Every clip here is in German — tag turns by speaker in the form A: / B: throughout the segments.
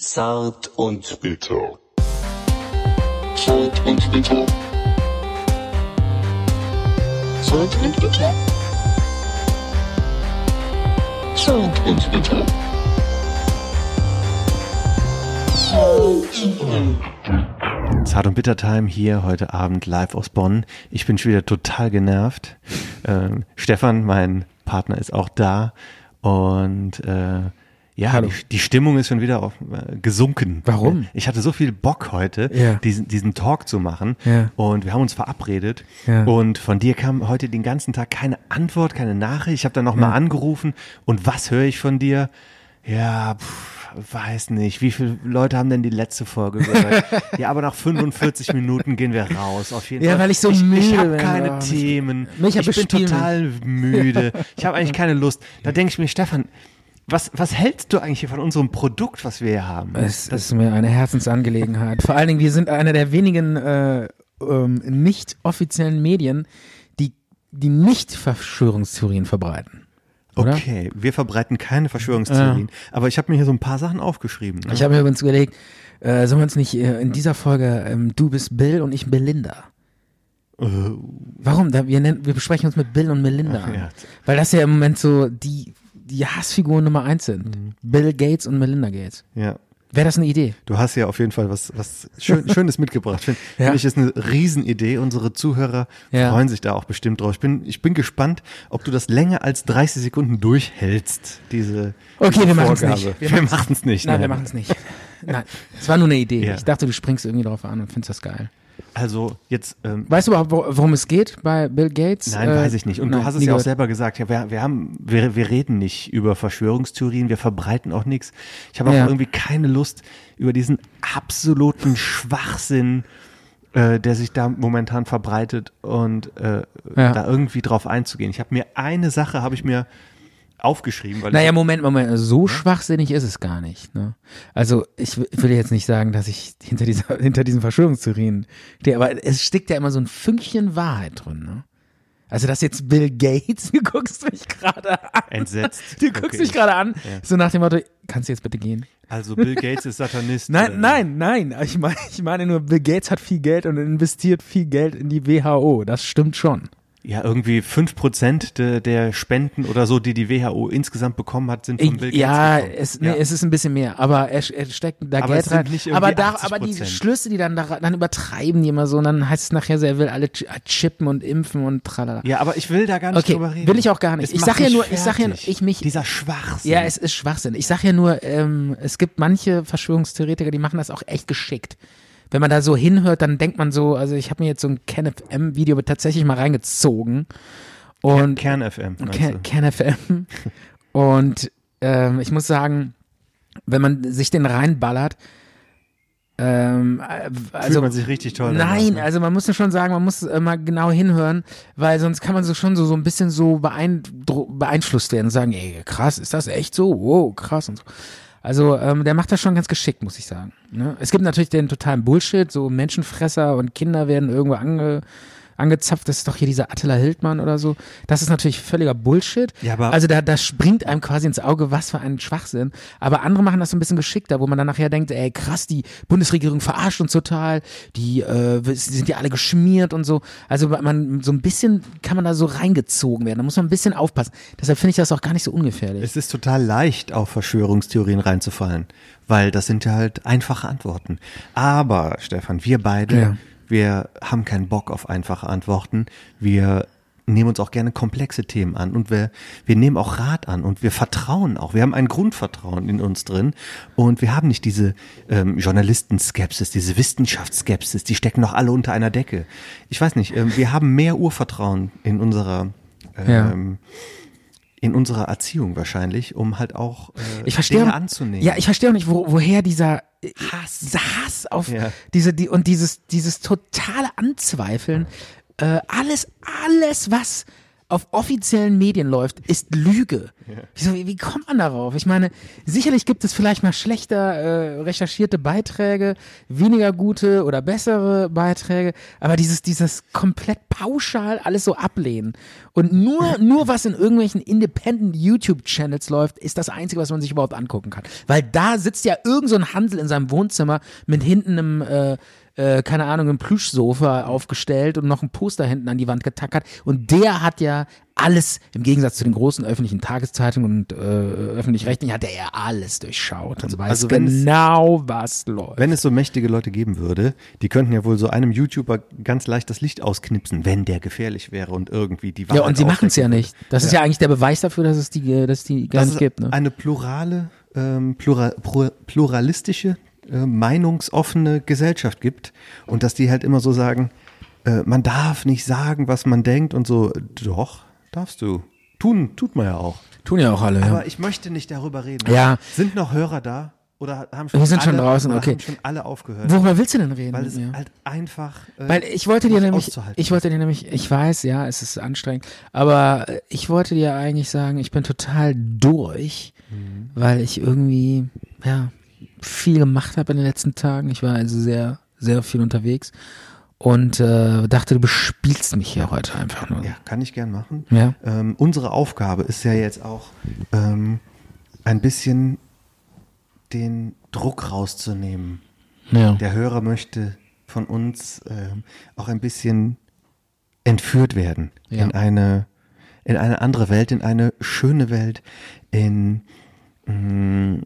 A: Zart und bitter.
B: Zart und bitter. Zart und bitter. Zart und bitter.
C: Zart und Bitter Time hier heute Abend live aus Bonn. Ich bin schon wieder total genervt. Ähm, Stefan, mein Partner, ist auch da. Und äh, ja,
D: Hallo.
C: die, die Stimmung ist schon wieder auf, äh, gesunken.
D: Warum?
C: Ich hatte so viel Bock heute,
D: Ja.
C: diesen, diesen Talk zu machen.
D: Ja.
C: Und wir haben uns verabredet.
D: Ja.
C: Und von dir kam heute den ganzen Tag keine Antwort, keine Nachricht. Ich habe dann nochmal mal angerufen. Und was höre ich von dir? Ja, pff, weiß nicht. Wie viele Leute haben denn die letzte Folge gehört? ja, aber nach 45 Minuten gehen wir raus. Auf jeden
D: Ja,
C: Fall.
D: weil ich so
C: ich, Ich
D: müde
C: habe
D: bin.
C: keine
D: Oh, mich-
C: Themen.
D: mich
C: ich bin
D: bespielen.
C: total müde. Ich habe eigentlich keine Lust. Da denke ich mir, Stefan, was, was hältst du eigentlich hier von unserem Produkt, was wir hier haben?
D: Es ist mir eine Herzensangelegenheit. Vor allen Dingen, wir sind einer der wenigen äh, ähm, nicht offiziellen Medien, die, die nicht Verschwörungstheorien verbreiten. Oder?
C: Okay, wir verbreiten keine Verschwörungstheorien, aber ich habe mir hier so ein paar Sachen aufgeschrieben. Ne?
D: Ich habe mir übrigens überlegt, äh, sollen wir uns nicht äh, in dieser Folge ähm, Du bist Bill und ich Belinda? Warum? Da, wir, nennen, wir besprechen uns mit Bill und Melinda.
C: ja.
D: Weil das ja im Moment so die, die Hassfiguren Nummer eins sind. Bill Gates und Melinda Gates.
C: ja.
D: Wäre das eine Idee?
C: Du hast ja auf jeden Fall was, was Schön, Schönes mitgebracht. Finde
D: Ja.
C: find ich ist eine Riesenidee. Unsere Zuhörer
D: Ja.
C: freuen sich da auch bestimmt drauf. Ich bin, ich bin gespannt, ob du das länger als 30 Sekunden durchhältst, diese,
D: Okay,
C: diese
D: wir machen's
C: Vorgabe.
D: nicht. Wir
C: Wir, machen es nicht.
D: Nein, wir machen es nicht. Nein, es war nur eine Idee.
C: Ja.
D: Ich dachte, du springst irgendwie drauf an und findest das geil.
C: Also jetzt ähm,
D: Weißt du überhaupt, wo- worum es geht bei Bill Gates?
C: Nein,
D: Äh,
C: weiß ich nicht. Und
D: nein,
C: du hast es
D: nie
C: ja auch
D: gehört.
C: selber gesagt. Ja, wir, wir, haben, wir, wir reden nicht über Verschwörungstheorien, wir verbreiten auch nichts. Ich habe
D: Ja.
C: auch irgendwie keine Lust über diesen absoluten Schwachsinn, äh, der sich da momentan verbreitet und äh,
D: Ja.
C: da irgendwie drauf einzugehen. Ich habe mir eine Sache, habe ich mir aufgeschrieben, weil
D: Naja,
C: ich,
D: Moment, Moment. Also So schwachsinnig ist es gar nicht. Ne? Also ich w- will jetzt nicht sagen, dass ich hinter, dieser, hinter diesen Verschwörungstheorien stehe, aber es steckt ja immer so ein Fünkchen Wahrheit drin. Ne? Also dass jetzt Bill Gates, du guckst mich gerade an.
C: entsetzt.
D: Du guckst
C: Okay.
D: mich gerade an,
C: Ja.
D: so nach dem Motto, kannst du jetzt bitte gehen?
C: Also Bill Gates ist Satanist.
D: Nein,
C: äh,
D: nein, nein. Ich meine, ich meine nur, Bill Gates hat viel Geld und investiert viel Geld in die WHO. Das stimmt schon.
C: Ja, irgendwie 5% de, der Spenden oder so, die die WHO insgesamt bekommen hat, sind von Bill Gates.
D: ja,
C: gekommen.
D: es, nee, es ist ein bisschen mehr, aber er, er steckt da
C: Aber es
D: Geld
C: sind
D: rein.
C: nicht irgendwie
D: aber, da,
C: 80%.
D: aber die Schlüsse, die dann da, dann übertreiben die immer so und dann heißt es nachher so, er will alle chi- chippen und impfen und tralala.
C: Ja, aber ich will da gar nicht
D: Okay,
C: drüber reden.
D: will ich auch gar nicht.
C: Es
D: Ich
C: macht
D: sag ja
C: mich
D: nur- ich sag ja nur-
C: fertig.
D: ich mich-
C: Dieser Schwachsinn.
D: Ja, es ist Schwachsinn. Ich sag ja nur, ähm, es gibt manche Verschwörungstheoretiker, die machen das auch echt geschickt. Wenn man da so hinhört, dann denkt man so, also ich habe mir jetzt so ein Kenneth M Video tatsächlich mal reingezogen und
C: Kern FM. meinst
D: Ke-
C: du?
D: KenFM. Und ähm, ich muss sagen, wenn man sich den reinballert, ähm, äh, also
C: Fühlt man sich richtig toll. danach,
D: Nein,
C: ne?
D: also man muss schon sagen, man muss äh, mal genau hinhören, weil sonst kann man so schon so, so ein bisschen so beeindru- beeinflusst werden und sagen, ey, krass, ist das echt so? Wow, krass und so. Also ähm, der macht das schon ganz geschickt, muss ich sagen. Ne? Es gibt natürlich den totalen Bullshit, so Menschenfresser und Kinder werden irgendwo ange angezapft, das ist doch hier dieser Attila Hildmann oder so. Das ist natürlich völliger Bullshit.
C: Ja, aber-
D: also da, da springt einem quasi ins Auge, was für ein Schwachsinn. Aber andere machen das so ein bisschen geschickter, wo man dann nachher denkt, ey krass, die Bundesregierung verarscht uns total, die äh, wir- sind ja alle geschmiert und so. Also man so ein bisschen kann man da so reingezogen werden. Da muss man ein bisschen aufpassen. Deshalb finde ich das auch gar nicht so ungefährlich.
C: Es ist total leicht, auf Verschwörungstheorien reinzufallen, weil das sind ja halt einfache Antworten. Aber, Stefan, wir beide,
D: Ja.
C: wir haben keinen Bock auf einfache Antworten. Wir nehmen uns auch gerne komplexe Themen an und wir, wir nehmen auch Rat an und wir vertrauen auch. Wir haben ein Grundvertrauen in uns drin und wir haben nicht diese ähm, Journalistenskepsis, diese Wissenschaftsskepsis, die stecken doch alle unter einer Decke. Ich weiß nicht, ähm, wir haben mehr Urvertrauen in unserer ähm,
D: Ja.
C: in unserer Erziehung wahrscheinlich, um halt auch äh,
D: ich verstehe
C: Dinge
D: auch-
C: anzunehmen.
D: Ja, ich verstehe auch nicht, wo, woher dieser
C: Hass.
D: dieser Hass auf
C: Ja.
D: diese die und dieses dieses totale Anzweifeln. Äh, alles alles was auf offiziellen Medien läuft, ist Lüge. Wieso, wie, wie kommt man darauf? Ich meine, sicherlich gibt es vielleicht mal schlechter äh, recherchierte Beiträge, weniger gute oder bessere Beiträge, aber dieses, dieses komplett pauschal alles so ablehnen und nur, nur was in irgendwelchen Independent YouTube-Channels läuft, ist das Einzige, was man sich überhaupt angucken kann. Weil da sitzt ja irgend so ein Hansel in seinem Wohnzimmer mit hinten einem äh, äh, keine Ahnung, ein Plüschsofa aufgestellt und noch ein Poster hinten an die Wand getackert. Und der hat ja alles, im Gegensatz zu den großen öffentlichen Tageszeitungen und äh, öffentlich-rechtlichen, hat er ja alles durchschaut und weiß
C: Also wenn es-
D: genau, was läuft.
C: Wenn es so mächtige Leute geben würde, die könnten ja wohl so einem YouTuber ganz leicht das Licht ausknipsen, wenn der gefährlich wäre und irgendwie die
D: ja,
C: Wahrheit
D: und sie machen es ja
C: aufdecken
D: nicht. Das ist ja eigentlich der Beweis dafür, dass es die, dass die gar
C: dass
D: nicht
C: es
D: gibt. Ne?
C: eine plurale, ähm, plura, pro- pluralistische, äh, meinungsoffene Gesellschaft gibt und dass die halt immer so sagen, äh, man darf nicht sagen, was man denkt und so, doch, darfst du. Tun, tut man ja auch.
D: Tun ja auch alle, ja.
C: Aber ich möchte nicht darüber reden.
D: Ähm, Ja.
C: Sind noch Hörer da? Oder haben schon
D: Wir sind
C: alle,
D: schon draußen,
C: oder
D: okay.
C: Haben schon alle aufgehört.
D: Worüber willst du denn reden?
C: weil
D: mit
C: es
D: mir?
C: halt einfach. äh,
D: Weil ich wollte dir
C: nicht
D: nämlich,
C: auszuhalten
D: ich wollte dir nämlich, ich weiß, ja, es ist anstrengend, aber äh, ich wollte dir eigentlich sagen, ich bin total durch,
C: Mhm.
D: weil ich irgendwie, ja, viel gemacht habe in den letzten Tagen. Ich war also sehr, sehr viel unterwegs und äh, dachte, du bespielst mich hier heute einfach nur.
C: Ja, kann ich gern machen.
D: Ja.
C: Ähm, unsere Aufgabe ist ja jetzt auch ähm, ein bisschen den Druck rauszunehmen.
D: Ja.
C: Der Hörer möchte von uns ähm, auch ein bisschen entführt werden
D: Ja.
C: in eine in eine andere Welt, in eine schöne Welt, in mh,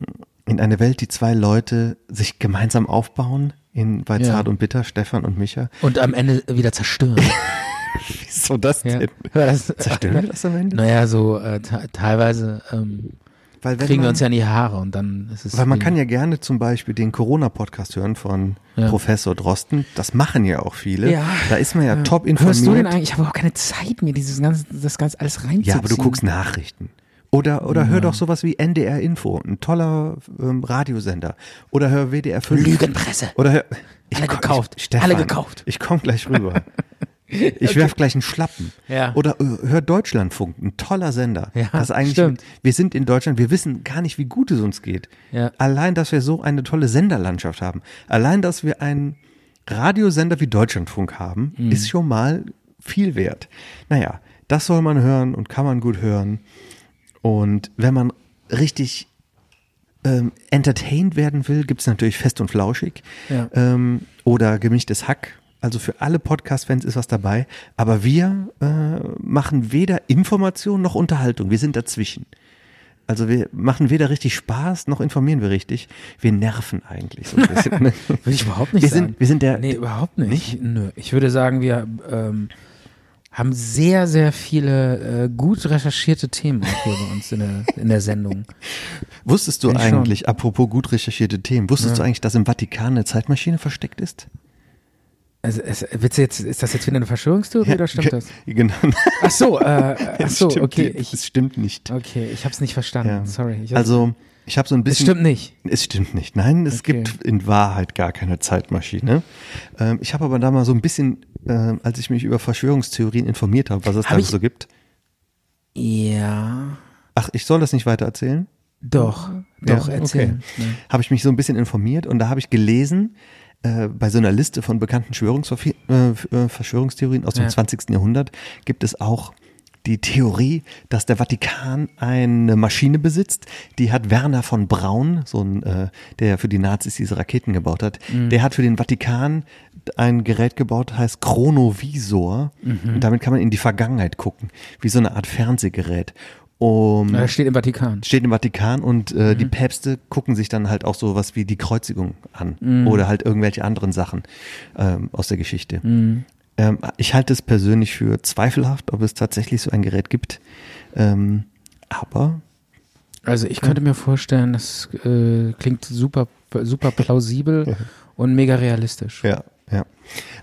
C: in eine Welt, die zwei Leute sich gemeinsam aufbauen. In bei
D: Ja.
C: Zart und Bitter, Stefan und Micha.
D: Und am Ende wieder zerstören.
C: Wieso das
D: ja.
C: denn?
D: Hör das-
C: Zerstören wir das am Ende?
D: Naja, so äh, te- teilweise ähm,
C: Weil wenn
D: kriegen wir
C: man-
D: uns ja in die Haare und dann ist es.
C: Weil man
D: wie-
C: kann ja gerne zum Beispiel den Corona-Podcast hören von
D: Ja.
C: Professor Drosten. Das machen ja auch viele.
D: Ja.
C: ne? Da ist man ja, top informiert.
D: Hörst du denn eigentlich? Ich habe auch keine Zeit, mir dieses ganze, das ganze alles reinzuziehen.
C: ja, aber du guckst Nachrichten. Oder, oder hör doch sowas wie NDR Info, ein toller ähm, Radiosender. Oder hör WDR 5.
D: Lügenpresse.
C: Oder hör,
D: Alle
C: komm-
D: gekauft.
C: Ich, Stefan,
D: Alle gekauft.
C: Ich komme gleich rüber. Ich werf gleich einen Schlappen.
D: Ja.
C: Oder äh, hör Deutschlandfunk, ein toller Sender.
D: Ja,
C: das ist eigentlich
D: stimmt.
C: wir sind in Deutschland, wir wissen gar nicht, wie gut es uns geht.
D: Ja.
C: Allein, dass wir so eine tolle Senderlandschaft haben, allein, dass wir einen Radiosender wie Deutschlandfunk haben,
D: Mhm.
C: ist schon mal viel wert. Naja, das soll man hören und kann man gut hören. Und wenn man richtig ähm, entertained werden will, gibt es natürlich fest und flauschig
D: Ja.
C: ähm, oder gemischtes Hack. Also für alle Podcast-Fans ist was dabei. Aber wir äh, machen weder Information noch Unterhaltung. Wir sind dazwischen. Also wir machen weder richtig Spaß noch informieren wir richtig. Wir nerven eigentlich so ein bisschen. ne?
D: Würde ich überhaupt nicht
C: wir
D: sagen.
C: Sind, wir sind der.
D: nee, überhaupt nicht. Nö. Ich würde sagen, wir ähm, haben sehr, sehr viele äh, gut recherchierte Themen auch hier bei uns in der, in der Sendung.
C: Wusstest du
D: Ich schon.
C: eigentlich, apropos gut recherchierte Themen, wusstest du eigentlich, dass im Vatikan eine Zeitmaschine versteckt ist?
D: Also, es, willst du jetzt, ist das jetzt wieder eine Verschwörungstheorie oder stimmt das?
C: Genau.
D: Ach so, äh, ach so,
C: Stimmt
D: okay.
C: nicht.
D: Ich,
C: es stimmt nicht.
D: okay, ich habe es nicht verstanden.
C: Ja.
D: Sorry. Ich,
C: also, ich habe so ein
D: es
C: bisschen.
D: stimmt nicht.
C: Es stimmt nicht. Nein, es
D: Okay.
C: gibt in Wahrheit gar keine Zeitmaschine. Ähm, ich habe aber da mal so ein bisschen, ähm, als ich mich über Verschwörungstheorien informiert habe, was es
D: Hab
C: da
D: ich-
C: so gibt.
D: Ja,
C: Ach, ich soll das nicht weiter erzählen?
D: doch, doch,
C: Ja,
D: erzähl.
C: Okay. Habe ich mich so ein bisschen informiert und da habe ich gelesen, äh, bei so einer Liste von bekannten Schwörungsverfi- äh, F- äh, Verschwörungstheorien aus dem
D: Ja.
C: 20. Jahrhundert gibt es auch die Theorie, dass der Vatikan eine Maschine besitzt, die hat Werner von Braun, so ein, äh, der für die Nazis diese Raketen gebaut hat, der hat für den Vatikan ein Gerät gebaut, heißt Chronovisor. Und damit kann man in die Vergangenheit gucken, wie so eine Art Fernsehgerät. Um,
D: Ja. Da steht im Vatikan.
C: steht im Vatikan und äh,
D: Mhm.
C: die Päpste gucken sich dann halt auch sowas wie die Kreuzigung an
D: Mhm.
C: oder halt irgendwelche anderen Sachen ähm, aus der Geschichte.
D: Mhm.
C: Ähm, ich halte es persönlich für zweifelhaft, ob es tatsächlich so ein Gerät gibt. Ähm, aber
D: Also ich könnte mir vorstellen, das äh, klingt super, super plausibel und mega realistisch.
C: Ja, ja.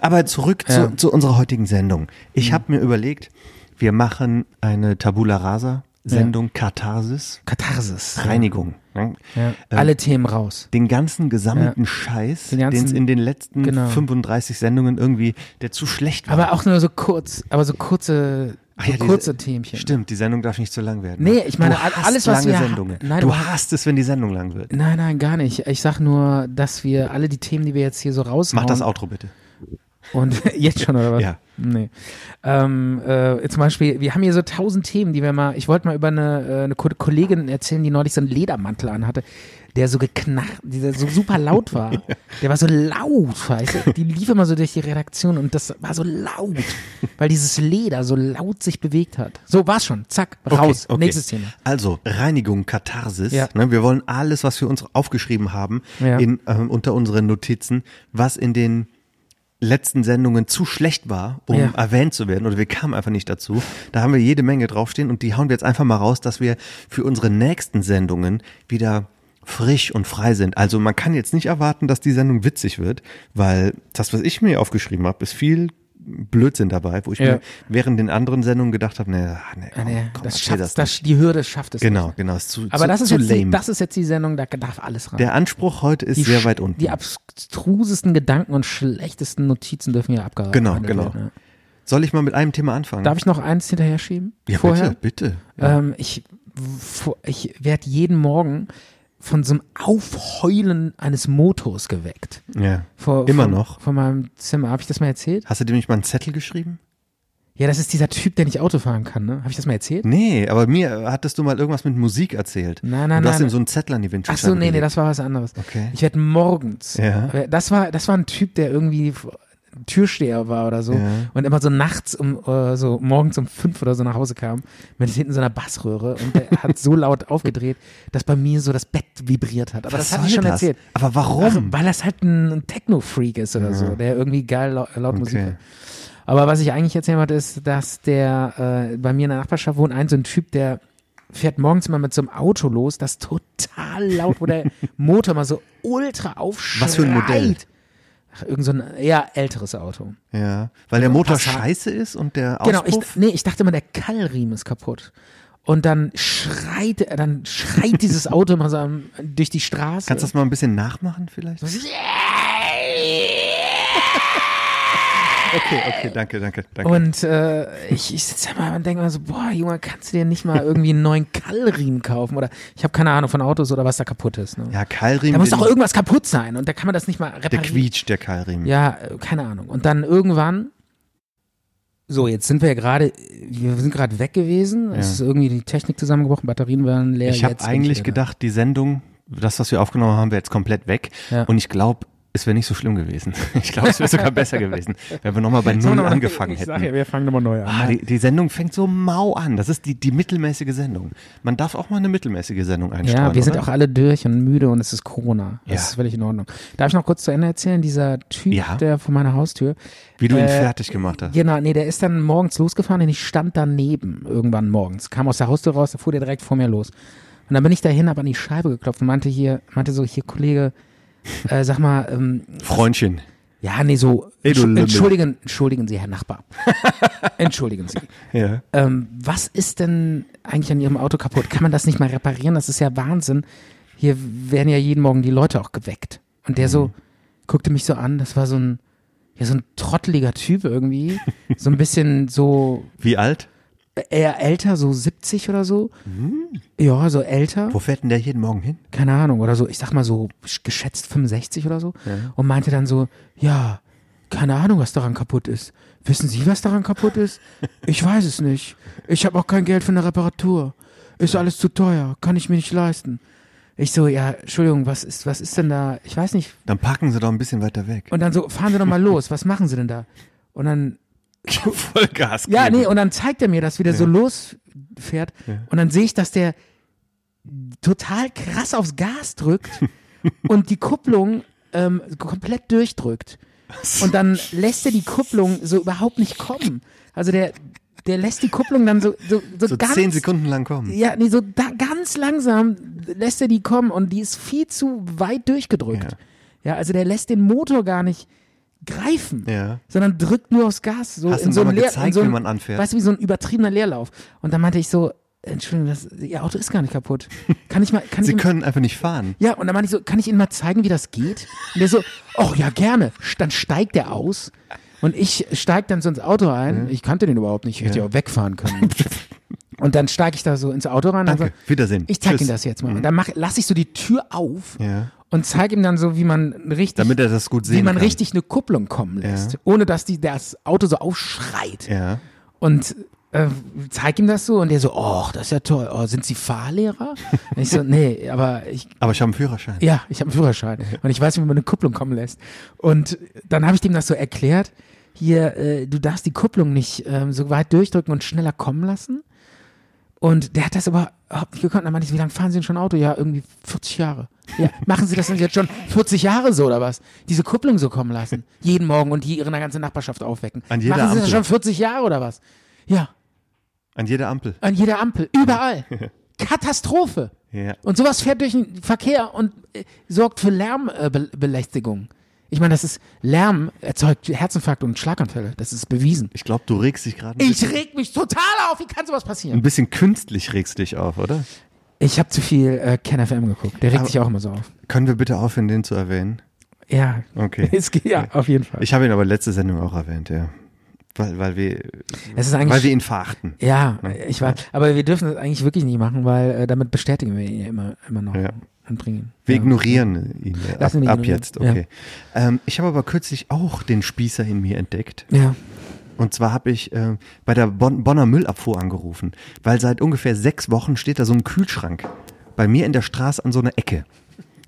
C: Aber zurück
D: Ja. Mhm.
C: Zu, zu unserer heutigen Sendung. Ich habe mir überlegt, wir machen eine Tabula Rasa Sendung Katharsis,
D: Katharsis.
C: Reinigung. ne?
D: Ja.
C: Ähm,
D: Alle Themen raus.
C: den ganzen gesammelten Scheiß,
D: Den
C: den
D: ganzen-
C: es in den letzten
D: genau.
C: 35 Sendungen irgendwie, der zu schlecht war.
D: Aber auch nur so kurz, aber so kurze
C: Ach
D: So
C: diese-
D: kurze Themchen.
C: Stimmt, die Sendung darf nicht zu lang werden.
D: Nee,
C: ne?
D: ich meine,
C: du
D: all-
C: hasst
D: alles, was
C: lange
D: wir ha-
C: Sendungen.
D: Nein,
C: du
D: aber-
C: hasst es, wenn die Sendung lang wird.
D: Nein, nein, gar nicht. Ich sag nur, dass wir alle die Themen, die wir jetzt hier so rausmachen.
C: Mach das Outro bitte.
D: Und jetzt schon, oder was?
C: Ja.
D: Nee. Ähm, äh, zum Beispiel, wir haben hier so tausend Themen, die wir mal, ich wollte mal über eine, äh, eine Ko- Kollegin erzählen, die neulich so einen Ledermantel anhatte, der so geknarrt, der so super laut war. Der war so laut, weißt du? Die lief immer so durch die Redaktion und das war so laut, weil dieses Leder so laut sich bewegt hat. So, war's schon. Zack, raus.
C: Okay, okay.
D: Nächstes Thema.
C: Also, Reinigung, Katharsis.
D: Ja.
C: Ne, wir wollen alles, was wir uns aufgeschrieben haben,
D: Ja.
C: in, ähm, unter unseren Notizen, was in den letzten Sendungen zu schlecht war, um
D: Ja.
C: erwähnt zu werden, oder wir kamen einfach nicht dazu. Da haben wir jede Menge draufstehen und die hauen wir jetzt einfach mal raus, dass wir für unsere nächsten Sendungen wieder frisch und frei sind. Also man kann jetzt nicht erwarten, dass die Sendung witzig wird, weil das, was ich mir aufgeschrieben habe, ist viel Blödsinn dabei, wo ich
D: Ja.
C: mir während den anderen Sendungen gedacht habe, nee, ah, nee,
D: Ah,
C: komm,
D: nee,
C: komm,
D: das
C: erzähl
D: schafft, das
C: das nicht.
D: die Hürde schafft es
C: Genau,
D: nicht.
C: genau. Ist zu,
D: Aber
C: zu,
D: das, ist
C: zu
D: jetzt die,
C: lame.
D: das ist jetzt die Sendung, da darf alles rein.
C: der Anspruch heute ist
D: die
C: sehr
D: sch-
C: weit unten.
D: Die abstrusesten Gedanken und schlechtesten Notizen dürfen hier abgehandelt
C: Genau,
D: werden.
C: genau.
D: ja.
C: Soll ich mal mit einem Thema anfangen?
D: Darf ich noch eins hinterher schieben?
C: ja,
D: Vorher?
C: bitte, bitte.
D: Ähm, ich vor- ich werde jeden Morgen von so einem Aufheulen eines Motors geweckt.
C: Ja.
D: Vor,
C: Immer
D: von,
C: noch.
D: Von meinem Zimmer. Habe ich das mal erzählt?
C: Hast du dir nicht mal einen Zettel geschrieben?
D: Ja, das ist dieser Typ, der nicht Auto fahren kann, ne? Habe ich das mal erzählt?
C: Nee, aber mir äh, hattest du mal irgendwas mit Musik erzählt.
D: Nein, nein,
C: Und du hast
D: nein.
C: ihm so einen Zettel an die Windschutzscheibe
D: Ach so, nee, nee,
C: gelegt.
D: das war was anderes.
C: Okay.
D: Ich werde morgens. äh,
C: Ja.
D: Das war, das war ein Typ, der irgendwie f- Türsteher war oder so
C: Ja.
D: und immer so nachts um äh, so morgens um fünf oder so nach Hause kam mit hinten so einer Bassröhre und der hat so laut aufgedreht, dass bei mir so das Bett vibriert hat. Aber das habe ich
C: soll
D: schon erzählt.
C: Aber warum?
D: Also, weil das halt ein ein Techno-Freak ist oder so, der irgendwie geil lau laut Musik
C: Okay.
D: hat. Aber was ich eigentlich erzählen wollte, ist, dass der äh, bei mir in der Nachbarschaft wohnt ein so ein Typ, der fährt morgens mal mit so einem Auto los, das total laut, wo der Motor mal so ultra aufschreit.
C: Was für ein Modell?
D: Ach, irgend so ein eher älteres Auto.
C: ja, weil der Motor
D: Passat.
C: scheiße ist und der
D: Genau,
C: Auspuff.
D: ich, nee, ich dachte immer, der Keilriemen ist kaputt. Und dann schreit, er- dann schreit dieses Auto mal so am- durch die Straße.
C: Kannst du das mal ein bisschen nachmachen vielleicht? Okay, okay, danke, danke, danke.
D: Und äh, ich, ich sitze mal und denke mir so, boah, Junge, kannst du dir nicht mal irgendwie einen neuen Kallriemen kaufen? Oder ich habe keine Ahnung von Autos oder was da kaputt ist. Ne?
C: ja, Keilriemen.
D: da muss doch
C: den-
D: irgendwas kaputt sein und da kann man das nicht mal
C: der
D: reparieren.
C: quietscht, der Keilriemen.
D: Ja, äh, keine Ahnung. Und dann irgendwann, so, jetzt sind wir ja gerade, wir sind gerade weg gewesen. Es ist irgendwie die Technik zusammengebrochen, Batterien waren leer.
C: Ich habe
D: jetzt bin
C: eigentlich
D: wieder da.
C: gedacht, die Sendung, das, was wir aufgenommen haben, wäre jetzt komplett weg.
D: Ja.
C: Und ich glaube, es wäre nicht so schlimm gewesen. Ich glaube, es wäre sogar besser gewesen, wenn wir nochmal bei
D: Sollen
C: Null
D: wir mal-
C: angefangen
D: ich sag ja,
C: hätten.
D: wir fangen nochmal neu an.
C: Ah, die, die Sendung fängt so mau an. Das ist die, die mittelmäßige Sendung. Man darf auch mal eine mittelmäßige Sendung einstreuen.
D: Ja, wir sind
C: oder?
D: auch alle durch und müde und es ist Corona. Das
C: Ja.
D: ist völlig in Ordnung. Darf ich noch kurz zu Ende erzählen? Dieser Typ,
C: Ja.
D: der vor meiner Haustür.
C: Wie du ihn
D: äh,
C: fertig gemacht hast.
D: Genau, nee, der ist dann morgens losgefahren und ich stand daneben irgendwann morgens. Kam aus der Haustür raus, da fuhr der direkt vor mir los. Und dann bin ich dahin, hab an die Scheibe geklopft und meinte hier, meinte so, hier Kollege, äh, sag mal, ähm,
C: Freundchen.
D: ja, nee, so,
C: Ey, du
D: Entschu-
C: Lümmel.
D: entschuldigen, entschuldigen Sie, Herr Nachbar. entschuldigen Sie.
C: Ja.
D: Ähm, was ist denn eigentlich an Ihrem Auto kaputt? Kann man das nicht mal reparieren? Das ist ja Wahnsinn. Hier werden ja jeden Morgen die Leute auch geweckt. Und der so guckte mich so an, das war so ein, ja, so ein trotteliger Typ irgendwie. So ein bisschen so äh,
C: Wie alt?
D: eher älter, so 70 oder so. Ja, so älter.
C: Wo fährt denn der jeden Morgen hin?
D: keine Ahnung, oder so, ich sag mal so sch- geschätzt 65 oder so, und meinte dann so, ja, keine Ahnung, was daran kaputt ist. Wissen Sie, was daran kaputt ist? Ich weiß es nicht. Ich habe auch kein Geld für eine Reparatur. Ist alles zu teuer, kann ich mir nicht leisten. Ich so, ja, Entschuldigung, was ist, was ist denn da? Ich weiß nicht.
C: Dann packen sie doch ein bisschen weiter weg.
D: Und dann so, fahren Sie doch mal los, was machen Sie denn da? Und dann
C: Vollgas.
D: ja,
C: geben.
D: nee, und dann zeigt er mir, dass wieder so losfährt. Und dann sehe ich, dass der total krass aufs Gas drückt und die Kupplung ähm, komplett durchdrückt. Und dann lässt er die Kupplung so überhaupt nicht kommen. Also der, der lässt die Kupplung dann so, so, so,
C: So
D: ganz
C: zehn Sekunden lang kommen.
D: ja, nee, so da, ganz langsam lässt er die kommen und die ist viel zu weit durchgedrückt.
C: Ja.
D: Ja, also der lässt den Motor gar nicht greifen,
C: Ja.
D: sondern drückt nur aufs Gas. So
C: Hast du
D: in
C: ihm
D: so
C: aber
D: einem Leer-
C: gezeigt,
D: in so einem-
C: wie man anfährt?
D: Weißt du, wie so ein übertriebener Leerlauf. Und dann meinte ich so, Entschuldigung, das, Ihr Auto ist gar nicht kaputt. Kann ich mal, kann
C: Sie
D: ich mal,
C: können einfach nicht fahren.
D: ja, und dann meinte ich so, kann ich Ihnen mal zeigen, wie das geht? Und der so, oh ja, gerne. Dann steigt er aus Und ich steige dann so ins Auto
C: Mhm.
D: ein. Ich kannte den überhaupt nicht. Ich hätte ja auch wegfahren können. und dann steige ich da so ins Auto rein.
C: Danke,
D: und so,
C: Wiedersehen.
D: Ich zeig
C: Tschüss. Mhm.
D: ihm das jetzt mal. Und dann mach, lass ich so die Tür auf
C: Ja.
D: und zeig ihm dann so, wie man richtig,
C: Damit er das gut
D: wie
C: sehen
D: man
C: kann.
D: richtig eine Kupplung kommen lässt, ohne dass die das Auto so aufschreit.
C: Ja.
D: Und äh, zeig ihm das so und der so, oh, das ist ja toll. Oh, sind Sie Fahrlehrer? und ich so, nee, aber ich
C: Aber ich habe einen Führerschein.
D: ja, ich habe einen Führerschein und ich weiß, wie man eine Kupplung kommen lässt. Und dann habe ich dem das so erklärt, hier, äh, du darfst die Kupplung nicht ähm, so weit durchdrücken und schneller kommen lassen. Und der hat das aber überhaupt nicht gekonnt. Dann meinte ich, wie lange fahren Sie denn schon Auto? Ja, irgendwie 40 Jahre. Ja, machen Sie das denn jetzt schon 40 Jahre so oder was? Diese Kupplung so kommen lassen. Jeden Morgen und die ihre ganze Nachbarschaft aufwecken.
C: An jeder
D: machen Sie das
C: Ampel.
D: schon 40 Jahre oder was? Ja,
C: An jeder Ampel.
D: an jeder Ampel, überall. Katastrophe.
C: Ja.
D: Und sowas fährt durch den Verkehr und äh, sorgt für Lärmbelästigung. Äh, Be- Belästigung. ich meine, das ist Lärm erzeugt Herzinfarkt und Schlaganfälle. Das ist bewiesen.
C: Ich glaube, du regst dich gerade ein,
D: Ich
C: bisschen-
D: reg mich total auf. Wie kann sowas passieren?
C: ein bisschen künstlich regst dich auf, oder?
D: Ich habe zu viel äh, Ken FM geguckt. Der regt sich auch immer so auf.
C: Können wir bitte aufhören, den zu erwähnen?
D: Ja.
C: Okay.
D: Es geht, ja, auf jeden Fall.
C: Ich habe ihn aber letzte Sendung auch erwähnt, ja. Weil, weil wir,
D: es ist eigentlich
C: weil wir ihn verachten.
D: ja, ich war, aber wir dürfen das eigentlich wirklich nicht machen, weil äh, damit bestätigen wir ihn ja immer, immer noch
C: Ja.
D: und bringen ihn.
C: Wir
D: ja.
C: ignorieren ihn ab,
D: Lassen wir ihn
C: ab
D: ignorieren,
C: jetzt, okay. Ähm, ich habe aber kürzlich auch den Spießer in mir entdeckt.
D: Ja.
C: Und zwar habe ich äh, bei der Bonn Bonner Müllabfuhr angerufen, weil seit ungefähr sechs Wochen steht da so ein Kühlschrank bei mir in der Straße an so einer Ecke.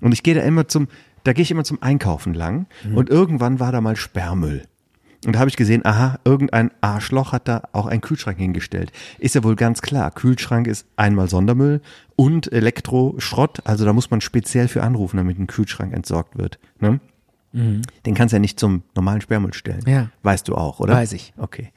C: Und ich gehe da immer zum, da gehe ich immer zum Einkaufen lang. Und irgendwann war da mal Sperrmüll. Und da habe ich gesehen, aha, irgendein Arschloch hat da auch einen Kühlschrank hingestellt. Ist ja wohl ganz klar, Kühlschrank ist einmal Sondermüll und Elektroschrott. Also da muss man speziell für anrufen, damit ein Kühlschrank entsorgt wird. Ne? Den kannst du ja nicht zum normalen Sperrmüll stellen.
D: Ja.
C: Weißt du auch, oder?
D: Weiß ich.
C: Okay.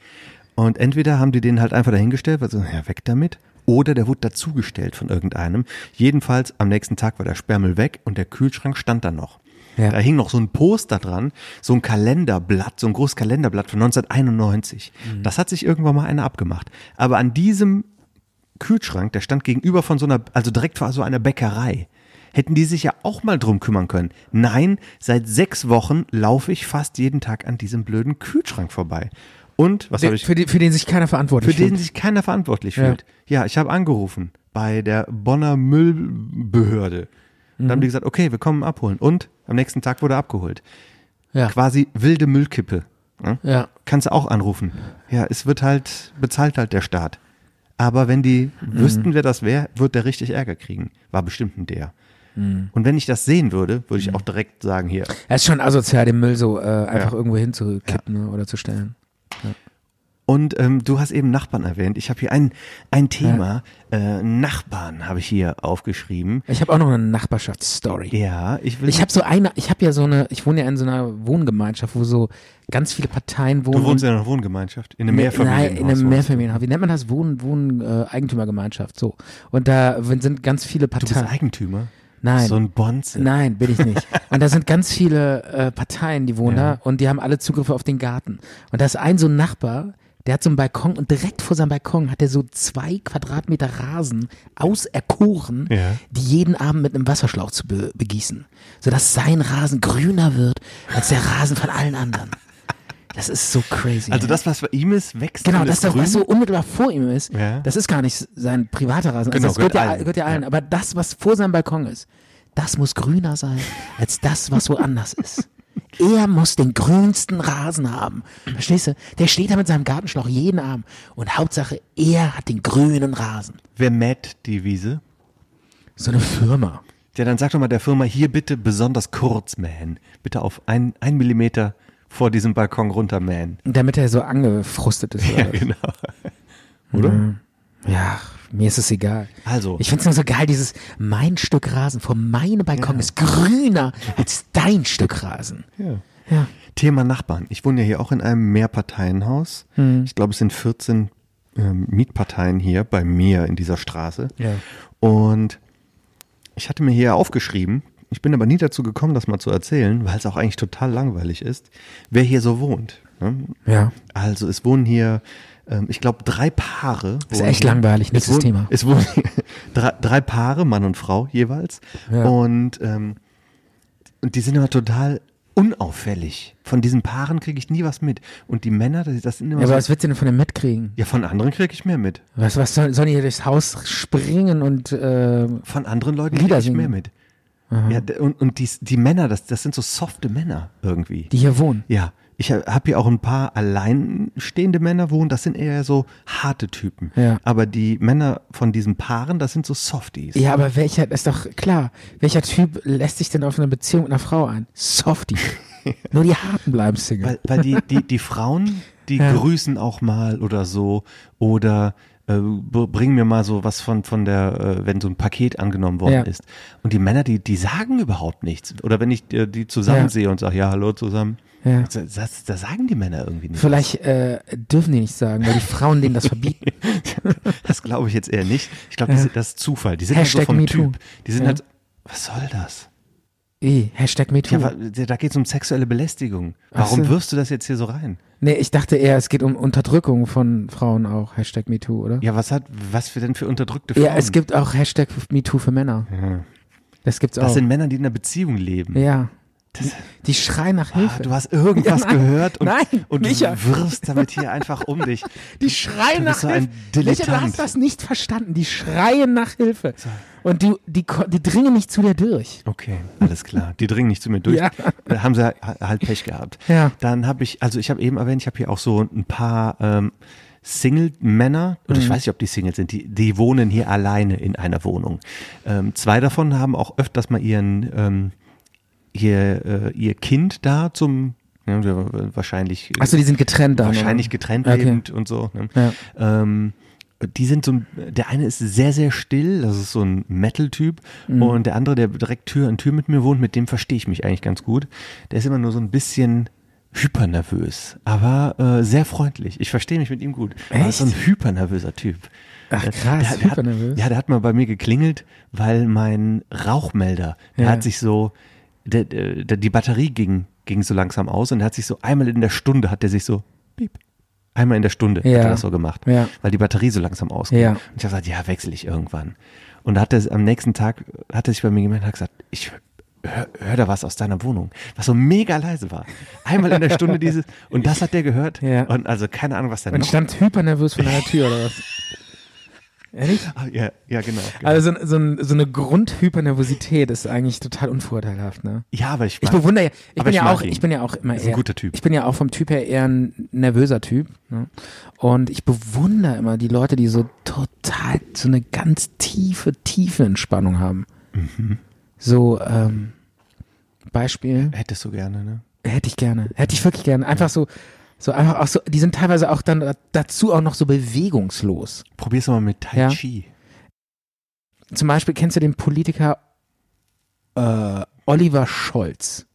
C: Und entweder haben die den halt einfach dahingestellt, weil so, ja, weg damit. Oder der wurde dazugestellt von irgendeinem. Jedenfalls am nächsten Tag war der Sperrmüll weg und der Kühlschrank stand da noch.
D: Ja.
C: Da hing noch so ein Poster dran, so ein Kalenderblatt, so ein großes Kalenderblatt von 1991.
D: Mhm.
C: Das hat sich irgendwann mal einer abgemacht. Aber an diesem Kühlschrank, der stand gegenüber von so einer, also direkt vor so einer Bäckerei. Hätten die sich ja auch mal drum kümmern können. Nein, seit sechs Wochen laufe ich fast jeden Tag an diesem blöden Kühlschrank vorbei. Und, was habe
D: Der,
C: ich,
D: für, den, für den sich keiner verantwortlich
C: für den
D: fühlt.
C: sich keiner verantwortlich
D: Ja.
C: fühlt. Ja, ich habe angerufen bei der Bonner Müllbehörde. Und
D: Mhm.
C: dann haben die gesagt, okay, wir kommen abholen. Und am nächsten Tag wurde er abgeholt.
D: Ja.
C: Quasi wilde Müllkippe. ne?
D: Ja.
C: Kannst du auch anrufen. Ja, es wird halt, bezahlt halt der Staat. Aber wenn die
D: Mhm.
C: wüssten, wer das wäre, wird der richtig Ärger kriegen. War bestimmt ein der.
D: Mhm.
C: Und wenn ich das sehen würde, würde ich auch direkt sagen, hier,
D: Es ist schon asozial, den Müll so äh, einfach
C: Ja.
D: irgendwo hinzukippen ne, oder zu stellen.
C: Und ähm, du hast eben Nachbarn erwähnt. Ich habe hier ein, ein Thema. Äh, Nachbarn habe ich hier aufgeschrieben.
D: Ich habe auch noch eine Nachbarschaftsstory.
C: Ja, ich will.
D: Ich habe so eine, ich habe ja so eine, ich wohne ja in so einer Wohngemeinschaft, wo so ganz viele Parteien wohnen.
C: du wohnst
D: und-
C: in einer Wohngemeinschaft, in einem
D: Nee,
C: Mehrfamilienhaus.
D: Nein, in einem Mehrfamilienhaus. Wie nennt man das? Wohn, Wohn, äh, Eigentümergemeinschaft. So. Und da sind ganz viele
C: Du bist
D: Parteien.
C: Eigentümer.
D: Nein.
C: So ein Bonze.
D: Nein, bin ich nicht. Und da sind ganz viele äh, Parteien, die wohnen
C: Ja.
D: da und die haben alle Zugriffe auf den Garten. Und da ist ein so ein Nachbar, der hat so einen Balkon und direkt vor seinem Balkon hat er so zwei Quadratmeter Rasen auserkoren,
C: Ja.
D: die jeden Abend mit einem Wasserschlauch zu be begießen. Sodass sein Rasen grüner wird als der Rasen von allen anderen. Das ist so crazy.
C: Also
D: ey.
C: das, was bei ihm ist, wächst
D: Genau,
C: alles
D: das, da-
C: grün.
D: was so unmittelbar vor ihm ist,
C: Ja.
D: das ist gar nicht sein privater Rasen.
C: Genau,
D: also das gehört,
C: gehört
D: ja,
C: allen.
D: gehört ja allen. Aber das, was vor seinem Balkon ist, das muss grüner sein als das, was woanders ist. Er muss den grünsten Rasen haben. Verstehst du? Der steht da mit seinem Gartenschlauch jeden Abend. Und Hauptsache, er hat den grünen Rasen.
C: Wer mäht die Wiese?
D: So eine Firma.
C: Ja, dann sag doch mal der Firma, hier bitte besonders kurz mähen. Bitte auf ein, ein Millimeter vor diesem Balkon runter mähen.
D: Und Damit er so angefrustet ist.
C: Ja,
D: Ja,
C: genau. Oder?
D: ja mir ist es egal.
C: Also.
D: Ich find's nur so geil, dieses mein Stück Rasen vor meinem Balkon ist grüner als dein Stück Rasen.
C: Ja.
D: Ja.
C: Thema Nachbarn. Ich wohne ja hier auch in einem Mehrparteienhaus.
D: Hm.
C: Ich glaube, es sind 14 ähm, Mietparteien hier bei mir in dieser Straße.
D: Ja.
C: Und ich hatte mir hier aufgeschrieben, ich bin aber nie dazu gekommen, das mal zu erzählen, weil es auch eigentlich total langweilig ist, wer hier so wohnt. Ne?
D: Ja.
C: Also es wohnen hier, ähm, ich glaube, drei Paare.
D: Ist
C: wohnen
D: echt
C: hier.
D: langweilig,
C: Es
D: nächstes
C: wohnen,
D: Thema.
C: Es wohnen drei, drei Paare, Mann und Frau jeweils.
D: Ja.
C: Und, ähm, und die sind immer total unauffällig. Von diesen Paaren kriege ich nie was mit. Und die Männer, das, das sind immer
D: Ja, aber
C: so-
D: was willst du denn von dem mitkriegen?
C: ja, von anderen kriege ich mehr mit.
D: Was, was soll, sollen die hier durchs Haus springen und äh,
C: Von anderen Leuten
D: Lieder
C: kriege ich
D: singen.
C: mehr mit. Ja, d- und und die, die Männer, das, das sind so softe Männer irgendwie.
D: die hier wohnen?
C: Ja, ich habe hier auch ein paar alleinstehende Männer wohnen, das sind eher so harte Typen.
D: Ja.
C: Aber die Männer von diesen Paaren, das sind so Softies.
D: Ja, aber welcher, ist doch klar, welcher Typ lässt sich denn auf eine Beziehung mit einer Frau ein? Softie. Nur die Harten bleiben Single.
C: Weil, weil die, die, die Frauen, die
D: Ja.
C: grüßen auch mal oder so oder äh, b- bringen mir mal so was von, von der, äh, wenn so ein Paket angenommen worden
D: Ja.
C: ist. Und die Männer, die, die sagen überhaupt nichts. Oder wenn ich äh, die zusammen
D: Ja.
C: sehe und sage, ja, hallo zusammen,
D: Ja.
C: das, das, das sagen die Männer irgendwie nicht.
D: Vielleicht äh, dürfen die nicht sagen, weil die Frauen denen das verbieten.
C: Das glaube ich jetzt eher nicht. Ich glaube, die
D: Ja.
C: sind- das ist Zufall. Die sind halt so
D: Hashtag
C: vom
D: MeToo.
C: Typ. Die sind
D: Ja.
C: halt, was soll das?
D: Eh, Hashtag MeToo.
C: Ja, wa- da geht es um sexuelle Belästigung. Warum
D: so.
C: wirfst du das jetzt hier so rein?
D: nee, ich dachte eher, es geht um Unterdrückung von Frauen auch. Hashtag MeToo, oder?
C: Ja, was hat, was für denn für unterdrückte Frauen?
D: Ja, es gibt auch Hashtag MeToo für Männer. Das gibt's auch.
C: Das sind Männer, die in einer Beziehung leben.
D: ja. Die, die schreien nach
C: Ah,
D: Hilfe.
C: du hast irgendwas
D: Ja, nein.
C: gehört und,
D: Nein,
C: und
D: Micha.
C: wirfst damit hier einfach um dich.
D: Die schreien
C: Du
D: nach
C: bist so ein
D: Hilfe. Micha, du
C: Dilettant.
D: hast das nicht verstanden. Die schreien nach Hilfe. Und die, die, ko- die dringen nicht zu dir durch.
C: Okay, alles klar. Die dringen nicht zu mir durch.
D: Ja.
C: Da haben sie ha- halt Pech gehabt.
D: Ja.
C: Dann habe ich, also ich habe eben erwähnt, ich habe hier auch so ein paar ähm, Single-Männer, oder
D: Mhm.
C: ich weiß nicht, ob die Single sind, die, die wohnen hier alleine in einer Wohnung. Ähm, zwei davon haben auch öfters mal ihren, ähm, ihr, äh, ihr Kind da zum, ja, wahrscheinlich. äh,
D: Achso, die sind getrennt dann.
C: Wahrscheinlich
D: oder?
C: getrennt
D: Okay.
C: lebend und so. Ne?
D: Ja.
C: Ähm, die sind so, ein- der eine ist sehr, sehr still, das ist so ein Metal-Typ.
D: Mhm.
C: Und der andere, der direkt Tür an Tür mit mir wohnt, mit dem verstehe ich mich eigentlich ganz gut. Der ist immer nur so ein bisschen hypernervös, aber äh, sehr freundlich. Ich verstehe mich mit ihm gut. Aber ist so ein hypernervöser Typ.
D: Ach, krass,
C: der, der
D: hypernervös.
C: Hat, ja, der hat mal bei mir geklingelt, weil mein Rauchmelder, der
D: Ja.
C: hat sich so, der, der, die Batterie ging, ging so langsam aus und der hat sich so einmal in der Stunde, hat der sich so, piep, einmal in der Stunde hat
D: Ja.
C: er das so gemacht,
D: Ja.
C: weil die Batterie so langsam ausging.
D: Ja.
C: Und ich habe gesagt, ja, wechsle ich irgendwann. Und da hat er am nächsten Tag, hat er sich bei mir gemeldet und hat gesagt, ich hör, hör da was aus deiner Wohnung, was so mega leise war. Einmal in der Stunde dieses, und das hat der gehört.
D: Ja.
C: Und also keine Ahnung, was da
D: Und
C: noch...
D: stand hypernervös vor deiner Tür oder was? Ehrlich?
C: Ah, ja, ja, genau. genau.
D: Also so, so, ein- so eine Grundhypernervosität ist eigentlich total unvorteilhaft, ne?
C: ja, aber ich,
D: Ich
C: mag-
D: bewundere ja, ich
C: Aber
D: bin
C: ich
D: ja
C: mag
D: auch,
C: ihn. Also
D: ich bin ja auch immer
C: Ist ein
D: eher,
C: guter Typ.
D: ich bin ja auch vom Typ her eher ein nervöser Typ. Ne? Und ich bewundere immer die Leute, die so total so eine ganz tiefe, tiefe Entspannung haben. So ähm, Beispiel
C: hättest du gerne, ne?
D: hätte ich gerne, hätte ich wirklich gerne. Einfach so, so einfach auch so. Die sind teilweise auch dann da- dazu auch noch so bewegungslos.
C: Probier's doch mal mit Tai
D: Ja.
C: Chi.
D: Zum Beispiel kennst du den Politiker äh, Oliver Scholz?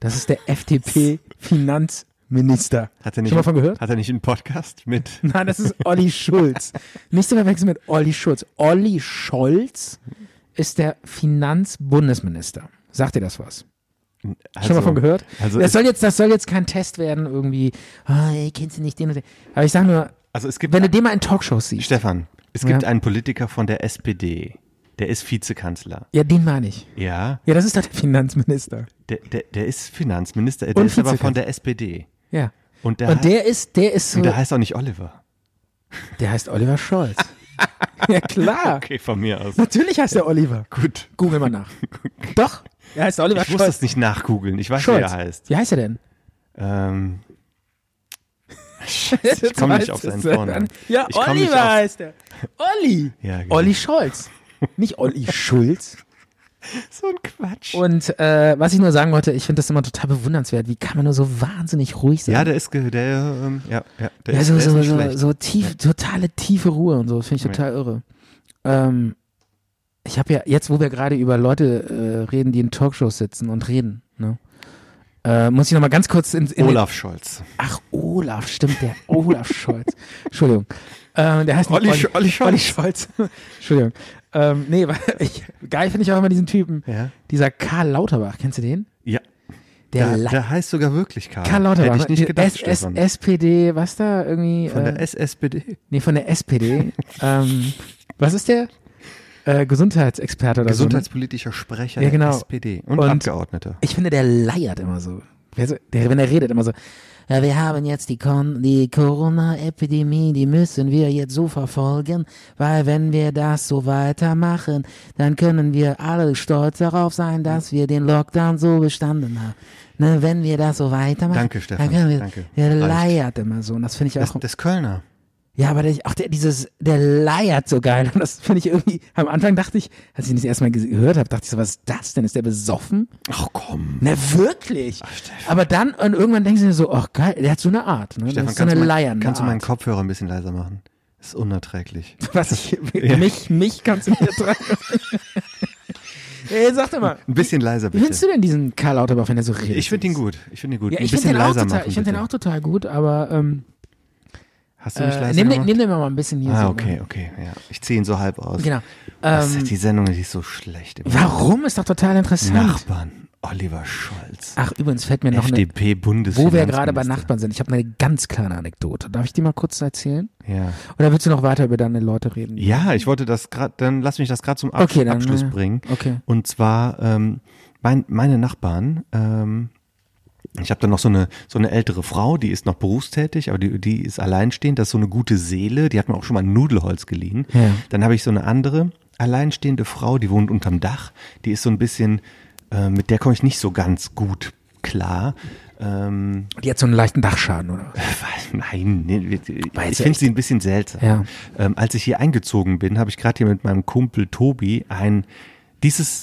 D: Das ist der FDP-Finanzminister.
C: Hat er nicht,
D: Schon mal von Hm. gehört?
C: Hat er nicht einen Podcast mit?
D: Nein, das ist Olli Schulz. Nicht zu verwechseln mit Olli Schulz. Olli Scholz ist der Finanzbundesminister. Sagt dir das was?
C: Also,
D: Schon mal von gehört?
C: Also
D: das,
C: es,
D: soll jetzt, das soll jetzt kein Test werden, irgendwie, ah, ey, kennst du nicht den und den. Aber ich sage nur,
C: also es gibt
D: wenn du den mal in Talkshows siehst,
C: Stefan, es gibt
D: Ja.
C: einen Politiker von der SPD, der ist Vizekanzler.
D: ja, den meine ich.
C: Ja,
D: Ja, das ist doch der Finanzminister.
C: der, der, der ist Finanzminister, der ist aber
D: Vizekanzler.
C: von der SPD.
D: Ja.
C: Und der,
D: Und
C: hei-
D: der ist, der ist so,
C: und der heißt auch nicht Oliver.
D: der heißt Oliver Scholz. ja, klar.
C: Okay, von mir aus.
D: Natürlich heißt er Oliver.
C: Gut.
D: Google mal nach. Doch, er heißt Oliver
C: Ich muss das
D: Scholz.
C: nicht nachgoogeln. Ich weiß, wie
D: Scholz.
C: er heißt.
D: Wie heißt er denn?
C: Ähm, Scheiße, ich komme nicht auf seinen Vornamen.
D: Ja,
C: ich komm nicht
D: Oliver
C: auf-
D: heißt er. Olli.
C: Ja, genau.
D: Olli Scholz. Nicht Olli Schulz.
C: So ein Quatsch.
D: Und äh, was ich nur sagen wollte, ich finde das immer total bewundernswert. Wie kann man nur so wahnsinnig ruhig sein?
C: ja, der ist, ge- der, ähm, ja, ja, der
D: ja,
C: ist,
D: so,
C: der ist
D: so,
C: nicht
D: so,
C: schlecht.
D: so tief, totale tiefe Ruhe und so. Das finde ich total irre. Ähm, ich habe ja, jetzt wo wir gerade über Leute äh, reden, die in Talkshows sitzen und reden, ne? Äh, muss ich nochmal ganz kurz ins... in den-
C: Olaf Scholz.
D: Ach, Olaf, stimmt, der Olaf Scholz. Entschuldigung. Ähm, der heißt nicht
C: Olli Sch- Olli Scholz.
D: Olli Scholz. Entschuldigung. Ähm, nee, weil ich, geil finde ich auch immer diesen Typen.
C: Ja.
D: Dieser Karl Lauterbach, kennst du den?
C: Ja,
D: Der,
C: der,
D: La-
C: der heißt sogar wirklich Karl.
D: Karl Lauterbach.
C: Hätte ich nicht
D: ne?
C: gedacht,
D: S- S-
C: Stefan.
D: SPD, was da irgendwie?
C: Von
D: äh,
C: der SSPD.
D: nee, von der SPD. ähm, was ist der? äh, Gesundheitsexperte oder so. ne?
C: Gesundheitspolitischer Sprecher
D: Ja, genau.
C: der SPD und,
D: Und-
C: Abgeordneter.
D: Ich finde, der leiert immer so. Wer so- Der, wenn er redet, immer so. Ja, wir haben jetzt die, Kon die Corona-Epidemie, die müssen wir jetzt so verfolgen, weil wenn wir das so weitermachen, dann können wir alle stolz darauf sein, dass wir den Lockdown so bestanden haben. Ne, wenn wir das so weitermachen,
C: Danke, Stefan.
D: dann können wir,
C: Danke.
D: der
C: Reicht.
D: leiert immer so und das finde ich
C: Das,
D: auch,
C: das Kölner.
D: ja, aber der, auch der, dieses, der leiert so geil und das finde ich irgendwie, am Anfang dachte ich, als ich ihn das erste Mal ge- gehört habe, dachte ich so, was ist das denn, ist der besoffen?
C: Ach komm.
D: Na Ne, wirklich.
C: Ah, Stefan.
D: aber dann und irgendwann denkst du dir so, ach geil, der hat so eine Art, ne?
C: Stefan,
D: das ist
C: kannst,
D: so eine Ah.
C: du mein,
D: Leiern.
C: kannst du meinen Kopfhörer ein bisschen leiser machen? Das ist unerträglich.
D: Was ich, mich, mich kannst du nicht ertragen. Ey, sag doch mal,
C: Ein bisschen leiser
D: wie findest
C: bitte.
D: du denn diesen Karl Lauterbach, wenn er so redet?
C: Ich finde ihn gut. Ich finde ihn gut.
D: Ja,
C: ein
D: ich finde
C: bisschen
D: den, auch
C: leiser
D: total-
C: machen.
D: ich find den
C: bitte.
D: auch total gut, aber ähm,
C: Hast du mich
D: äh,
C: leiser
D: nimm, den,
C: gemacht?
D: nimm den mal ein bisschen hier
C: ah,
D: so. ne?
C: okay, okay. Ja. Ich ziehe ihn so halb aus.
D: Genau.
C: Das
D: Ähm,
C: ist, die Sendung die ist so schlecht. Immer.
D: Warum? Ist doch total interessant.
C: Nachbarn. Oliver Scholz.
D: Ach, übrigens fällt mir Ah, noch eine,
C: fdp bundes
D: wo wir gerade bei Nachbarn sind. Ich habe eine ganz kleine Anekdote. Darf ich die mal kurz erzählen?
C: Ja.
D: Oder willst du noch weiter über deine Leute reden?
C: Ja, ich wollte das gerade, dann lass mich das gerade zum Absch
D: Hm. Okay, dann,
C: Abschluss
D: äh,
C: bringen.
D: okay.
C: Und zwar, ähm, mein, meine Nachbarn, ähm, ich habe dann noch so eine, so eine ältere Frau, die ist noch berufstätig, aber die, die ist alleinstehend, das ist so eine gute Seele, die hat mir auch schon mal ein Nudelholz geliehen.
D: Ja.
C: Dann habe ich so eine andere alleinstehende Frau, die wohnt unterm Dach, die ist so ein bisschen, äh, mit der komme ich nicht so ganz gut klar. Ähm,
D: Die hat so einen leichten Dachschaden, oder?
C: was? Nein, nee, wir-
D: Weiß
C: ich
D: ja
C: finde
D: echt.
C: sie ein bisschen seltsam.
D: Ja.
C: Ähm, als ich hier eingezogen bin, habe ich gerade hier mit meinem Kumpel Tobi ein dieses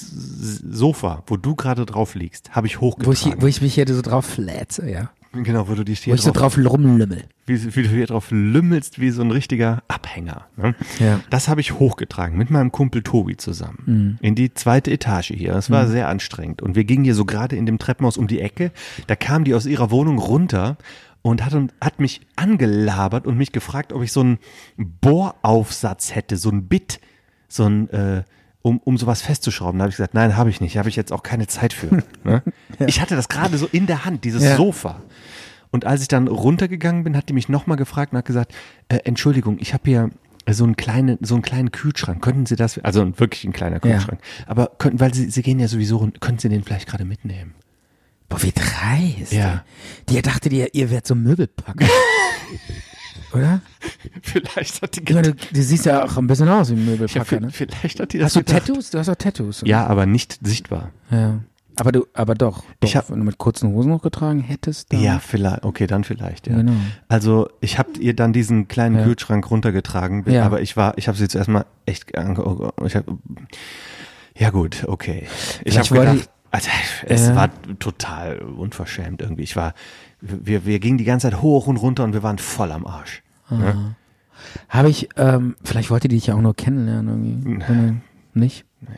C: Sofa, wo du gerade drauf liegst, habe ich
D: Wo ich,
C: hochgetragen.
D: wo ich mich hier so drauf flätze, ja.
C: genau, wo du dich hier
D: Wo ich so
C: drauf,
D: drauf rumlümmel.
C: wie, wie du hier drauf lümmelst wie so ein richtiger Abhänger. Ne?
D: Ja. Mhm.
C: Das habe ich hochgetragen mit meinem Kumpel Tobi zusammen in die zweite Etage hier. Das war sehr anstrengend und wir gingen hier so gerade in dem Treppenhaus um die Ecke. Da kam die aus ihrer Wohnung runter und hat, hat mich angelabert und mich gefragt, ob ich so einen Bohraufsatz hätte, so ein Bit, so ein äh, um, um sowas festzuschrauben. Da habe ich gesagt, nein, habe ich nicht, habe ich jetzt auch keine Zeit für. ne? Ich hatte das gerade so in der Hand, dieses
D: Ja.
C: Sofa. Und als ich dann runtergegangen bin, hat die mich nochmal gefragt und hat gesagt, äh, Entschuldigung, ich habe hier so einen kleinen, so einen kleinen Kühlschrank. Könnten Sie das, also ein- wirklich ein kleiner
D: Ja.
C: Kühlschrank. Aber könnten, weil Sie, Sie gehen ja sowieso rund, können Sie den vielleicht gerade mitnehmen?
D: Boah, wie dreist.
C: Ja.
D: Die dachte, ihr, ihr werdet so Möbelpacker. oder?
C: Vielleicht hat die
D: Ich meine, du, du siehst ja auch ein bisschen aus wie ein Möbelpacker, ne?
C: Vielleicht hat die das
D: Hast du Tattoos? Du hast auch Tattoos. oder?
C: Ja, aber nicht sichtbar.
D: ja. Aber du, aber doch. doch
C: Ich hab-
D: wenn du mit kurzen Hosen hochgetragen hättest, dann.
C: Ja, vielleicht. Okay, dann vielleicht. Ja.
D: Genau.
C: Also ich habe ihr dann diesen kleinen
D: Ja.
C: Kühlschrank runtergetragen, bin,
D: Ja.
C: aber ich war, ich habe sie zuerst mal echt ange oh, ich hab, Ja gut, okay. Ich habe
D: Vielleicht wollte
C: gedacht, also es
D: Ja.
C: war total unverschämt irgendwie. Ich war, wir, wir gingen die ganze Zeit hoch und runter und wir waren voll am Arsch. Ne?
D: Habe ich, ähm, vielleicht wollte die dich ja auch nur kennenlernen irgendwie. Oder Nicht? Nee.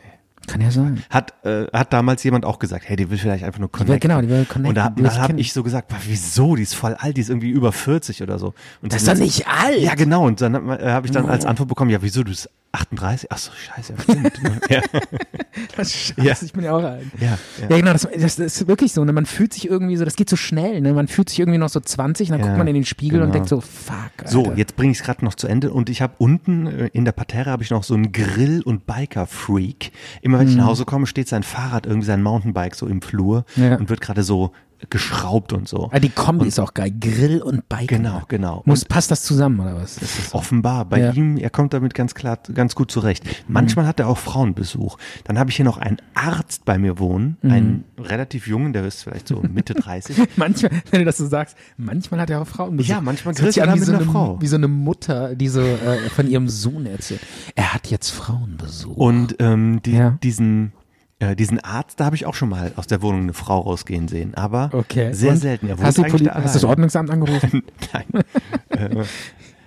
D: Kann ja sein.
C: Hat, äh, hat damals jemand auch gesagt, hey, die will vielleicht einfach nur
D: will-
C: connecten.
D: genau, die will connecten,
C: Und da,
D: die will
C: dann
D: sich
C: habe
D: kennen.
C: ich so gesagt, "Boah, wieso, die ist voll alt, die ist irgendwie über 40 oder so. Und
D: Das
C: sie-
D: ist doch nicht alt.
C: Ja, genau. Und dann habe äh, hab ich dann als Antwort bekommen, ja, wieso, du bist 38? Ach so, scheiße, ja, stimmt. ja,
D: Scheiße,
C: Ja.
D: ich bin ja auch alt.
C: ja,
D: Ja,
C: ja.
D: genau, das, das ist wirklich so. Ne? Man fühlt sich irgendwie so, das geht so schnell. Ne? Man fühlt sich irgendwie noch so 20 und dann
C: Ja,
D: guckt man in den Spiegel und
C: genau.
D: denkt so, fuck. Alter.
C: So, jetzt bringe ich es gerade noch zu Ende und ich habe unten äh, in der Parterre habe ich noch so einen Grill- und Biker-Freak. Immer
D: Mhm.
C: wenn ich nach Hause komme, steht sein Fahrrad, irgendwie sein Mountainbike so im Flur
D: Ja.
C: und wird gerade so geschraubt und so.
D: Ah, die Kombi ist auch geil. Grill und Bike.
C: Genau, genau.
D: Muss, passt das zusammen oder was? Das ist so.
C: Offenbar, bei
D: Ja. Mhm.
C: ihm, er kommt damit ganz klar, ganz gut zurecht. Manchmal hat er auch Frauenbesuch. Dann habe ich hier noch einen Arzt bei mir wohnen,
D: Mhm.
C: einen relativ jungen, der ist vielleicht so Mitte 30.
D: Manchmal, wenn du das so sagst, manchmal hat er auch Frauen.
C: Ja, manchmal
D: Das
C: grillt
D: hört sich
C: er
D: an
C: da
D: wie
C: mit
D: so
C: einer
D: eine,
C: Frau.
D: Wie so eine Mutter, die so äh, von ihrem Sohn erzählt. Er hat jetzt Frauenbesuch.
C: Und ähm, die,
D: Ja.
C: diesen, äh, diesen Arzt, da habe ich auch schon mal aus der Wohnung eine Frau rausgehen sehen, aber
D: okay.
C: sehr
D: und
C: selten. Er wohnt
D: hast, du
C: eigentlich
D: Poli-
C: da
D: hast du das
C: allein.
D: Ordnungsamt angerufen?
C: Nein.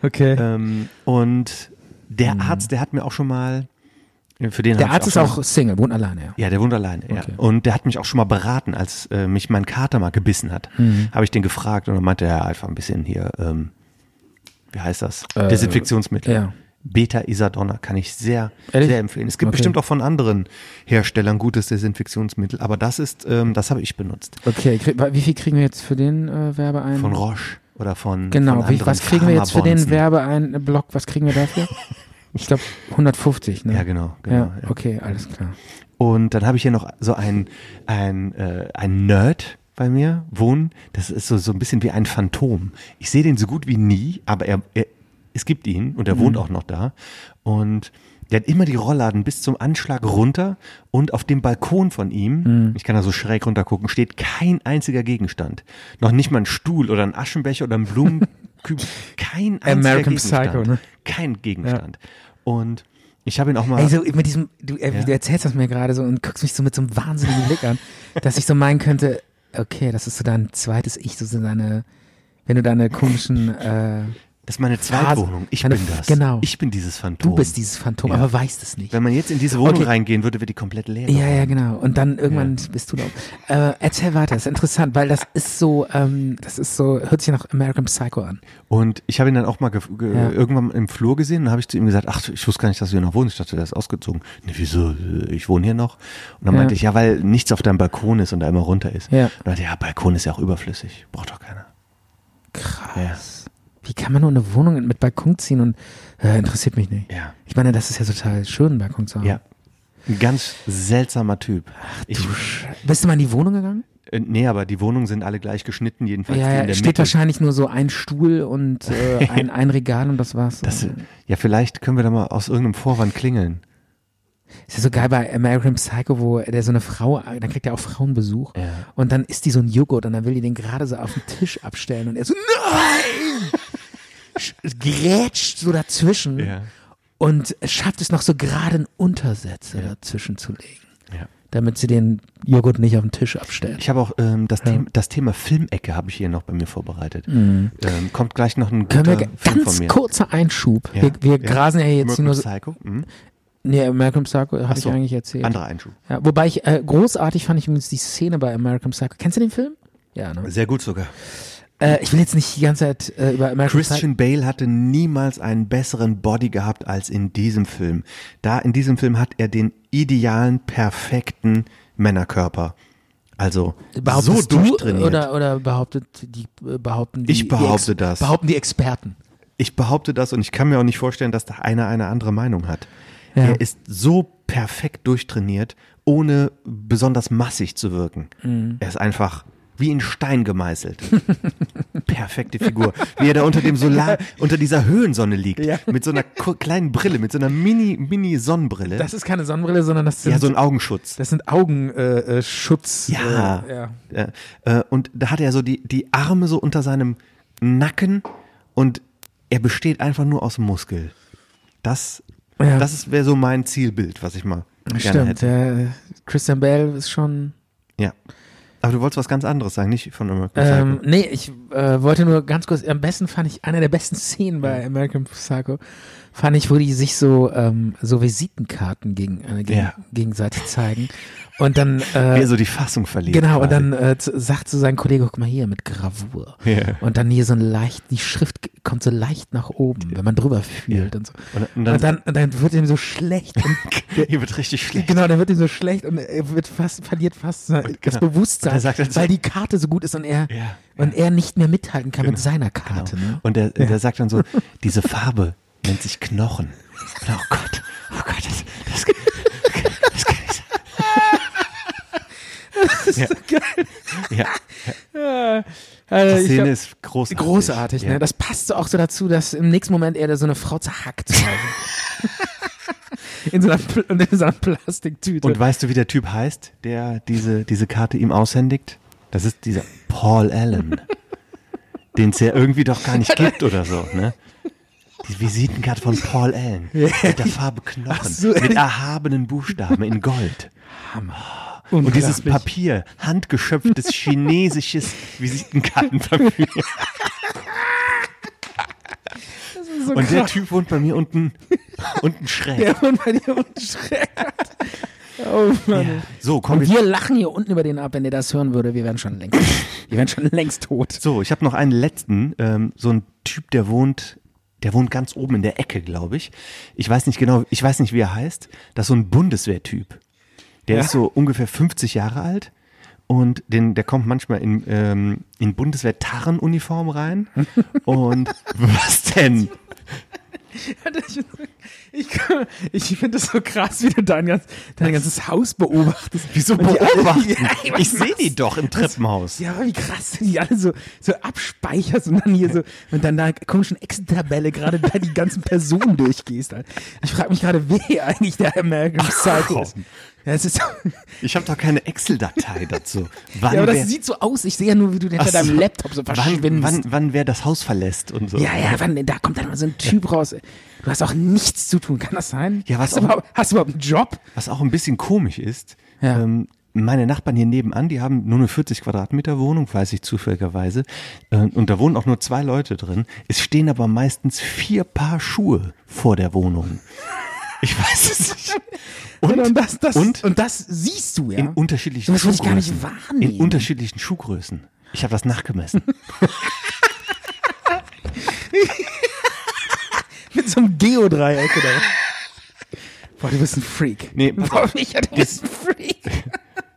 D: Okay.
C: ähm, und der Arzt, der hat mir auch schon mal, äh, für den
D: Hm. der
C: hab ich
D: Arzt ist
C: schon mal-
D: auch Single, wohnt alleine. Ja.
C: Ja, der wohnt alleine. Ja.
D: Okay.
C: Und der hat mich auch schon mal beraten, als äh, mich mein Kater mal gebissen hat.
D: Mhm.
C: Habe ich den gefragt und dann meinte er einfach ein bisschen hier, ähm, wie heißt das? Desinfektionsmittel.
D: Äh, ja.
C: Beta Isadonna kann ich sehr,
D: Ehrlich?
C: sehr empfehlen. Es gibt
D: Okay.
C: bestimmt auch von anderen Herstellern gutes Desinfektionsmittel, aber das ist, ähm, das habe ich benutzt.
D: Okay, krieg, wa- wie viel kriegen wir jetzt für den äh, Werbeein?
C: Von Roche oder von
D: Genau,
C: von
D: wie, was
C: anderen
D: kriegen wir jetzt für den äh,
C: Pharmabonzen.
D: Werbeeinblock? Was kriegen wir dafür? Ich glaube 150, ne?
C: Ja, genau, genau,
D: ja, okay, alles klar.
C: Und dann habe ich hier noch so ein, ein, äh, ein Nerd bei mir wohnen. Das ist so, so ein bisschen wie ein Phantom. Ich sehe den so gut wie nie, aber er, er es gibt ihn und er
D: Mhm.
C: wohnt auch noch da. Und der hat immer die Rollladen bis zum Anschlag runter und auf dem Balkon von
D: Mhm.
C: ihm, ich kann da so schräg runter gucken, steht kein einziger Gegenstand. Noch nicht mal ein Stuhl oder ein Aschenbecher oder ein Blumenkübel. Kein einziger
D: American
C: Gegenstand.
D: Psycho, ne?
C: Kein Gegenstand. Und ich habe ihn auch mal.
D: Ey, so mit diesem, du, äh,
C: Ah. Ja.
D: du erzählst das mir gerade so und guckst mich so mit so einem wahnsinnigen Blick an, dass ich so meinen könnte, okay, das ist so dein zweites Ich, so so deine, wenn du deine komischen, äh,
C: Das ist meine Zweitwohnung. Ich
D: Eine-
C: bin das.
D: genau.
C: Ich bin dieses Phantom.
D: du bist dieses Phantom,
C: Ja.
D: aber weißt es nicht.
C: Wenn man jetzt in diese Wohnung
D: Okay.
C: reingehen würde, wird die komplett leer.
D: Ja, ja, genau. Und dann irgendwann bist du da. Äh, erzähl weiter, ist interessant, weil das ist so, ähm, das ist so, hört sich nach American Psycho an.
C: Und ich habe ihn dann auch mal ge ge
D: Ja.
C: irgendwann im Flur gesehen und habe ich zu ihm gesagt, ach, ich wusste gar nicht, dass du hier noch wohnst. Ich dachte, der ist ausgezogen. Nee, wieso? Ich wohne hier noch. Und dann
D: Ja.
C: meinte ich, ja, weil nichts auf deinem Balkon ist und da immer runter ist.
D: Ja.
C: Und dann meinte, er, ja, Balkon ist ja auch überflüssig. Braucht doch keiner.
D: Krass. Wie kann man nur eine Wohnung mit Balkon ziehen und äh, interessiert mich nicht.
C: Ja.
D: Ich meine, das ist ja total schön, einen Balkon zu haben.
C: Ja. Ein ganz seltsamer Typ. Ach, ich,
D: Bist du mal in die Wohnung gegangen?
C: äh, nee, aber die Wohnungen sind alle gleich geschnitten, jedenfalls die
D: Ja,
C: in
D: ja
C: der
D: steht
C: Mitte.
D: wahrscheinlich nur so ein Stuhl und äh, ein, ein Regal und das war's.
C: Das, ja, vielleicht können wir da mal aus irgendeinem Vorwand klingeln.
D: ist ja so geil bei American Psycho, wo der so eine Frau, dann kriegt er auch Frauenbesuch
C: Ja.
D: und dann isst die so einen Joghurt und dann will die den gerade so auf den Tisch abstellen und er so, nein! Sch- Grätscht so dazwischen
C: Ja.
D: und schafft es noch so gerade einen Untersetzer dazwischen zu legen,
C: Ja.
D: damit sie den Joghurt nicht auf den Tisch abstellen.
C: Ich habe auch ähm, das, Thema, das Thema Filmecke habe ich hier noch bei mir vorbereitet. Ähm, kommt gleich noch ein
D: Mhm. Können wir
C: guter
D: ge-
C: Film von
D: ganz
C: mir.
D: kurzer Einschub.
C: Ja,
D: Wir, wir
C: ja.
D: grasen ja jetzt hier
C: American
D: nur so.
C: Psycho. Hm?
D: Nee, American Psycho habe ich
C: so.
D: eigentlich erzählt.
C: Anderer Einschub.
D: Ja, wobei ich äh, großartig fand ich übrigens die Szene bei American Psycho. Kennst du den Film? Ja, ne?
C: Sehr gut sogar.
D: Äh, ich will jetzt nicht die ganze Zeit äh, über American Psycho.
C: Christian Bale hatte niemals einen besseren Body gehabt als in diesem Film. Da in diesem Film hat er den idealen, perfekten Männerkörper. Also so
D: Behauptest du
C: durchtrainiert.
D: oder oder behauptet die äh, behaupten die
C: Ich
D: die
C: behaupte
D: Ex-
C: das.
D: Behaupten die Experten.
C: ich behaupte das und ich kann mir auch nicht vorstellen, dass da einer eine andere Meinung hat.
D: Ja.
C: Er ist so perfekt durchtrainiert, ohne besonders massig zu wirken.
D: Mhm.
C: Er ist einfach wie in Stein gemeißelt. Perfekte Figur. Wie er da unter dem Solar, unter dieser Höhensonne liegt. Mit so einer ku- kleinen Brille, mit so einer Mini, Mini Sonnenbrille.
D: Das ist keine Sonnenbrille, sondern das sind
C: ja, so ein Augenschutz.
D: das sind Augenschutz. Äh, Schutz,
C: Ja.
D: Äh, ja.
C: Ja. Äh, Und da hat er so die, die Arme so unter seinem Nacken und er besteht einfach nur aus Muskel. Das,
D: Ja.
C: das wäre so mein Zielbild, was ich mal gerne
D: Stimmt.
C: hätte.
D: Äh, Christian Bale ist schon
C: Ja. Aber du wolltest was ganz anderes sagen, nicht von American
D: Ähm,
C: Psycho.
D: nee, ich äh, wollte nur ganz kurz, am besten fand ich, eine der besten Szenen bei American Psycho, fand ich, wo die sich so, ähm, so Visitenkarten gegen, äh, gegen,
C: Ja.
D: gegenseitig zeigen. Und dann,
C: Wie er
D: äh,
C: so die Fassung verliert.
D: genau, und
C: quasi.
D: dann äh, z- sagt zu seinem Kollege, guck mal hier, mit Gravur.
C: Ja.
D: Und dann hier so ein leicht, die Schrift g- kommt so leicht nach oben, wenn man drüber fühlt und so.
C: Und- und dann-
D: Und dann, und dann, wird ihm so schlecht. Und,
C: Hier wird richtig schlecht.
D: genau, dann wird ihm so schlecht und er wird fast, verliert fast sein- das
C: genau. Und
D: Bewusstsein,
C: er sagt dann so-
D: weil die Karte so gut ist und er,
C: Ja. Genau.
D: und er nicht mehr mithalten kann mit seiner Karte. Ne?
C: Und der, der sagt dann so, diese Farbe nennt sich Knochen. Und oh Gott, oh Gott, das, das, das kann ich sagen. Das ist ja. so geil. Ja,
D: Also,
C: die
D: ich
C: Szene
D: glaub,
C: ist großartig.
D: großartig.
C: ja.
D: Ne? Das passt so auch so dazu, dass im nächsten Moment er da so eine Frau zerhackt. zu Hause. in, so einer, Pl- und in so einer Plastiktüte.
C: Und weißt du, wie der Typ heißt, der diese, diese Karte ihm aushändigt? Das ist dieser Paul Allen, den es ja irgendwie doch gar nicht gibt oder so, ne? Die Visitenkarte von Paul Allen mit der Farbe Knochen,
D: so,
C: mit
D: ehrlich?
C: erhabenen Buchstaben in Gold. Und dieses
D: Unglaublich.
C: Papier, handgeschöpftes chinesisches Visitenkartenpapier.
D: so
C: Und der
D: krass.
C: Typ wohnt bei mir unten, unten schräg.
D: Der wohnt bei dir unten schräg. Oh Mann.
C: So, komm
D: Und
C: jetzt.
D: wir lachen hier unten über den ab, wenn der das hören würde. Wir wären schon längst, wir wären schon längst tot.
C: So, ich habe noch einen letzten. Ähm, so ein Typ, der wohnt, der wohnt ganz oben in der Ecke, glaube ich. Ich weiß nicht genau, ich weiß nicht, wie er heißt. Das ist so ein Bundeswehrtyp. Der ist so ungefähr 50 Jahre alt und den, der kommt manchmal in, ähm, in Bundeswehr-Tarnuniform rein. und was denn?
D: Ich, ich finde das so krass, wie du dein, ganz, dein ganzes Haus beobachtest.
C: Wieso
D: Und die alle-
C: beobachten?
D: Ja, was
C: ich sehe die
D: machst-
C: doch im Treppenhaus.
D: Ja, aber wie krass du die alle so, so abspeicherst und dann hier so, und dann da kommt schon Excel-Tabelle, gerade da die ganzen Personen durchgehst. Alter. Ich frage mich gerade, wer eigentlich der American Psycho ist.
C: komm.
D: Ja, es ist
C: Ich habe doch keine Excel-Datei dazu. Wann
D: ja, aber
C: wer-
D: das sieht so aus. Ich sehe ja nur, wie du hinter
C: Ach so.
D: deinem Laptop so
C: wann,
D: verschwindest.
C: wann, wann wer das Haus verlässt und so.
D: ja, ja, wann, da kommt dann mal so ein Typ raus. ey. Du hast auch nichts zu tun, kann das sein?
C: Ja, was
D: hast, du
C: auch-
D: überhaupt, hast du überhaupt einen Job?
C: Was auch ein bisschen komisch ist,
D: Ja.
C: ähm, meine Nachbarn hier nebenan, die haben nur eine 40 Quadratmeter Wohnung, weiß ich zufälligerweise. Äh, und da wohnen auch nur zwei Leute drin. Es stehen aber meistens vier Paar Schuhe vor der Wohnung. Ich weiß es nicht. Und,
D: Sondern das, das,
C: und
D: und das siehst du, ja.
C: in unterschiedlichen
D: Das will ich gar nicht
C: Schuhgrößen. In
D: wahrnehmen.
C: unterschiedlichen Schuhgrößen. Ich habe das nachgemessen.
D: Mit so einem Geodreieck oder was? Boah, du bist ein Freak.
C: Nee, pass
D: Boah,
C: auf.
D: Micha, du bist ein Freak.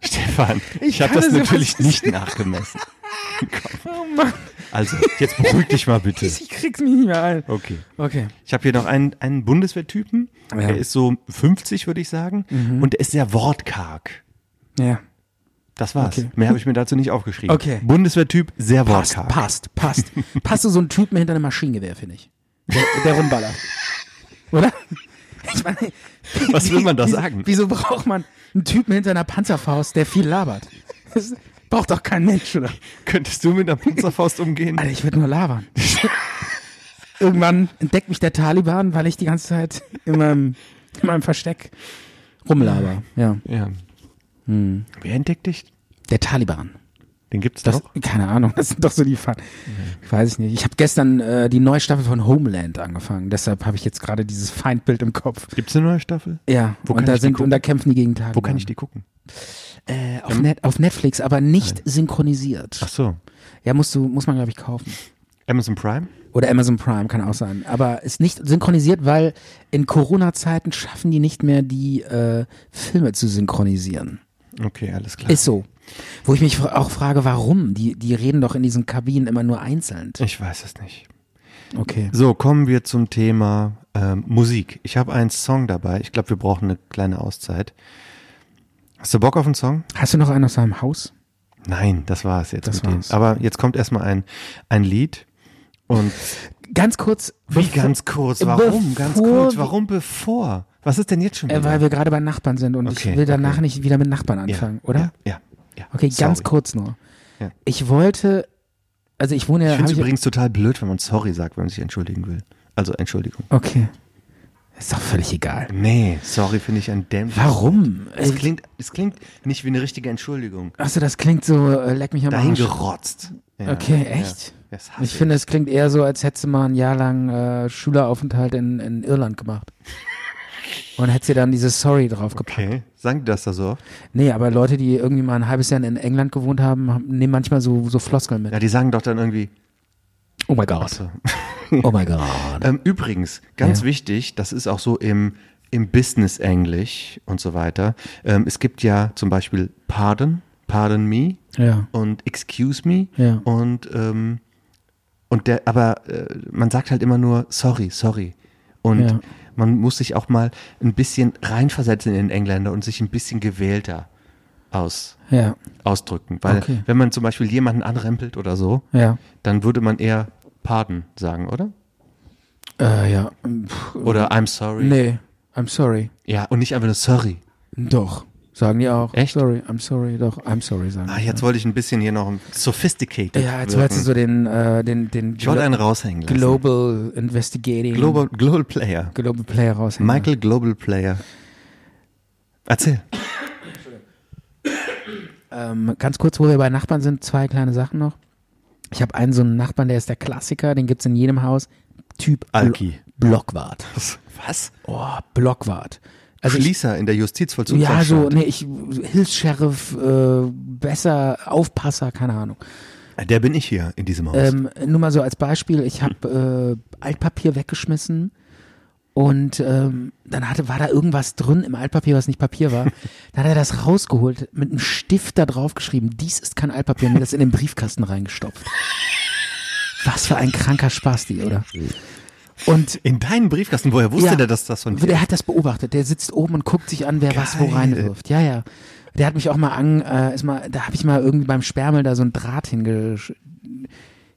C: Stefan, ich,
D: Ich
C: habe
D: kann
C: das
D: sowas
C: natürlich
D: nicht.
C: nicht nachgemessen.
D: Oh Mann,
C: Also, jetzt beruhig dich mal bitte.
D: ich krieg's mich nicht mehr ein.
C: Okay.
D: Okay.
C: Ich habe hier noch einen, einen Bundeswehrtypen.
D: Ja. Mhm.
C: Der ist so 50, würde ich sagen. Und der ist sehr wortkarg.
D: Ja.
C: Das war's.
D: Okay.
C: Mehr habe ich mir dazu nicht aufgeschrieben.
D: Okay.
C: Bundeswehrtyp, sehr
D: Passt,
C: wortkarg.
D: passt, passt. Passt du so einen Typen hinter einem Maschinengewehr, finde ich. Der, der rumballert. Oder? Ich meine,
C: Was will man da
D: wie-
C: sagen?
D: Wieso braucht man einen Typen hinter einer Panzerfaust, der viel labert? Das braucht doch kein Mensch, oder?
C: Könntest du mit einer Panzerfaust umgehen?
D: Alter, ich würde nur labern. Irgendwann entdeckt mich der Taliban, weil ich die ganze Zeit in meinem, in meinem Versteck rumlaber. Ja.
C: Ja. Wer entdeckt dich?
D: Der Taliban.
C: Den gibt's
D: Hm. Das,
C: doch. Mhm.
D: keine Ahnung, das sind doch so die Fun. Ich weiß ich nicht. Ich habe gestern äh, die neue Staffel von Homeland angefangen, deshalb habe ich jetzt gerade dieses Feindbild im Kopf.
C: Gibt's eine neue Staffel?
D: Ja,
C: Wo
D: und,
C: kann
D: da
C: ich die
D: sind,
C: gucken?
D: und da kämpfen die gegen Taliban.
C: Wo kann ich die gucken?
D: Äh, auf, Net, auf Netflix, aber nicht synchronisiert.
C: Ach so.
D: Ja, musst du, muss man, glaube ich, kaufen.
C: Amazon Prime?
D: Oder Amazon Prime kann auch sein. Aber ist nicht synchronisiert, weil in Corona-Zeiten schaffen die nicht mehr, die äh, Filme zu synchronisieren.
C: Okay, alles klar.
D: Ist so. Wo ich mich fra- auch frage, warum? Die, die reden doch in diesen Kabinen immer nur einzeln.
C: ich weiß es nicht.
D: Okay.
C: So, kommen wir zum Thema ähm, Musik. Ich habe einen Song dabei. Ich glaube, wir brauchen eine kleine Auszeit. Hast du Bock auf einen Song?
D: Hast du noch einen aus deinem Haus?
C: Nein, das war es jetzt.
D: Das
C: mit dem.
D: war's.
C: Aber jetzt kommt erstmal ein, ein Lied. Und
D: Ganz kurz.
C: wie
D: bevor-
C: ganz kurz? Warum? Ganz
D: bevor
C: kurz?
D: wir-
C: Warum bevor? Was ist denn jetzt schon
D: Äh,
C: wieder?
D: weil wir gerade bei Nachbarn sind und ich
C: Okay,
D: will danach
C: okay.
D: nicht wieder mit Nachbarn
C: ja,
D: anfangen, oder?
C: Ja, ja, ja.
D: Okay, ganz
C: Sorry.
D: kurz nur.
C: Ja.
D: Ich wollte, also ich wohne
C: Ich
D: ja. hab
C: finde es
D: ich-
C: übrigens total blöd, wenn man sorry sagt, wenn man sich entschuldigen will. Also Entschuldigung.
D: okay. Ist doch völlig egal.
C: Nee, sorry finde ich ein dämliches.
D: Warum?
C: Es klingt, es klingt nicht wie eine richtige Entschuldigung.
D: Achso, das klingt so, äh, leck mich am
C: Dahin
D: Arsch.
C: gerotzt. Ja,
D: Okay,
C: ja.
D: echt?
C: Das hasse
D: Ich finde, es klingt eher so, als hättest du mal ein Jahr lang äh, Schüleraufenthalt in, in Irland gemacht. Und hättest dir dann dieses Sorry draufgepackt.
C: Okay, sagen die das da so oft?
D: Nee, aber Leute, die irgendwie mal ein halbes Jahr in England gewohnt haben, haben nehmen manchmal so, so Floskeln mit.
C: Ja, die sagen doch dann irgendwie,
D: Oh mein Gott.
C: so.
D: Oh mein Gott.
C: Ähm, übrigens, ganz
D: Ja.
C: wichtig, das ist auch so im, im Business-Englisch und so weiter. Ähm, es gibt ja zum Beispiel Pardon, Pardon me
D: Ja.
C: und Excuse me
D: Ja.
C: und, ähm, und der, aber äh, man sagt halt immer nur sorry, sorry. Und
D: Ja.
C: man muss sich auch mal ein bisschen reinversetzen in den Engländer und sich ein bisschen gewählter aus,
D: Ja.
C: ausdrücken. Weil
D: Okay.
C: wenn man zum Beispiel jemanden anrempelt oder so,
D: Ja.
C: dann würde man eher Pardon sagen, oder?
D: Äh, ja. Puh,
C: Oder I'm sorry.
D: nee, I'm sorry.
C: Ja, und nicht einfach nur sorry.
D: Doch. Sagen die auch.
C: Echt?
D: Sorry, I'm sorry, doch, I'm sorry sagen.
C: Ah,
D: die.
C: jetzt wollte ich ein bisschen hier noch sophisticated.
D: ja, jetzt
C: wirken.
D: wolltest du so den, äh, den, den
C: Ich wollte einen raushängen lassen.
D: Global Investigating
C: Global, Global Player.
D: Global Player raushängen.
C: Michael Global Player. Erzähl.
D: Ähm, ganz kurz, wo wir bei Nachbarn sind, zwei kleine Sachen noch. Ich habe einen so einen Nachbarn, der ist der Klassiker, den gibt's in jedem Haus. Typ Blo-
C: Alki.
D: Blockwart.
C: Was?
D: Oh, Blockwart. Also ich,
C: Schließer Also in der
D: ja,
C: Justizvollzugsanstalt.
D: so, nee, ich, Hilfs-Sheriff, äh, besser, Aufpasser, keine Ahnung.
C: Äh, Der bin ich hier in diesem Haus.
D: Ähm, nur mal so als Beispiel, ich habe äh, Altpapier weggeschmissen und ähm, dann hatte, war da irgendwas drin im Altpapier, was nicht Papier war. Dann hat er das rausgeholt, mit einem Stift da drauf geschrieben, dies ist kein Altpapier, und mir das in den Briefkasten reingestopft. Was für ein kranker Spaß die, oder? Und
C: In deinen Briefkasten, woher wusste
D: ja.
C: der, dass das von dir
D: Der hat das beobachtet. Der sitzt oben und guckt sich an, wer was wo
C: Geil.
D: reinwirft. Ja, ja. Der hat mich auch mal an, äh, ist mal, da habe ich mal irgendwie beim Spermel da so ein Draht hinge,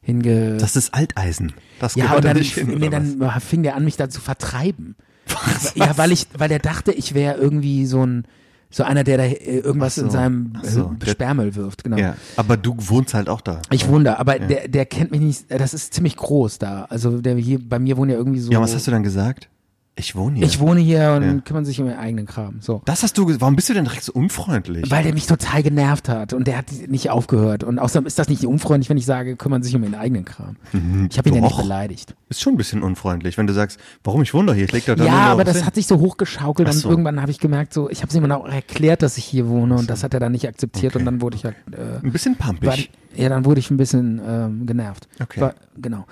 D: hinge
C: Das ist Alteisen. Das
D: ja,
C: gehört
D: und
C: da
D: dann,
C: nicht hin,
D: nee,
C: oder
D: dann fing der an, mich da zu vertreiben. Ja, weil ich, weil der dachte, ich wäre irgendwie so ein, so einer, der da äh, irgendwas
C: Ach so.
D: in seinem
C: Ach so.
D: äh, Spermel wirft, genau.
C: was? Ja, aber du wohnst halt auch da.
D: Ich wohne da, aber der, der kennt mich nicht, äh, das ist ziemlich groß da. Also der hier, bei mir wohnen ja irgendwie so.
C: Ja, was hast du dann gesagt? Ich wohne hier.
D: Oh. Ich wohne hier und
C: Ja.
D: kümmern sich um ihren eigenen Kram. So.
C: das hast du gesagt. Warum bist du denn direkt so unfreundlich?
D: Weil der mich total genervt hat und der hat nicht aufgehört. Und außerdem ist das nicht unfreundlich, wenn ich sage, kümmern sich um ihren eigenen Kram. Ich habe ihn ja nicht
C: Mhm. doch.
D: beleidigt.
C: ist schon ein bisschen unfreundlich, wenn du sagst, warum ich wohne doch hier? Ich leg doch da nur
D: Ja,
C: noch
D: aber
C: was
D: das
C: hin.
D: hat sich so hochgeschaukelt
C: Ach
D: und
C: so.
D: irgendwann habe ich gemerkt, so, ich habe es ihm dann auch erklärt, dass ich hier wohne und das hat er dann nicht akzeptiert und dann wurde ich halt, äh,
C: ein bisschen pumpig.
D: war, ja, dann wurde ich ein bisschen ähm, genervt.
C: Okay.
D: War, genau.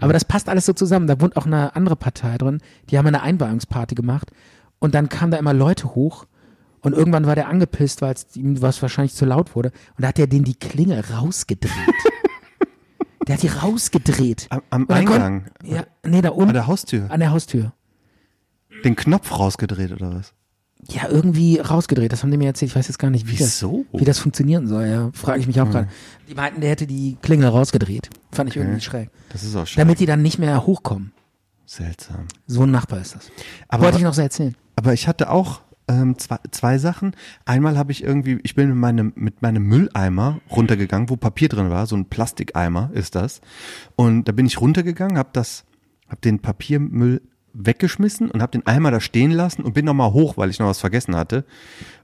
D: Aber das passt alles so zusammen. Da wohnt auch eine andere Partei drin, die haben eine Einweihungsparty gemacht und dann kamen da immer Leute hoch und irgendwann war der angepisst, weil es ihm was wahrscheinlich zu laut wurde und da hat er den die Klinge rausgedreht. der hat die rausgedreht.
C: am am
D: Und dann kon-
C: Eingang,
D: Ja, nee, da
C: an
D: unten.
C: der Haustür,
D: An der Haustür.
C: den Knopf rausgedreht oder was?
D: Ja, irgendwie rausgedreht. Das haben die mir erzählt. Ich weiß jetzt gar nicht, wie, das,
C: Wieso? Hm.
D: wie das funktionieren soll. Ja, frage ich mich auch gerade. Die meinten, der hätte die Klingel rausgedreht. Fand ich irgendwie schräg.
C: Das ist auch schön.
D: Damit die dann nicht mehr hochkommen.
C: Seltsam.
D: So ein Nachbar ist das.
C: Aber-
D: Wollte ich noch so erzählen.
C: Aber ich hatte auch ähm, zwei, zwei Sachen. Einmal habe ich irgendwie, ich bin mit meinem, mit meinem Mülleimer runtergegangen, wo Papier drin war, so ein Plastikeimer ist das. Und da bin ich runtergegangen, habe das, habe den Papiermüll weggeschmissen und habe den Eimer da stehen lassen und bin nochmal hoch, weil ich noch was vergessen hatte.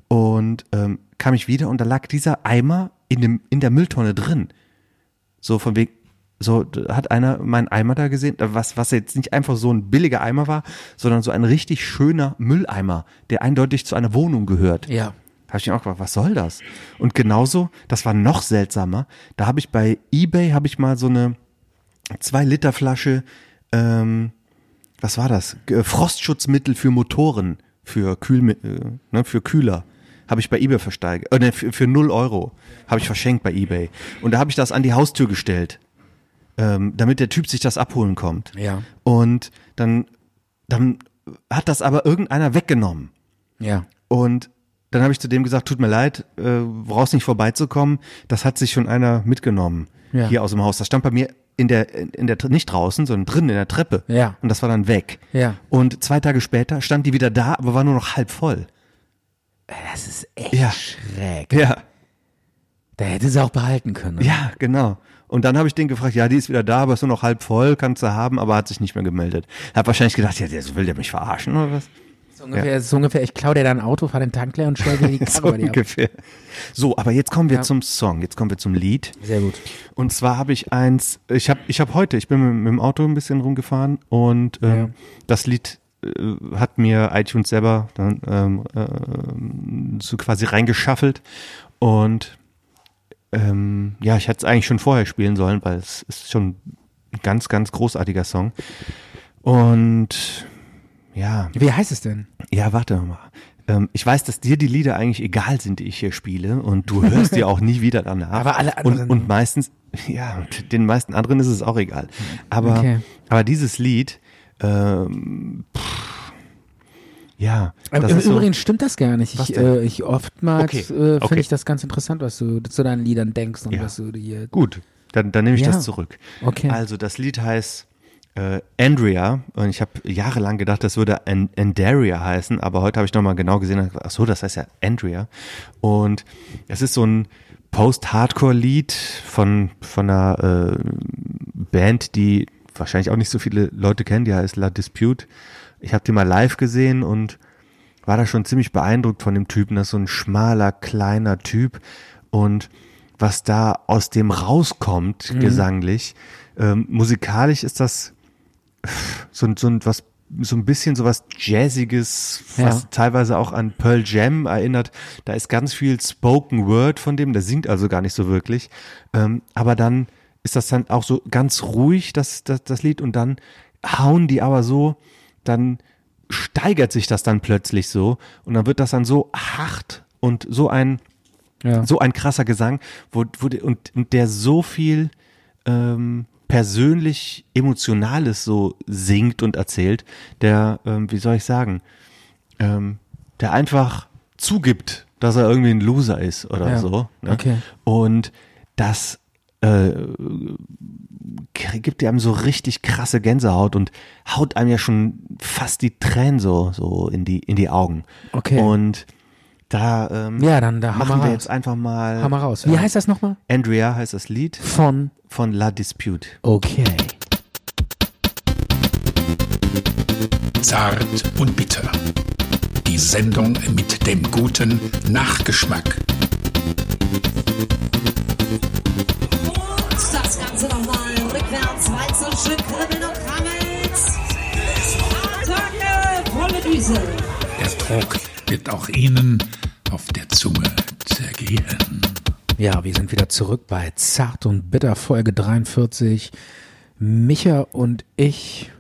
C: Und ähm, kam ich wieder und da lag dieser Eimer in, dem, in der Mülltonne drin. So von wegen, so d- hat einer meinen Eimer da gesehen, äh, was, was jetzt nicht einfach so ein billiger Eimer war, sondern so ein richtig schöner Mülleimer, der eindeutig zu einer Wohnung gehört.
D: Ja.
C: Habe ich mir auch gefragt, was soll das? Und genauso, das war noch seltsamer, da habe ich bei Ebay, habe ich mal so eine 2-Liter-Flasche, ähm, was war das? G- äh, Frostschutzmittel für Motoren, für, Kühl, äh, ne, für Kühler. Habe ich bei Ebay versteigert, äh, ne, für, für 0 Euro habe ich verschenkt bei Ebay. Und da habe ich das an die Haustür gestellt ähm, damit der Typ sich das abholen kommt.
D: Ja.
C: Und dann, dann hat das aber irgendeiner weggenommen.
D: Ja.
C: Und dann habe ich zu dem gesagt, tut mir leid, äh, brauchst nicht vorbeizukommen, das hat sich schon einer mitgenommen
D: Ja.
C: hier aus dem Haus. Das stand bei mir in der, in der, nicht draußen, sondern drin in der Treppe.
D: Ja.
C: Und das war dann weg.
D: Ja.
C: Und zwei Tage später stand die wieder da, aber war nur noch halb voll.
D: Das ist echt
C: Ja.
D: schräg.
C: Ja.
D: Da hätte sie auch behalten können.
C: Ja, genau. Und dann habe ich den gefragt, ja, die ist wieder da, aber ist nur noch halb voll, kannst du haben, aber hat sich nicht mehr gemeldet. Hab wahrscheinlich gedacht, ja, der will der mich verarschen oder was?
D: So ungefähr, so ungefähr, ich klaue dir dein Auto, fahre den Tank leer und stelle dir die Karre
C: So
D: bei dir ab.
C: ungefähr. So, aber jetzt kommen wir
D: Ja.
C: zum Song, jetzt kommen wir zum Lied.
D: Sehr gut.
C: Und zwar habe ich eins, ich habe ich hab heute, ich bin mit, mit dem Auto ein bisschen rumgefahren und ähm,
D: Ja.
C: das Lied äh, hat mir iTunes selber dann ähm, ähm, so quasi reingeschaffelt und ähm, ja, ich hätte es eigentlich schon vorher spielen sollen, weil es ist schon ein ganz, ganz großartiger Song. Und ja,
D: Wie heißt es denn?
C: ja, warte mal. Ähm, ich weiß, dass dir die Lieder eigentlich egal sind, die ich hier spiele und du hörst dir auch nie wieder danach.
D: Aber alle
C: Und,
D: anderen-
C: und meistens, ja, und den meisten anderen ist es auch egal. Aber,
D: Okay.
C: aber dieses Lied, ähm, pff, ja.
D: Im
C: das ist so-
D: Übrigen stimmt das gar nicht.
C: Was
D: Ich,
C: denn?
D: äh, ich oftmals
C: Okay.
D: äh, finde
C: Okay.
D: ich das ganz interessant, was du zu deinen Liedern denkst und
C: Ja.
D: was du dir
C: Gut, dann, dann nehme ich
D: Ja.
C: das zurück.
D: Okay.
C: Also das Lied heißt äh, Andrea und ich habe jahrelang gedacht, das würde An Andaria heißen, aber heute habe ich nochmal genau gesehen, und hab gedacht, ach so, das heißt ja Andrea und es ist so ein Post-Hardcore-Lied von, von einer äh, Band, die wahrscheinlich auch nicht so viele Leute kennen, die heißt La Dispute. Ich habe die mal live gesehen und war da schon ziemlich beeindruckt von dem Typen. Das ist so ein schmaler, kleiner Typ. Und was da aus dem rauskommt, gesanglich, ähm, musikalisch ist das so, ein- so, ein, was, so ein bisschen so was Jazziges, was
D: Ja.
C: teilweise auch an Pearl Jam erinnert. Da ist ganz viel Spoken Word von dem, der singt also gar nicht so wirklich. Ähm, aber dann ist das dann auch so ganz ruhig, das, das, das Lied, und dann hauen die aber so, dann steigert sich das dann plötzlich so und dann wird das dann so hart und so ein
D: Ja.
C: so ein krasser Gesang, wo, wo die- und, und der so viel ähm, persönlich Emotionales so singt und erzählt, der, ähm, wie soll ich sagen, ähm, der einfach zugibt, dass er irgendwie ein Loser ist oder
D: Ja.
C: so. Ne?
D: Okay.
C: Und das äh, k- gibt einem so richtig krasse Gänsehaut und haut einem ja schon fast die Tränen so, so in, die, in die Augen.
D: Okay.
C: Und da, ähm,
D: Ja, dann da hau
C: machen
D: mal
C: wir
D: raus.
C: jetzt einfach mal.
D: Hau mal raus. Wie
C: äh,
D: heißt das nochmal?
C: Andrea heißt das Lied
D: Von
C: von La Dispute.
D: Okay.
E: Zart und bitter. Die Sendung mit dem guten Nachgeschmack.
F: Das Ganze nochmal rückwärts, Walz und Schritt, Kribbeln und Krammels. Attacke, volle Düse.
E: Der Druck wird auch Ihnen auf der Zunge zergehen.
D: Ja, wir sind wieder zurück bei Zart und Bitter Folge 43. Micha und ich,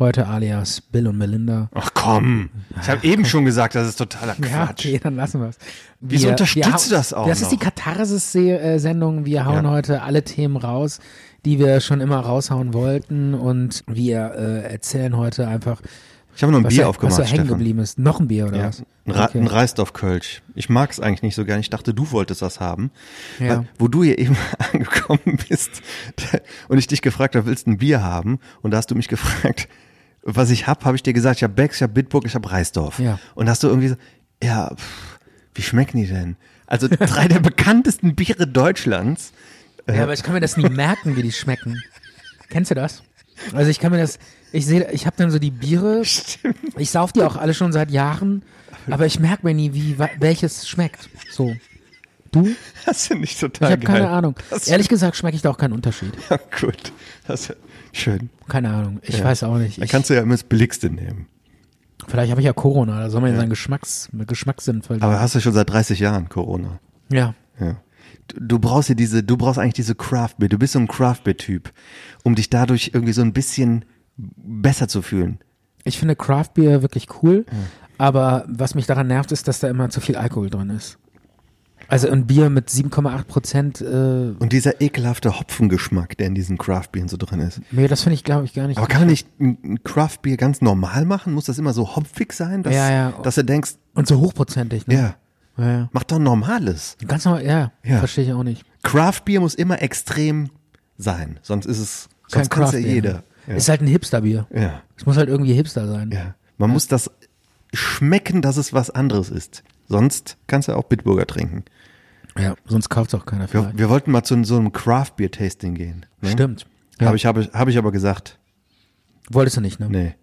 D: heute alias Bill und Melinda.
C: Ach komm, ich habe eben schon gesagt, das ist totaler
D: Ja,
C: Quatsch.
D: okay, dann lassen wir's. wir es.
C: Wieso unterstützt du das auch
D: Das ist die
C: noch?
D: Katharsis-Sendung. Wir hauen
C: Ja.
D: heute alle Themen raus, die wir schon immer raushauen wollten. Und wir äh, erzählen heute einfach,
C: Ich habe noch ein
D: was,
C: Bier
D: da-
C: aufgemacht,
D: was da hängen
C: Stefan.
D: geblieben ist. Noch ein Bier oder
C: Ja,
D: was?
C: ein, Ra
D: Okay.
C: ein Reisdorf-Kölsch. Ich mag es eigentlich nicht so gern. Ich dachte, du wolltest das haben.
D: Ja.
C: Weil, wo du hier eben angekommen bist da- und ich dich gefragt habe, willst du ein Bier haben? Und da hast du mich gefragt, was ich hab, habe ich dir gesagt, ich habe Becks, ich habe Bitburg, ich habe Reisdorf.
D: Ja.
C: Und da hast du irgendwie so, ja, pff, wie schmecken die denn? Also drei der bekanntesten Biere Deutschlands.
D: Ja, aber ich kann mir das nie merken, wie die schmecken. Kennst du das? Also ich kann mir das, ich sehe, ich habe dann so die Biere, ich sauf die auch alle schon seit Jahren, aber ich merke mir nie, wie wa- welches schmeckt. So, du?
C: Das finde ich
D: Ich
C: total
D: habe
C: geil.
D: keine Ahnung.
C: Das,
D: Ehrlich gesagt schmecke ich da auch keinen Unterschied.
C: Ja, gut. Das, schön.
D: Keine Ahnung. Ich
C: Ja.
D: weiß auch nicht.
C: Dann
D: Ich,
C: kannst du ja immer das Billigste nehmen.
D: vielleicht habe ich ja Corona, da soll man ja seinen Geschmacks, Geschmackssinn verlieren.
C: Aber hast du schon seit 30 Jahren Corona.
D: Ja.
C: Ja. Du, du brauchst ja diese, du brauchst eigentlich diese Craft Beer. Du bist so ein Craft Beer Typ, um dich dadurch irgendwie so ein bisschen besser zu fühlen.
D: Ich finde Craft Beer wirklich cool, aber was mich daran nervt, ist, dass da immer zu viel Alkohol drin ist. Also ein Bier mit 7,8 Prozent, äh,
C: Und dieser ekelhafte Hopfengeschmack, der in diesen Craft Beeren so drin ist.
D: nee, das finde ich, glaube ich, gar nicht.
C: Aber kann man nicht ein ein Craft Beer ganz normal machen? Muss das immer so hopfig sein, dass,
D: Ja, ja.
C: dass du denkst,
D: Und so hochprozentig, ne?
C: ja,
D: Ja, ja.
C: mach doch ein normales.
D: Ganz normal, ja,
C: Ja.
D: verstehe ich auch nicht.
C: Craft Beer muss immer extrem sein, sonst ist es, sonst
D: Kein
C: kann's
D: Craft
C: ja
D: Beer.
C: jeder. Ja.
D: Ist halt ein Hipster-Bier.
C: ja.
D: Es muss halt irgendwie Hipster sein.
C: Ja. Man muss das schmecken, dass es was anderes ist. Sonst kannst du auch Bitburger trinken.
D: Ja, sonst kauft es auch keiner
C: Wir,
D: vielleicht.
C: wir wollten mal zu so einem Craft Beer Tasting gehen. Ne?
D: Stimmt.
C: Ja. Habe ich, hab ich, hab ich aber gesagt,
D: Wolltest du nicht, ne?
C: nee.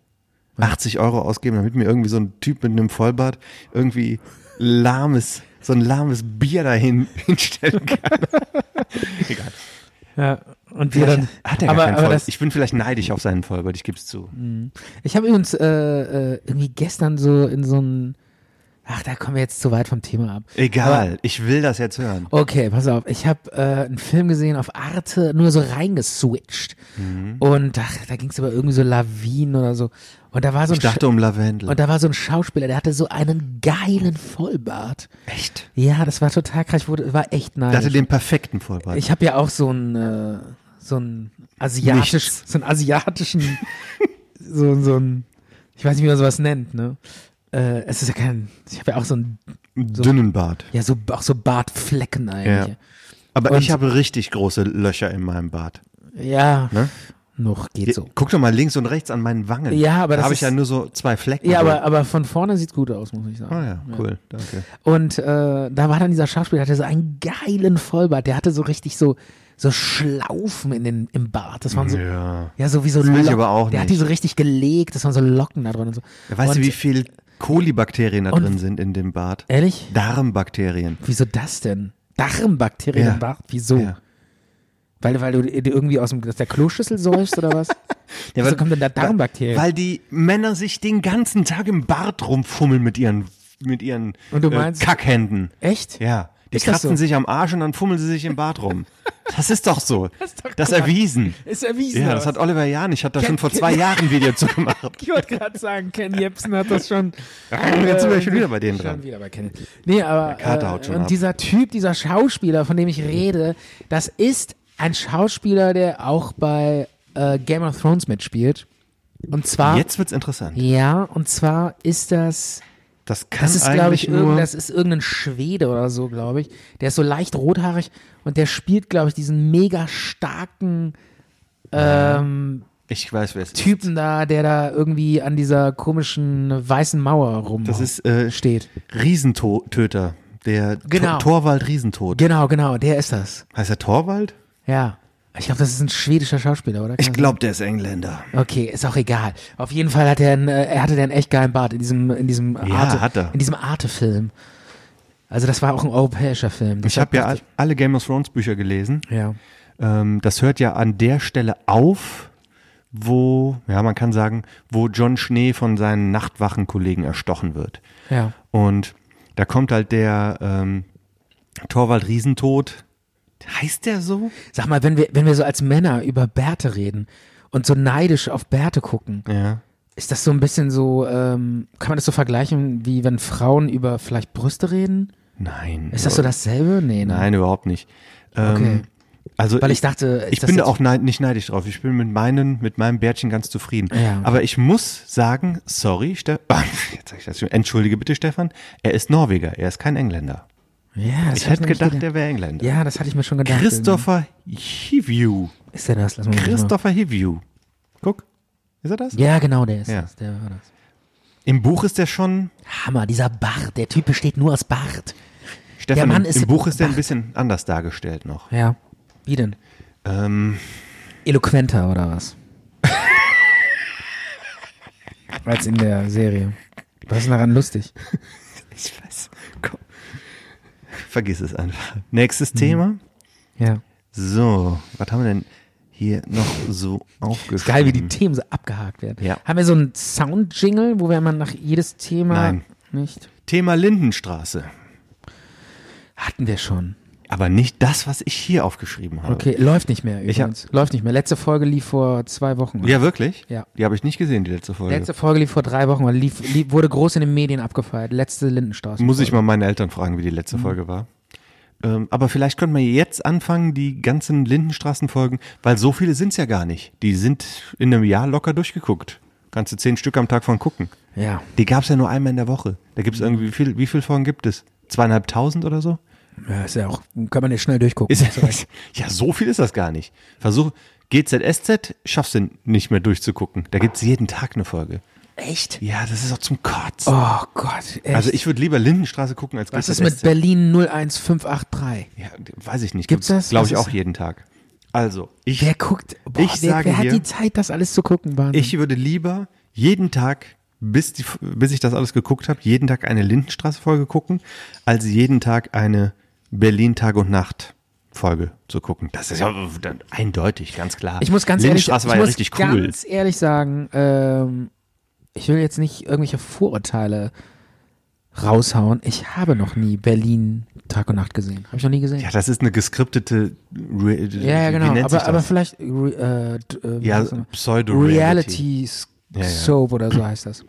C: 80 Euro ausgeben, damit mir irgendwie so ein Typ mit einem Vollbart irgendwie lahmes, so ein lahmes Bier dahin hinstellen kann.
D: Ja, und wir dann.
C: Hat er gar
D: aber,
C: keinen
D: aber
C: Vollbart.
D: das, Mhm.
C: Ich bin vielleicht neidisch auf seinen Vollbart, ich gebe es zu.
D: Ich habe übrigens äh, äh, irgendwie gestern so in so einem. Ach, da kommen wir jetzt zu weit vom Thema ab.
C: Egal, ich will das jetzt hören.
D: Okay, pass auf. Ich habe äh, einen Film gesehen auf Arte, nur so reingeswitcht.
C: Mhm.
D: Und ach, da ging es über irgendwie so Lawinen oder so. Und da war so ein
C: Ich dachte um
D: und
C: Lavendel.
D: da war so ein Schauspieler, der hatte so einen geilen Vollbart.
C: Echt?
D: Ja, das war total krass. Ich wurde, war echt
C: Ich hatte
D: neidisch.
C: den perfekten Vollbart.
D: Ich habe ja auch so einen, äh, so einen asiatisch,
C: Nichts.
D: so einen asiatischen, so, so einen, ich weiß nicht, wie man sowas nennt, ne? Äh, es ist ja kein, ich habe ja auch so einen,
C: Dünnen Bart.
D: ja, so, auch so Bartflecken eigentlich.
C: Aber
D: Und-
C: ich habe richtig große Löcher in meinem Bart.
D: Ja,
C: Ne?
D: noch geht so.
C: Guck doch mal links und rechts an meinen Wangen.
D: Ja, aber
C: da
D: das
C: habe ich
D: ist-
C: ja nur so zwei Flecken.
D: Ja,
C: so.
D: aber, aber von vorne sieht gut aus, muss ich sagen.
C: Ah ja, cool, danke.
D: Und äh, da war dann dieser Schauspieler, der hatte so einen geilen Vollbart, der hatte so richtig so, so Schlaufen in den, im Bart. Das waren so,
C: Ja.
D: ja, so wie so
C: Das will ich
D: Locken.
C: aber auch
D: Der hat die
C: nicht.
D: so richtig gelegt, das waren so Locken da drin und so.
C: Ja, Weißt
D: und,
C: du, wie viel Kolibakterien da
D: Und-
C: drin sind in dem Bart?
D: Ehrlich?
C: Darmbakterien.
D: Wieso das denn? Darmbakterien
C: Ja.
D: im Bart? Wieso?
C: Ja.
D: Weil, weil du irgendwie aus, dem, aus der Kloschüssel säufst oder was? Wieso
C: weil-
D: kommt denn da Darmbakterien?
C: Weil die Männer sich den ganzen Tag im Bart rumfummeln mit ihren, mit ihren
D: Und du meinst-
C: äh, Kackhänden.
D: Echt?
C: Ja. Die
D: Ist das
C: kratzen
D: so?
C: sich am Arsch und dann fummeln sie sich im Bart rum. Das ist doch so. Das
D: ist doch
C: das
D: Quatsch.
C: erwiesen.
D: Ist erwiesen.
C: Ja,
D: oder
C: das
D: was?
C: hat Oliver Janich, hat da schon vor zwei Jahren ein Video zu gemacht.
D: ich wollte gerade sagen, Ken Jebsen hat das schon.
C: Jetzt sind wir schon wieder bei denen dran.
D: Schon wieder bei Ken. Nee, aber.
C: Kater haut
D: äh,
C: schon
D: und
C: ab.
D: dieser Typ, dieser Schauspieler, von dem ich rede, das ist Ein Schauspieler, der auch bei äh, Game of Thrones mitspielt. Und zwar.
C: Jetzt wird's interessant.
D: Ja, und zwar ist das.
C: Das kann
D: Das ist, glaube
C: eigentlich
D: ich,
C: nur.
D: irgend, das ist irgendein Schwede oder so, glaube ich. Der ist so leicht rothaarig und der spielt, glaube ich, diesen mega starken ähm,
C: ich weiß, wer es ist.
D: Typen da, der da irgendwie an dieser komischen weißen Mauer rum
C: Das ist äh,
D: steht.
C: Riesentöter. Der
D: Genau.
C: Tor Torwald Riesentod.
D: Genau, genau, der ist das.
C: heißt er Torwald?
D: Ja. Ich glaube, das ist ein schwedischer Schauspieler, oder? Kann
C: Ich
D: das
C: glaube, der ist Engländer.
D: sein? Okay, ist auch egal. Auf jeden Fall hat er einen, äh, er hatte den echt geilen Bart in diesem in diesem Arte,
C: hat er.
D: in diesem Arte Film. Also das war auch ein europäischer Film.
C: Ich habe ja
D: Deshalb
C: all- alle Game of Thrones Bücher gelesen.
D: dachte ich- ja.
C: Ähm, das hört ja an der Stelle auf, wo, ja, man kann sagen, wo John Schnee von seinen Nachtwachenkollegen erstochen wird.
D: Ja.
C: Und da kommt halt der ähm, Torwald Riesentod. Heißt der so?
D: Sag mal, wenn wir wenn wir so als Männer über Bärte reden und so neidisch auf Bärte gucken,
C: Ja.
D: ist das so ein bisschen so ähm, kann man das so vergleichen, wie wenn Frauen über vielleicht Brüste reden?
C: Nein.
D: Ist das so dasselbe? Nee, ne?
C: Nein, überhaupt nicht. Ähm,
D: Okay.
C: Also
D: Weil ich dachte, ist
C: ich
D: das
C: bin da
D: jetzt-
C: auch neid, nicht neidisch drauf. Ich bin mit meinen, mit meinem Bärtchen ganz zufrieden.
D: Ja.
C: Aber ich muss sagen, sorry, Ste jetzt sag ich das schon. Entschuldige bitte, Stefan. Er ist Norweger, er ist kein Engländer.
D: Ja, das
C: Ich
D: hab
C: hätte
D: nämlich
C: gedacht,
D: gedacht.
C: er wäre Engländer.
D: Ja, genau. das hatte ich mir schon gedacht.
C: Christopher Hiview.
D: Ist der das? Lass mal
C: Christopher Hiview. Guck, ist er das?
D: Ja, genau, der ist
C: Ja.
D: das. Der war das.
C: Im Buch ist er schon.
D: Hammer, dieser Bart. Der Typ besteht nur aus Bart.
C: Stefan,
D: Mann
C: im,
D: ist-
C: im Buch ist er ein
D: Ach.
C: bisschen anders dargestellt noch.
D: Ja. Wie denn?
C: Ähm,
D: Eloquenter oder was? Als in der Serie. Was ist denn daran lustig?
C: ich weiß. Komm. Vergiss es einfach. Nächstes
D: Mhm.
C: Thema.
D: Ja.
C: So, was haben wir denn hier noch so
D: Ist geil, wie die
C: aufgeschrieben?
D: Themen so abgehakt werden.
C: Ähm. Ja.
D: Haben wir so einen Sound-Jingle, wo wir immer nach jedes Thema.
C: Nein.
D: Nicht?
C: Thema Lindenstraße.
D: Hatten wir schon.
C: Aber nicht das, was ich hier aufgeschrieben habe.
D: Okay, läuft nicht mehr
C: Oh. Ich hab-
D: übrigens. läuft nicht mehr. Letzte Folge lief vor zwei Wochen.
C: Ja, wirklich?
D: Ja.
C: Die habe ich nicht gesehen, die letzte Folge.
D: Letzte Folge lief vor drei Wochen und lief, lief, wurde groß in den Medien abgefeiert. Letzte Lindenstraße.
C: Muss ich mal meine Eltern fragen, wie die letzte
D: Mhm.
C: Folge war. Ähm, aber vielleicht könnten wir jetzt anfangen, die ganzen Lindenstraßenfolgen, weil so viele sind es ja gar nicht. Die sind in einem Jahr locker durchgeguckt. Kannst du zehn Stück am Tag von gucken.
D: Ja.
C: Die gab es ja nur einmal in der Woche. Da
D: Mhm.
C: gibt es irgendwie, wie viel, wie viele Folgen gibt es? Zweieinhalbtausend oder so?
D: ja, ist ja auch, kann man ja schnell durchgucken.
C: Ist ja, ja, so viel ist das gar nicht. Versuch, GZSZ schaffst du nicht mehr durchzugucken. Da gibt es jeden Tag eine Folge.
D: echt?
C: Ja, das ist auch zum Kotzen.
D: Oh Gott, echt?
C: also ich würde lieber Lindenstraße gucken als
D: Was
C: GZSZ.
D: ist mit Berlin 01583?
C: Ja, weiß ich nicht.
D: Gibt's das?
C: Glaube
D: Was
C: ich
D: ist-
C: auch jeden Tag. Also, ich,
D: Wer guckt? Boah,
C: Ich
D: wer,
C: sage
D: wer
C: dir-
D: hat die Zeit, das alles zu gucken? Wahnsinn.
C: ich würde lieber jeden Tag, bis, die, bis ich das alles geguckt habe, jeden Tag eine Lindenstraße-Folge gucken, als jeden Tag eine Berlin Tag und Nacht. Folge zu gucken. Das ist ja dann eindeutig, ganz klar.
D: Ich muss ganz ehrlich, ich
C: Lindenstraße war ja
D: muss
C: richtig cool.
D: ganz ehrlich sagen, ähm, ich will jetzt nicht irgendwelche Vorurteile raushauen. Ich habe noch nie Berlin Tag und Nacht gesehen. Habe ich noch nie gesehen.
C: Ja, das ist eine geskriptete. Re
D: Ja, ja,
C: Wie
D: genau.
C: nennt sich
D: Aber, aber
C: das?
D: vielleicht re, äh, d- äh, wie
C: Ja,
D: heißt das nochmal?
C: Pseudo-Reality.
D: Reality S-
C: ja.
D: Soap oder so heißt das.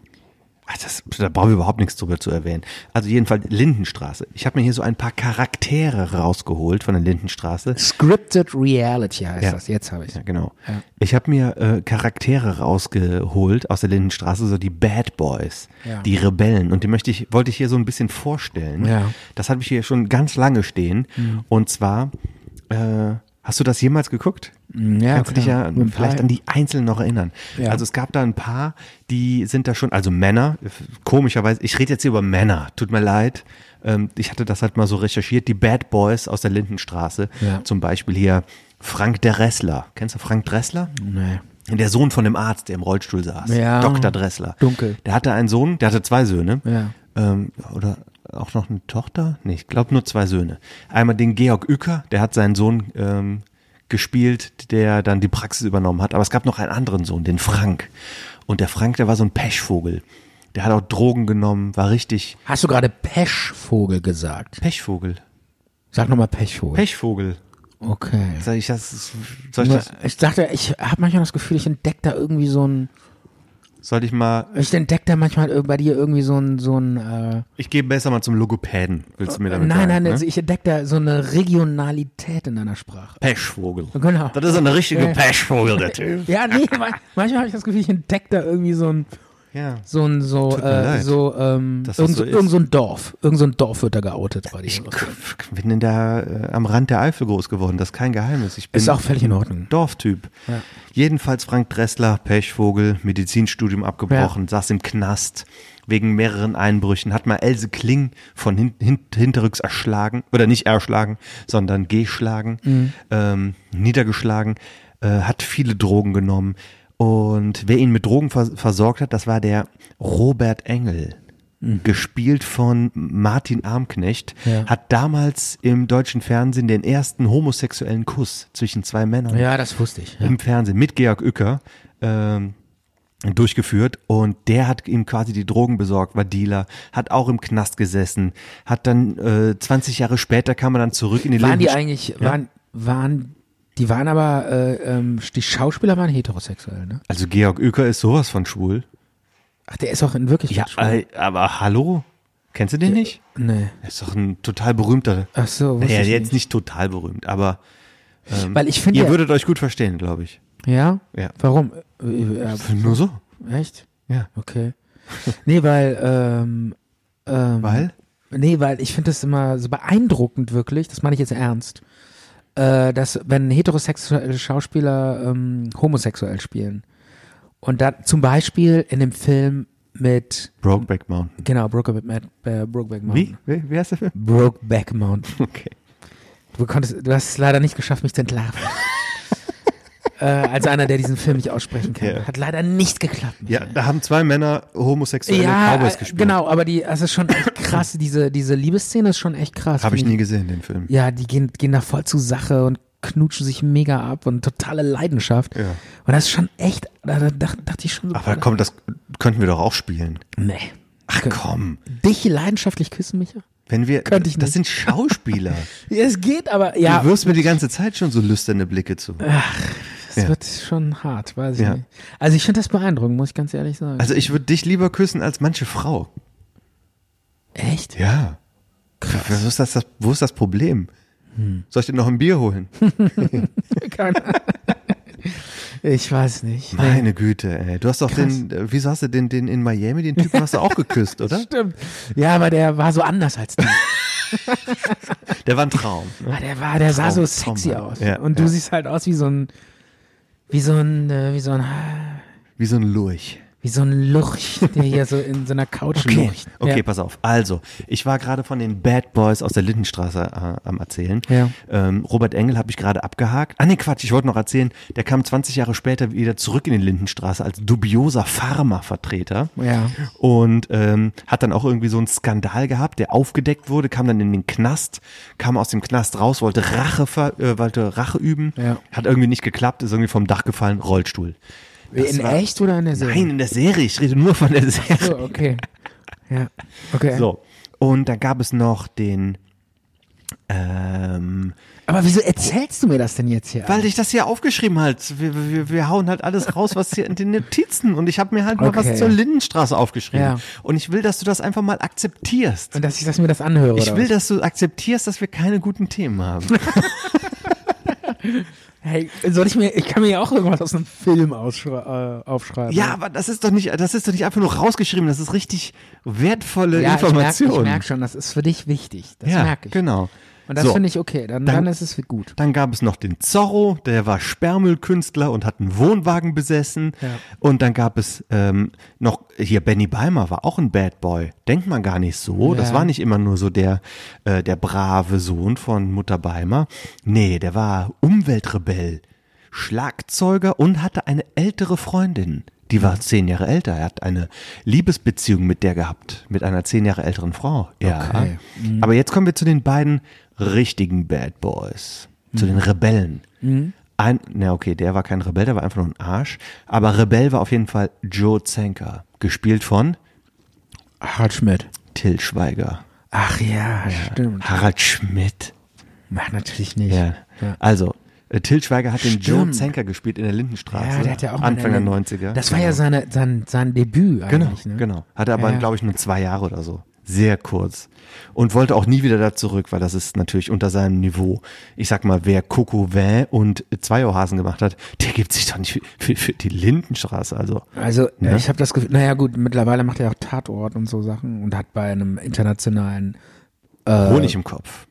C: Ach, das, da brauchen wir überhaupt nichts drüber zu erwähnen. Also jedenfalls Lindenstraße. Ich habe mir hier so ein paar Charaktere rausgeholt von der Lindenstraße.
D: Scripted Reality heißt
C: Ja.
D: das. Jetzt habe ich
C: Ja, genau.
D: Ja.
C: Ich habe mir äh, Charaktere rausgeholt aus der Lindenstraße, so die Bad Boys,
D: Ja.
C: die Rebellen. Und die möchte ich, wollte ich hier so ein bisschen vorstellen.
D: Ja. Mhm.
C: Das habe ich hier schon ganz lange stehen. Und zwar, äh, hast du das jemals geguckt?
D: Ja,
C: Kannst du dich
D: klar.
C: ja
D: Mit ein
C: vielleicht
D: paar-
C: an die Einzelnen noch erinnern.
D: Ja.
C: Also es gab da ein paar, die sind da schon, also Männer, f- komischerweise, ich rede jetzt hier über Männer, tut mir leid. Ähm, ich hatte das halt mal so recherchiert, die Bad Boys aus der Lindenstraße.
D: Ja.
C: Zum Beispiel hier Frank Dressler. Kennst du Frank Dressler?
D: Nee.
C: Der Sohn von dem Arzt, der im Rollstuhl saß.
D: Ja.
C: Dr. Dressler.
D: Dunkel.
C: Der hatte einen Sohn, der hatte zwei Söhne.
D: Ja.
C: Ähm, oder auch noch eine Tochter? Nee, ich glaube nur zwei Söhne. Einmal den Georg Uecker, der hat seinen Sohn ähm, gespielt, der dann die Praxis übernommen hat. Aber es gab noch einen anderen Sohn, den Frank. Und der Frank, der war so ein Pechvogel. Der hat auch Drogen genommen, war richtig
D: Hast du gerade Pechvogel gesagt?
C: Pechvogel.
D: Sag nochmal Pechvogel.
C: Pechvogel.
D: Okay.
C: Soll ich das, soll ich das
D: Ich dachte, ich habe manchmal das Gefühl, ich entdecke da irgendwie so ein
C: Soll ich mal,
D: Ich entdecke da manchmal ir- bei dir irgendwie so ein, so ein äh,
C: ich gehe besser mal zum Logopäden, willst du mir damit
D: Nein,
C: sagen?
D: nein,
C: ne?
D: also ich entdecke da so eine Regionalität in deiner Sprache.
C: Pechvogel.
D: Genau.
C: Das ist ein richtiger
D: Ja.
C: Pechvogel, der Typ.
D: Ja, nee, man- manchmal habe ich das Gefühl, ich entdecke da irgendwie so ein,
C: Ja.
D: so ein, so,
C: Tut mir
D: äh,
C: leid,
D: so, ähm,
C: dass das
D: irgend,
C: so
D: so,
C: ist.
D: irgend so ein Dorf. Irgend so ein Dorf wird da geoutet bei dir.
C: Ich bin in der, äh, am Rand der Eifel groß geworden, das ist kein Geheimnis. Ich bin
D: ist auch völlig in Ordnung.
C: Dorftyp. Jedenfalls Frank Dressler, Pechvogel, Medizinstudium abgebrochen, saß im Knast wegen mehreren Einbrüchen, hat mal Else Kling von hin, hin, hinterrücks erschlagen, oder nicht erschlagen, sondern geschlagen, ähm, niedergeschlagen, äh, hat viele Drogen genommen. Und wer ihn mit Drogen vers versorgt hat, das war der Robert Engel. Gespielt von Martin Armknecht,
D: Ja.
C: hat damals im deutschen Fernsehen den ersten homosexuellen Kuss zwischen zwei Männern
D: Ja, das wusste ich. Ja.
C: im Fernsehen mit Georg Uecker ähm, durchgeführt und der hat ihm quasi die Drogen besorgt, war Dealer, hat auch im Knast gesessen, hat dann äh, 20 Jahre später kam er dann zurück in die
D: Waren die
C: Lebens-
D: eigentlich, waren, waren, die waren aber, äh, ähm, die Schauspieler waren heterosexuell, ne?
C: Also Georg Uecker ist sowas von schwul.
D: Ach, der ist auch in Wirklichkeit schwul.
C: äh, aber hallo? Kennst du den nicht?
D: Nee.
C: Er ist doch ein total berühmter.
D: Ach so, wusste
C: Naja,
D: ich
C: jetzt
D: nicht.
C: nicht total berühmt, aber
D: Weil ich finde,
C: ihr
D: ja-
C: würdet euch gut verstehen, glaube ich.
D: ja?
C: Ja.
D: Warum? Äh, äh,
C: Nur so?
D: echt?
C: Ja.
D: Okay. Nee, weil, ähm, ähm,
C: Weil?
D: Nee, weil ich finde das immer so beeindruckend wirklich, das meine ich jetzt ernst, äh, dass wenn heterosexuelle Schauspieler ähm, homosexuell spielen und da zum Beispiel in dem Film mit,
C: Brokeback Mountain.
D: genau, Brokeback, Ma- äh, Brokeback
C: Wie?
D: Mountain.
C: Wie, wie heißt der Film?
D: Brokeback Mountain.
C: Okay.
D: Du, konntest, du hast es leider nicht geschafft, mich zu entlarven. äh, als einer, der diesen Film nicht aussprechen kann.
C: Ja.
D: Hat leider nicht geklappt.
C: Ja, da haben zwei Männer homosexuelle
D: Ja,
C: Cowboys
D: äh,
C: gespielt.
D: genau, aber die, das ist schon echt krass, diese, diese Liebesszene ist schon echt krass.
C: Habe ich
D: finde
C: nie gesehen, den Film.
D: Hm. Ja, die gehen, gehen da voll zu Sache und knutschen sich mega ab und totale Leidenschaft.
C: Ja.
D: Und das ist schon echt, da, da dacht- dachte ich schon so,
C: Aber komm, das könnten wir doch auch spielen.
D: nee.
C: Ach komm,
D: Dich leidenschaftlich küssen, Micha?
C: wenn wir,
D: Könnte ich
C: das
D: nicht.
C: sind Schauspieler.
D: Ja, es geht, aber ja,
C: Du wirst mir die ganze Zeit schon so lüsterne Blicke zu.
D: es
C: ja.
D: wird schon hart, weiß ich
C: Ja.
D: nicht. Also ich finde das beeindruckend, muss ich ganz ehrlich sagen.
C: Also ich würde dich lieber küssen als manche Frau.
D: echt?
C: Ja. Wo ist das, das, wo ist das Problem?
D: Hm.
C: Soll ich dir noch ein Bier holen?
D: Keine Ahnung. ich weiß nicht.
C: Meine Güte, ey. Du hast doch den, äh, wieso hast du den, den in Miami, den Typen hast du auch geküsst, oder?
D: Stimmt. Ja, aber der war so anders als du.
C: Der war ein Traum.
D: Ah, der war, der sah
C: Traum-
D: so sexy
C: Traummann.
D: aus.
C: Ja,
D: und du
C: ja.
D: siehst halt aus wie so ein, wie so ein, äh, wie so ein,
C: Wie so ein Lurch.
D: wie so ein Lurch, der hier so in so einer Couch
C: Okay,
D: lurcht.
C: okay
D: ja.
C: pass auf. Also, ich war gerade von den Bad Boys aus der Lindenstraße äh, am Erzählen.
D: Ja.
C: Ähm, Robert Engel habe ich gerade abgehakt. Ah nee, Quatsch, ich wollte noch erzählen, der kam 20 Jahre später wieder zurück in die Lindenstraße als dubioser Pharmavertreter.
D: Ja.
C: Und ähm, hat dann auch irgendwie so einen Skandal gehabt, der aufgedeckt wurde, kam dann in den Knast, kam aus dem Knast raus, wollte Rache, ver- äh, wollte Rache üben,
D: Ja.
C: hat irgendwie nicht geklappt, ist irgendwie vom Dach gefallen, Rollstuhl. Das
D: in
C: war-
D: echt oder in der Serie?
C: Nein, in der Serie, ich rede nur von der Serie.
D: So, okay. Ja. Okay.
C: So. Und dann gab es noch den, ähm,
D: Aber wieso erzählst du mir das denn jetzt hier?
C: weil ich das hier aufgeschrieben halt. Wir, wir, wir hauen halt alles raus, was hier in den Notizen. Und ich habe mir halt mal
D: Okay.
C: was zur Lindenstraße aufgeschrieben.
D: Ja.
C: Und ich will, dass du das einfach mal akzeptierst.
D: und dass ich das mir das anhöre.
C: Ich
D: oder
C: will, dass
D: was?
C: du akzeptierst, dass wir keine guten Themen haben.
D: Hey, soll ich mir, ich kann mir ja auch irgendwas aus einem Film ausschra- äh, aufschreiben.
C: ja, aber das ist doch nicht, das ist doch nicht einfach nur rausgeschrieben. Das ist richtig wertvolle
D: ja,
C: Information.
D: Ich merke merk schon, das ist für dich wichtig. Das
C: ja,
D: merke ich.
C: genau.
D: Und das
C: so.
D: finde ich okay. Dann,
C: Dann-
D: dann, ist es gut.
C: Dann gab es noch den Zorro, der war Sperrmüllkünstler und hat einen Wohnwagen besessen. Und dann gab es ähm, noch, hier, Benny Beimer war auch ein Bad Boy. Denkt man gar nicht so. Das
D: Ja.
C: war nicht immer nur so der, äh, der brave Sohn von Mutter Beimer. Nee, der war Umweltrebell, Schlagzeuger und hatte eine ältere Freundin. Die war zehn Jahre älter. Er hat eine Liebesbeziehung mit der gehabt, mit einer zehn Jahre älteren Frau. Ja.
D: Okay.
C: Aber jetzt kommen wir zu den beiden richtigen Bad Boys, zu den Rebellen. Ein, na okay, der war kein Rebell, der war einfach nur ein Arsch. Aber Rebell war auf jeden Fall Joe Zenker, gespielt von
D: Harald Schmidt.
C: Till Schweiger,
D: Ach ja, stimmt.
C: Harald Schmidt.
D: Mach natürlich nicht.
C: Ja.
D: Ja.
C: Also, Äh, Till Schweiger hat den Joe
D: Stimmt.
C: Zenker gespielt in der Lindenstraße.
D: Ja, der hat ja auch mal
C: Anfang der
D: eine-
C: 90er.
D: Das war ja seine, sein, sein Debüt
C: Genau,
D: eigentlich. ne?
C: genau. Hatte aber,
D: Ja, ja.
C: glaube ich, nur zwei Jahre oder so. Sehr kurz. Und wollte auch nie wieder da zurück, weil das ist natürlich unter seinem Niveau. Ich sag mal, wer Coco Vin und Zweiohasen gemacht hat, der gibt sich doch nicht für, für, für die Lindenstraße. Also,
D: Also
C: Ne?
D: ich habe das Gefühl, naja gut, mittlerweile macht er auch Tatort und so Sachen und hat bei einem internationalen,
C: Honig im Kopf.
D: äh.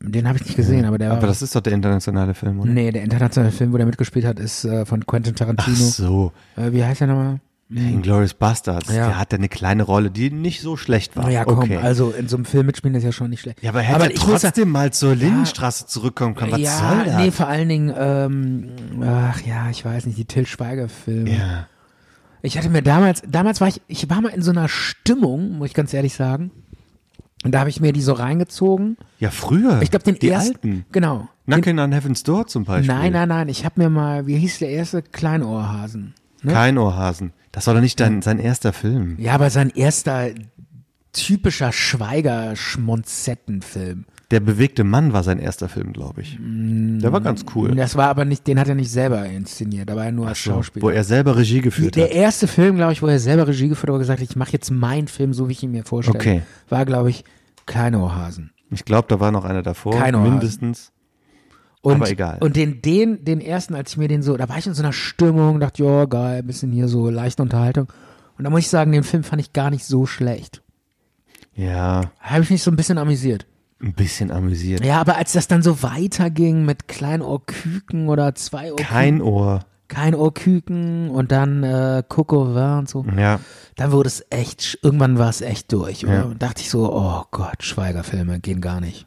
D: den habe ich nicht gesehen, aber der
C: Aber
D: war,
C: das ist doch der internationale Film, oder?
D: nee, der internationale Film, wo der mitgespielt hat, ist äh, von Quentin
C: Ach
D: Tarantino.
C: so.
D: Äh, wie heißt der nochmal?
C: Inglourious Bastards.
D: Ja.
C: Der hat da eine kleine Rolle, die nicht so schlecht war.
D: Naja, komm,
C: okay.
D: also in so einem Film mitspielen ist ja schon nicht schlecht.
C: ja, aber er hätte ja
D: ich muss ja-
C: trotzdem mal zur Lindenstraße zurückkommen können. Was
D: ja,
C: soll das?
D: nee, vor allen Dingen, ähm, ach ja, ich weiß nicht, die Till Schweiger-Filme.
C: ja.
D: Ich hatte mir damals, damals war ich, ich war mal in so einer Stimmung, muss ich ganz ehrlich sagen. Und da habe ich mir die so reingezogen.
C: ja, früher.
D: Ich glaube, den
C: die
D: ersten.
C: Alten.
D: Genau.
C: Nacken an Heaven's Door zum Beispiel.
D: Nein, nein, nein. Ich habe mir mal, wie hieß der erste? Kleinohrhasen. Ne?
C: Kein Ohrhasen. Das war doch nicht dein, sein erster Film.
D: ja, aber sein erster typischer Schweiger-Schmonzettenfilm.
C: Der bewegte Mann war sein erster Film, glaube ich.
D: Mm,
C: Der war ganz cool.
D: Das war aber nicht, den hat er nicht selber inszeniert, da war er nur als Schauspieler.
C: Wo er selber Regie geführt
D: der
C: hat.
D: erste Film, glaube ich, wo er selber Regie geführt hat, wo er gesagt hat, ich mache jetzt meinen Film, so wie ich ihn mir vorstelle,
C: Okay.
D: war, glaube ich, Kleinohrhasen.
C: Ich glaube, da war noch einer davor.
D: Kein Ohrhasen.
C: mindestens.
D: Und,
C: Aber egal.
D: Und den, den, den ersten, als ich mir den so, da war ich in so einer Stimmung, dachte, ja, geil, bisschen hier so leichte Unterhaltung. Und da muss ich sagen, den Film fand ich gar nicht so schlecht.
C: Ja,
D: Habe ich mich so ein bisschen amüsiert.
C: ein bisschen amüsiert.
D: Ja, aber als das dann so weiterging mit Kleinohrküken oder zwei Ohr
C: Kein Ohr.
D: kein Ohrküken und dann äh, Coco Vin und so,
C: Ja.
D: dann wurde es echt, sch- irgendwann war es echt durch. Oder?
C: Ja.
D: Und dachte ich so, oh Gott, Schweigerfilme gehen gar nicht.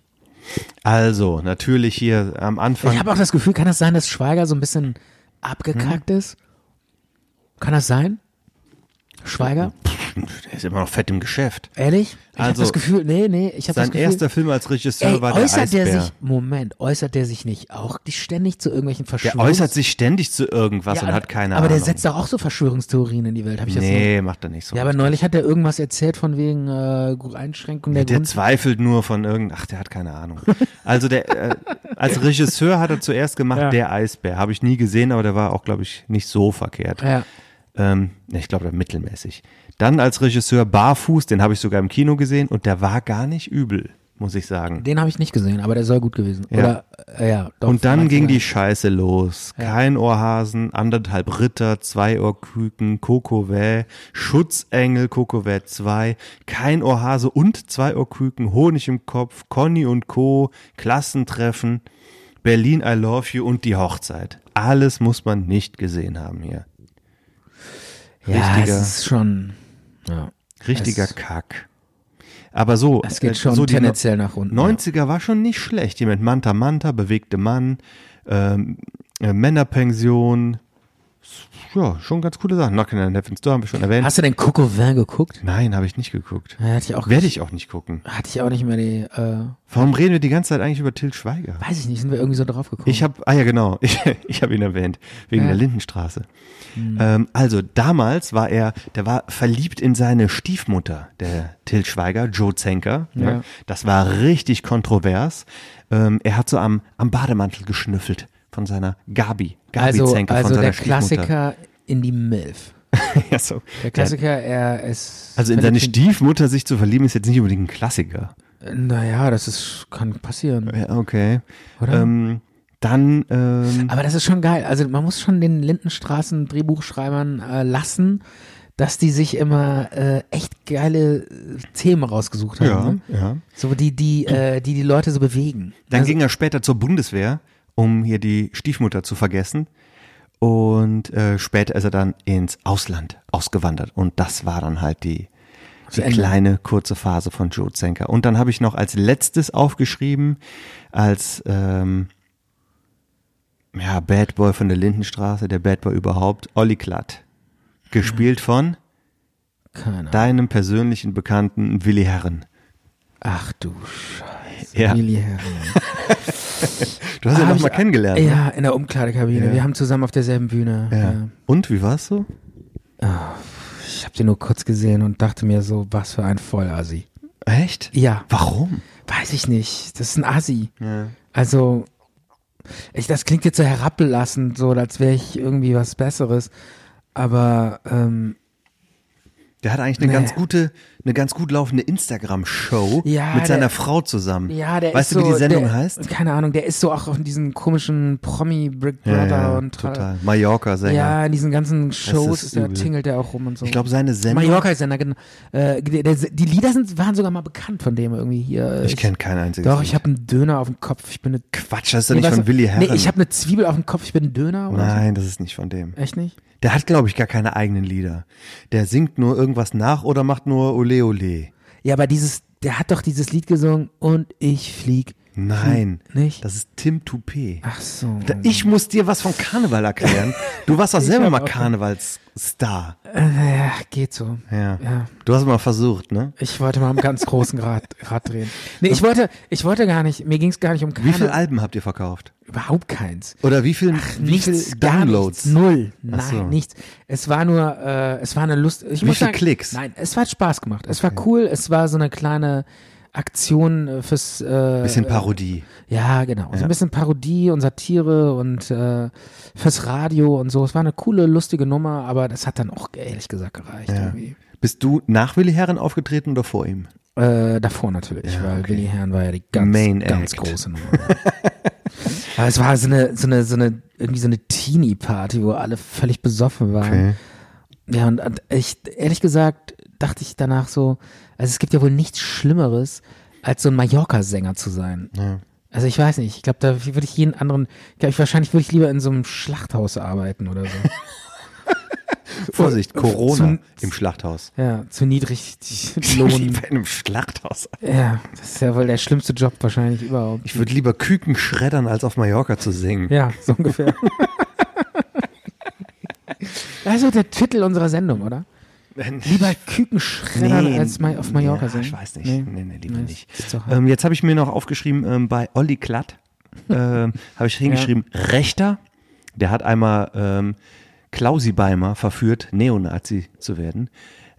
C: Also, natürlich hier am Anfang.
D: Ich habe auch das Gefühl, kann das sein, dass Schweiger so ein bisschen abgekackt
C: Mhm.
D: ist? Kann das sein? Schweiger?
C: der ist immer noch fett im Geschäft.
D: Ehrlich? Ich habe
C: Also,
D: das Gefühl, nee, nee, ich habe das
C: Sein
D: Gefühl.
C: erster Film als Regisseur
D: Ey,
C: war der
D: äußert
C: Eisbär.
D: der sich, Moment, äußert der sich nicht auch die ständig zu irgendwelchen
C: der
D: Verschwörungstheorien?
C: äußert sich ständig zu irgendwas und hat keine
D: aber
C: Ahnung.
D: der setzt doch auch so Verschwörungstheorien in die Welt, habe ich das
C: Nee, macht er nicht so.
D: Ja, aber neulich hat er irgendwas erzählt von wegen äh, Einschränkung der,
C: Der
D: Grund.
C: zweifelt nur von irgendeinem. Ach, der hat keine Ahnung. Also der äh, als Regisseur hat er zuerst gemacht Der Eisbär. Habe ich nie gesehen, aber der war auch, glaube ich, nicht so verkehrt.
D: Ja.
C: Ähm, ne, ich glaube, der mittelmäßig. Dann als Regisseur Barfuß, den habe ich sogar im Kino gesehen und der war gar nicht übel, muss ich sagen.
D: Den habe ich nicht gesehen, aber der soll gut gewesen.
C: Ja.
D: Oder, äh, ja, doch,
C: Und dann
D: mag
C: ging
D: sein.
C: die Scheiße los. Kein Ohrhasen, anderthalb Ritter, zwei Ohrküken, Kokowä, Schutzengel, Kokowä 2, kein Ohrhase und zwei Ohrküken, Honig im Kopf, Conny und Co., Klassentreffen, Berlin I love you und die Hochzeit. Alles muss man nicht gesehen haben hier.
D: ja,
C: richtiger-
D: es ist schon. Ja.
C: Richtiger
D: Es-
C: Kack. Aber so,
D: Es geht
C: äh,
D: schon
C: so die
D: tendenziell nach unten.
C: 90er war schon nicht schlecht. Hier mit Manta Manta, bewegte Mann, ähm, äh, Männerpension. S- Ja, schon ganz coole Sachen. Knockin' on Heaven's Door haben wir schon
D: ja.
C: erwähnt.
D: Hast du denn Coco Vin geguckt?
C: Nein, habe ich nicht geguckt.
D: Ja, hatte ich auch.
C: Werde ich auch nicht gucken.
D: Hatte ich auch nicht mehr die. Äh,
C: Warum reden wir die ganze Zeit eigentlich über Till Schweiger?
D: weiß ich nicht, sind wir irgendwie so drauf gekommen?
C: Ich habe, ah ja genau, ich, ich habe ihn erwähnt, wegen
D: Ja.
C: der
D: Hm.
C: Lindenstraße. Ähm, also damals war er, der war verliebt in seine Stiefmutter, der Till Schweiger, Joe Zenker. Ja.
D: Ja.
C: Das war richtig kontrovers. Ähm, er hat so am, am Bademantel geschnüffelt von seiner Gabi, Gabi
D: also
C: Zenker,
D: also
C: von seiner
D: der
C: Stiefmutter.
D: Klassiker in die Milf.
C: ja, so.
D: Der Klassiker, er ist.
C: also in seine
D: verliebt
C: Stiefmutter sich zu verlieben, ist jetzt nicht unbedingt ein Klassiker.
D: Naja, das ist, kann passieren.
C: Ja, okay.
D: Oder?
C: Ähm, dann, ähm,
D: Aber das ist schon geil. Also man muss schon den Lindenstraßen Drehbuchschreibern äh, lassen, dass die sich immer äh, echt geile äh, Themen rausgesucht haben.
C: Ja,
D: ne?
C: ja.
D: So die die äh, die die Leute so bewegen.
C: Dann
D: also,
C: ging er später zur Bundeswehr, um hier die Stiefmutter zu vergessen. Und äh, später ist er dann ins Ausland ausgewandert. Und das war dann halt die, die
D: Ende.
C: kleine kurze Phase von Joe Zenker. Und dann habe ich noch als letztes aufgeschrieben, als ähm, ja, Bad Boy von der Lindenstraße, der Bad Boy überhaupt, Olli Klatt. Gespielt von
D: keiner.
C: deinem persönlichen Bekannten Willi Herren.
D: Ach du Scheiße.
C: Ja.
D: Willi Herren.
C: Du hast ihn
D: Ah, Hab
C: noch mal
D: ich-
C: kennengelernt. ne?
D: Ja, in der Umkleidekabine. Wir haben zusammen auf derselben Bühne.
C: ja. Und wie war's so?
D: Ich habe den nur kurz gesehen und dachte mir so, was für ein Vollasi.
C: Echt?
D: Ja.
C: Warum?
D: Weiß ich nicht. Das ist ein Assi. Also, ich, das klingt jetzt so herablassend, so als wäre ich irgendwie was Besseres. Aber ähm,
C: Der hat eigentlich eine
D: Nee.
C: ganz gute, eine ganz gut laufende Instagram-Show
D: Ja,
C: mit seiner
D: der-
C: Frau zusammen.
D: ja, der
C: weißt
D: ist
C: du, wie
D: so,
C: die Sendung
D: der,
C: heißt?
D: Keine Ahnung, der ist so auch auf diesen komischen Promi Brick Brother und äh,
C: total. Mallorca-Sänger.
D: Ja, in diesen ganzen Shows ist der,
C: übel.
D: tingelt der auch rum und so.
C: Ich glaube, seine Sendung.
D: Mallorca ist ja, genau. Äh, der, der, die Lieder sind, waren sogar mal bekannt von dem irgendwie hier.
C: Ich kenn kein einziges
D: Doch,
C: Lied.
D: ich habe einen Döner auf dem Kopf. Ich bin eine.
C: Quatsch, das ist doch nicht
D: Nee,
C: von
D: was-
C: Willi Herren. Oh
D: Nee, ich Äh. habe eine Zwiebel auf dem Kopf. Ich bin ein Döner. Oder
C: Nein, das ist nicht von dem.
D: So. Echt nicht?
C: Der hat, glaube ich, gar keine eigenen Lieder. Der singt nur irgendwas nach oder macht nur Ole Ole.
D: Ja, aber dieses, der hat doch dieses Lied gesungen und ich flieg.
C: Nein.
D: Hm, nicht?
C: Das ist Tim Toupet.
D: Ach so.
C: Da- Ich muss dir was von Karneval erklären. Du warst doch selber mal Karnevalsstar.
D: Naja, geht so.
C: Ja.
D: Ja.
C: Du hast mal versucht, ne?
D: Ich wollte mal am ganz großen Rad, Rad drehen. Nee, ich wollte, ich wollte gar nicht, mir ging es gar nicht um
C: Wie viele
D: keine,
C: Alben habt ihr verkauft?
D: überhaupt keins.
C: Oder wie viel, wie viel
D: nichts, gar
C: Downloads?
D: Nichts, null. Nein,
C: so.
D: nichts. Es war nur, äh, es war eine Lust. Ich
C: Wie
D: muss
C: viel
D: sagen,
C: Klicks?
D: Nein, es hat Spaß gemacht. Es war cool. Es war so eine kleine Aktion äh, fürs. Äh,
C: Bisschen Parodie.
D: Ja, genau. So ein bisschen Parodie und Satire und äh, fürs Radio und so. Es war eine coole, lustige Nummer, aber das hat dann auch ehrlich gesagt gereicht.
C: Ja.
D: Irgendwie.
C: Bist du nach Willi Herren aufgetreten oder vor ihm?
D: Äh, davor natürlich, weil Willi Herrn war ja die ganz,
C: Main
D: ganz
C: Act.
D: große Nummer. Aber es war so eine, so eine, so eine, irgendwie so eine Teenie-Party, wo alle völlig besoffen waren. Ja, und, und ich, ehrlich gesagt, dachte ich danach so, also es gibt ja wohl nichts Schlimmeres, als so ein Mallorca-Sänger zu sein. Also ich weiß nicht, ich glaube, da würde ich jeden anderen, glaube ich, wahrscheinlich würde ich lieber in so einem Schlachthaus arbeiten oder so.
C: Vorsicht, Corona
D: äh, Zum-
C: im Schlachthaus.
D: Ja, zu niedrig lohnen.
C: in einem Schlachthaus.
D: Ja, das ist ja wohl der schlimmste Job wahrscheinlich überhaupt.
C: Ich würde lieber Küken schreddern, als auf Mallorca zu singen.
D: Ja, so ungefähr. das ist doch der Titel unserer Sendung, oder? Lieber Küken schreddern als mal auf Mallorca
C: ja,
D: singen.
C: Ich weiß nicht. Nee, nee, lieber
D: Nee,
C: nicht.
D: ist zu hart.
C: Ähm, jetzt habe ich mir noch aufgeschrieben, ähm, bei Olli Klatt ähm, habe ich hingeschrieben, Rechter, der hat einmal ähm, Klausi Beimer verführt, Neonazi zu werden.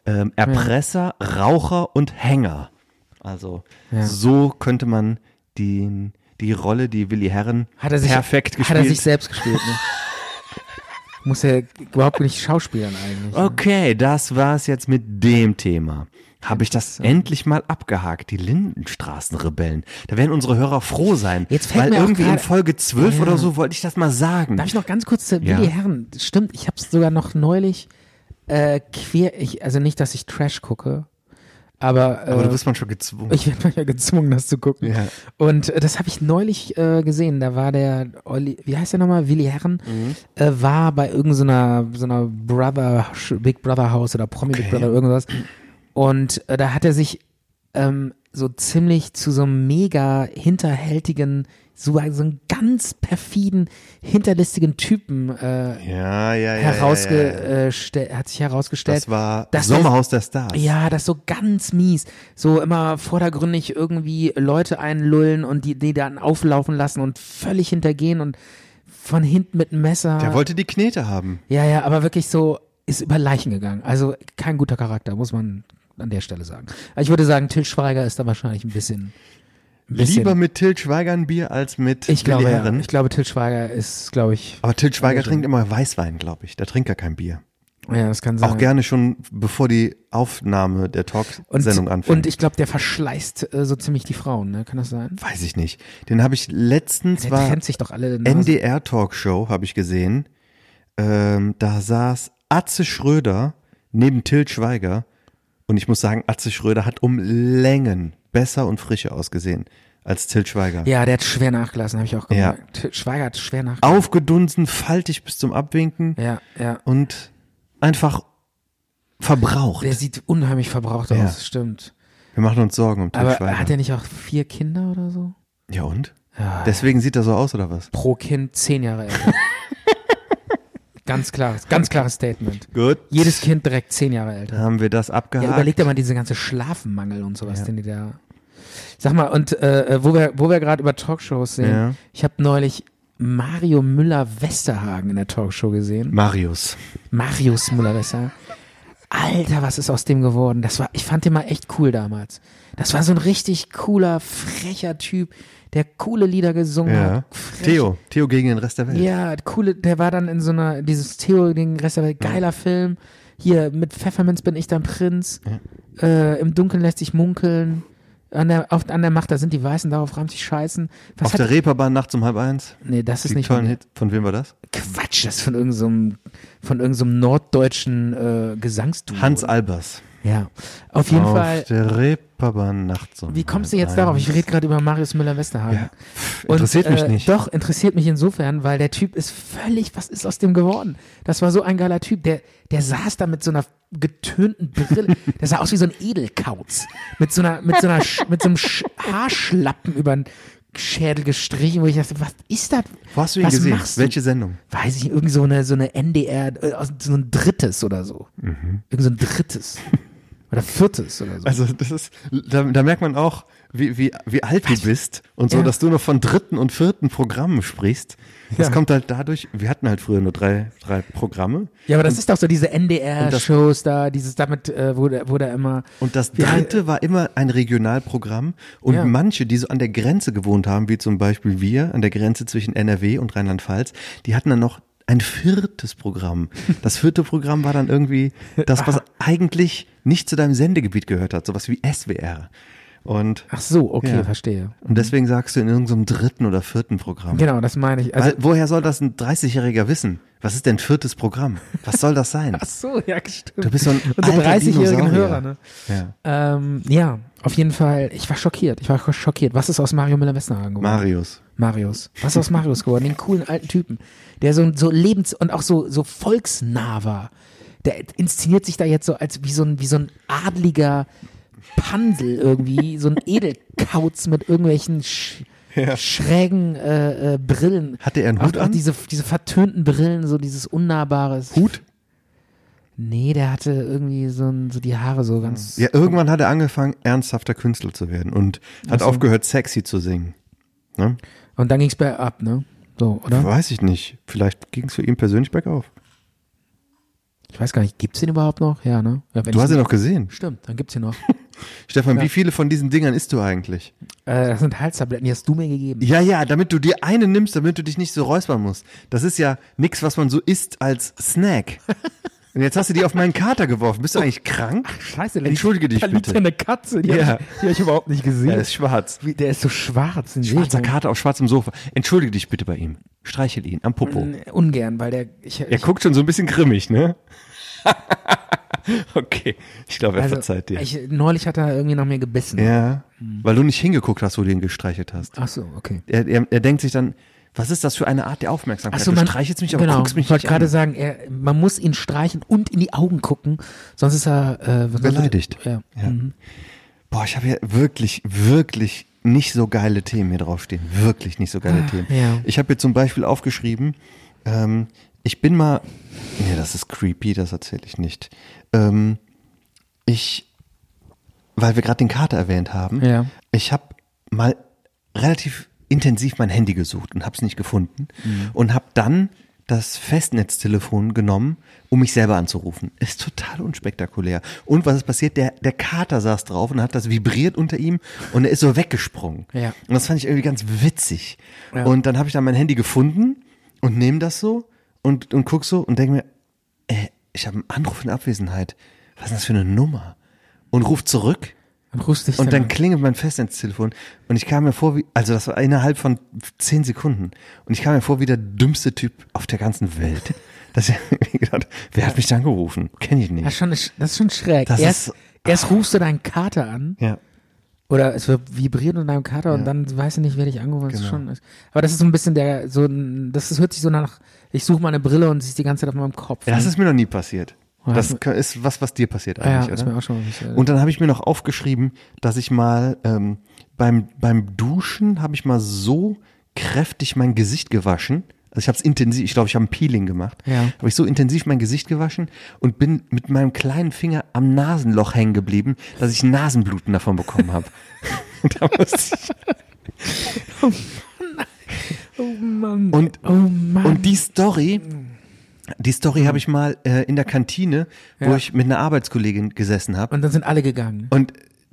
C: Ähm, Erpresser, Raucher und Hänger. Also so könnte man die, die Rolle, die Willi Herren
D: Hat er sich,
C: perfekt gespielt.
D: Hat er sich selbst gespielt, ne? Muss ja überhaupt nicht schauspielern eigentlich.
C: Oh.
D: ne?
C: Okay, das war's jetzt mit dem Thema. Habe ich das endlich mal abgehakt, die Lindenstraßenrebellen. Da werden unsere Hörer froh sein.
D: Jetzt fällt
C: weil
D: mir auch
C: irgendwie in
D: gerade-
C: Folge 12
D: Ja.
C: oder so wollte ich das mal sagen.
D: Darf ich noch ganz kurz zu
C: Ja.
D: Willi Herren? Stimmt, ich habe es sogar noch neulich äh, quer, ich, also nicht, dass ich Trash gucke, aber, äh,
C: Aber du bist man schon gezwungen.
D: Ich werde manchmal gezwungen, das zu gucken.
C: Ja.
D: Und äh, das habe ich neulich äh, gesehen. Da war der Olli, wie heißt der nochmal? Willi Herren, äh, war bei irgendeiner so einer Brother, Big Brother House oder Promi Big Brother irgendwas. Und äh, da hat er sich ähm, so ziemlich zu so einem mega hinterhältigen, so, so einen ganz perfiden, hinterlistigen Typen äh,
C: ja, ja, ja. ja, ja, ja.
D: herausgestellt, äh, hat sich herausgestellt.
C: Das war
D: dass er-
C: Sommerhaus der Stars.
D: ja, das ist so ganz mies. So immer vordergründig irgendwie Leute einlullen und die, die dann auflaufen lassen und völlig hintergehen und von hinten mit einem Messer.
C: Der wollte die Knete haben.
D: ja, ja, aber wirklich so ist über Leichen gegangen. Also kein guter Charakter, muss man an der Stelle sagen. Ich würde sagen, Till Schweiger ist da wahrscheinlich ein bisschen. Ein bisschen
C: Lieber mit Til Schweiger ein Bier als mit
D: ich
C: Willi
D: glaube, ja,
C: Herren.
D: ich glaube, Till Schweiger ist, glaube ich,
C: Aber Til Schweiger trinkt immer Weißwein, glaube ich. Der trinkt ja kein Bier.
D: ja, das kann sein.
C: Auch gerne schon bevor die Aufnahme der
D: und,
C: Talk-Sendung anfängt.
D: Und ich glaube, der verschleißt äh, so ziemlich die Frauen, ne? Kann das sein?
C: Weiß ich nicht. Den habe ich letztens
D: Der
C: war
D: trennt sich doch alle. Nasen.
C: NDR Talkshow habe ich gesehen. Ähm, da saß Atze Schröder neben Til Schweiger und ich muss sagen, Atze Schröder hat um Längen besser und frischer ausgesehen als Til Schweiger.
D: Ja, der hat schwer nachgelassen, habe ich auch
C: Ja.
D: gemerkt. Til Schweiger hat schwer nachgelassen.
C: Aufgedunsen, faltig bis zum Abwinken
D: Ja, ja.
C: und einfach verbraucht.
D: Der sieht unheimlich verbraucht
C: Ja.
D: aus, stimmt.
C: Wir machen uns Sorgen um Til
D: Aber
C: Schweiger.
D: hat er Ah. nicht auch vier Kinder oder so?
C: ja und? Deswegen sieht er so aus oder was?
D: Pro Kind zehn Jahre älter. ganz klares, ganz klares Statement.
C: Gut.
D: Jedes Kind direkt zehn Jahre älter.
C: haben wir das
D: Ja,
C: abgehakt.
D: überleg dir mal diesen ganzen Schlafmangel und sowas, den die da. Sag mal, und äh, wo wir, wo wir gerade über Talkshows sehen,
C: Ja.
D: ich habe neulich Mario Müller-Westerhagen in der Talkshow gesehen.
C: Marius.
D: Marius Müller-Wesser. Alter, was ist aus dem geworden? Das war, ich fand den mal echt cool damals. Das war so ein richtig cooler, frecher Typ, der coole Lieder gesungen
C: Ja.
D: hat. Frech.
C: Theo, Theo gegen den Rest der Welt.
D: Ja, coole, der war dann in so einer, dieses Theo gegen den Rest der Welt, geiler Film. Hier, mit Pfefferminz bin ich dein Prinz. Äh, Im Dunkeln lässt sich munkeln. An der, auf, an der Macht, da sind die Weißen, darauf rammt sich Scheißen. Was
C: Auf der Reeperbahn nachts um halb eins.
D: nee, das ist
C: Die
D: nicht
C: tollen
D: von-
C: Hit. Von wem war das?
D: Quatsch, das ist von irgendeinem, von irgendeinem norddeutschen äh, Gesangsduo.
C: Hans Albers.
D: Ja, auf jeden
C: Auf
D: Fall.
C: der Reeperbahn nachts um
D: Wie kommst du
C: halb
D: jetzt darauf? Ich
C: eins.
D: rede gerade über Marius Müller-Westerhagen.
C: Ja. interessiert mich nicht.
D: äh, Doch, interessiert mich insofern, weil der Typ ist völlig, was ist aus dem geworden? Das war so ein geiler Typ. Der, der saß da mit so einer getönten Brille. Der sah aus wie so ein Edelkauz. Mit so einer, mit so einer, Sch- mit so einem Sch Haarschlappen über den Schädel gestrichen, wo ich dachte, was ist das?
C: Wo hast du ihn
D: was
C: gesehen?
D: Machst du?
C: Welche Sendung?
D: weiß ich, irgend so eine, so eine NDR, äh, aus- so ein drittes oder so.
C: Mhm.
D: Irgend so ein drittes. oder viertes oder so.
C: Also das ist, da, da merkt man auch, wie, wie, wie alt du bist und so,
D: Ja.
C: dass du noch von dritten und vierten Programmen sprichst. Das
D: Ja.
C: kommt halt dadurch, wir hatten halt früher nur drei, drei Programme.
D: ja, aber das ist doch so diese
C: und das-
D: NDR-Shows da, dieses damit, äh, wo, der, wo der immer.
C: Und das
D: Ja,
C: dritte war immer ein Regionalprogramm. Und
D: Ja.
C: manche, die so an der Grenze gewohnt haben, wie zum Beispiel wir, an der Grenze zwischen NRW und Rheinland-Pfalz, die hatten dann noch ein viertes Programm. Das vierte Programm war dann irgendwie das, was eigentlich nicht zu deinem Sendegebiet gehört hat, sowas wie SWR. Und
D: Ach so, Ah, okay,
C: Ja.
D: verstehe.
C: Und deswegen sagst du in irgendeinem dritten oder vierten Programm.
D: Genau, das meine ich. Also,
C: Weil, woher soll das ein 30-Jähriger wissen? Was ist denn viertes Programm? Was soll das sein?
D: ach so, ja, stimmt.
C: Du bist so ein
D: Unsere
C: alter
D: 30-jährigen
C: Dinosaurier.
D: Hörer, ne?
C: Ja.
D: Ähm, ja, auf jeden Fall. Ich war schockiert. Ich war schockiert. Was ist aus Mario Müller-Westernhagen geworden?
C: Marius.
D: Marius. Was ist aus Marius geworden? Den coolen alten Typen, der so, so lebens- und auch so, so volksnah war. Der inszeniert sich da jetzt so als wie so ein, wie so ein adliger Pandel irgendwie, so ein Edelkauz mit irgendwelchen sch schrägen äh, äh, Brillen.
C: Hatte er einen
D: Auch-
C: Hut
D: auch
C: an?
D: Diese, diese vertönten Brillen, so dieses unnahbare.
C: Hut?
D: Nee, der hatte irgendwie so, ein, so die Haare so ganz.
C: Ja, irgendwann hat er angefangen, ernsthafter Künstler zu werden und hat aufgehört, sexy zu singen. Ne?
D: Und dann ging's bergab, ne? So, oder?
C: Weiß ich nicht. Vielleicht ging es für ihn persönlich bergauf.
D: Ich weiß gar nicht, gibt's den überhaupt noch? Ja, ne? Ja, wenn
C: Du
D: ich's
C: hast ihn
D: nicht-
C: noch gesehen.
D: Stimmt, dann gibt's ihn noch.
C: Stefan, wie viele von diesen Dingern isst du eigentlich?
D: Äh, das sind Halstabletten, die hast du mir gegeben.
C: Ja, ja, damit du dir eine nimmst, damit du dich nicht so räuspern musst. Das ist ja nix, was man so isst als Snack. Und jetzt hast du die auf meinen Kater geworfen. Bist du eigentlich krank?
D: Scheiße, da
C: Entschuldige
D: liegt-
C: dich
D: da liegt
C: bitte.
D: ja eine Katze, die
C: Ja.
D: habe ich, die hab ich überhaupt nicht gesehen.
C: Er ist schwarz.
D: Wie, der ist so schwarz. den sehe ich
C: Schwarzer
D: gar
C: Kater auf schwarzem Sofa. Entschuldige dich bitte bei ihm. Streichel ihn am Popo.
D: nicht. N- Ungern, weil der. Ich,
C: Er
D: ich,
C: guckt schon so ein bisschen grimmig, ne? okay, ich glaube, er
D: also,
C: verzeiht dir.
D: Ich, neulich hat er irgendwie nach mir gebissen.
C: Ja, weil du nicht hingeguckt hast, wo du ihn gestreichelt hast.
D: Ach so, okay.
C: Er, er, er denkt sich dann, was ist das für eine Art der Aufmerksamkeit?
D: Achso,
C: du
D: man
C: streichelst mich, aber
D: genau,
C: guckst mich
D: Ich wollte
C: nicht
D: gerade
C: an.
D: sagen, er, man muss ihn streichen und in die Augen gucken, sonst ist er äh, sonst-
C: Beleidigt.
D: Ja.
C: Ja. Boah, ich habe ja wirklich, wirklich nicht so geile Themen hier draufstehen. Wirklich nicht so geile Themen.
D: ja.
C: Ich habe hier zum Beispiel aufgeschrieben, ähm, ich bin mal. Nee, das ist creepy, das erzähle ich nicht. Ähm, ich, weil wir gerade den Kater erwähnt haben,
D: Ja.
C: ich habe mal relativ intensiv mein Handy gesucht und habe es nicht gefunden
D: Mhm.
C: und habe dann das Festnetztelefon genommen, um mich selber anzurufen. Ist total unspektakulär. Und was ist passiert? Der, der Kater saß drauf und hat das vibriert unter ihm und er ist so weggesprungen.
D: Ja.
C: Und das fand ich irgendwie ganz witzig.
D: Ja.
C: Und dann habe ich dann mein Handy gefunden und nehme das so und, und guck so und denke mir, äh, ich habe einen Anruf in Abwesenheit. Was ist das für eine Nummer? Und ruf zurück
D: Dann rufst dich
C: und dann
D: an.
C: klingelt mein Festnetztelefon und ich kam mir vor, wie, also das war innerhalb von zehn Sekunden und ich kam mir vor wie der dümmste Typ auf der ganzen Welt. Dass ich mir gedacht, wer hat mich da angerufen? Kenne ich
D: das, ist
C: nicht.
D: schon, das ist schon schräg.
C: Das
D: erst,
C: ist-
D: erst rufst du deinen Kater an.
C: Ja.
D: Oder es wird vibriert unter deinem Kater und dann weißt du nicht, wer dich angerufen hat.
C: Genau.
D: Schon ist. Aber das ist so ein bisschen der, so ein- das ist, hört sich so nach, ich suche meine Brille und sie ist die ganze Zeit auf meinem Kopf.
C: Das
D: ne?
C: ist mir noch nie passiert.
D: Ja,
C: Das
D: ist
C: ist was, was dir passiert
D: Ah ja,
C: eigentlich,
D: ist
C: oder?
D: mir auch schon mal passiert.
C: Und dann habe ich mir noch aufgeschrieben, dass ich mal ähm, beim, beim Duschen habe ich mal so kräftig mein Gesicht gewaschen. Also ich habe es intensiv, ich glaube, ich habe ein Peeling gemacht.
D: Ja.
C: Habe ich so intensiv mein Gesicht gewaschen und bin mit meinem kleinen Finger am Nasenloch hängen geblieben, dass ich Nasenbluten davon bekommen habe. da musste ich
D: oh Mann.
C: und-
D: oh Mann. Mhm.
C: und die Story Die Story habe ich mal äh, in der Kantine, wo
D: Ja.
C: ich mit einer Arbeitskollegin gesessen habe.
D: Und dann sind alle gegangen.
C: Und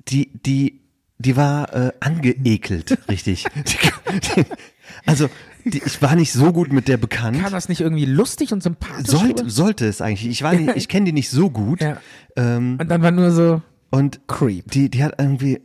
C: die, die, die war äh, angeekelt, richtig. Die, die, also, die, ich war nicht so gut mit der bekannt.
D: Kam das nicht irgendwie lustig und sympathisch?
C: Sollte,
D: rüber?
C: sollte es eigentlich. Ich war nicht, ich kenne die nicht so gut.
D: Ja.
C: Ähm,
D: Und dann war nur so,
C: und
D: Creep.
C: die, die hat irgendwie,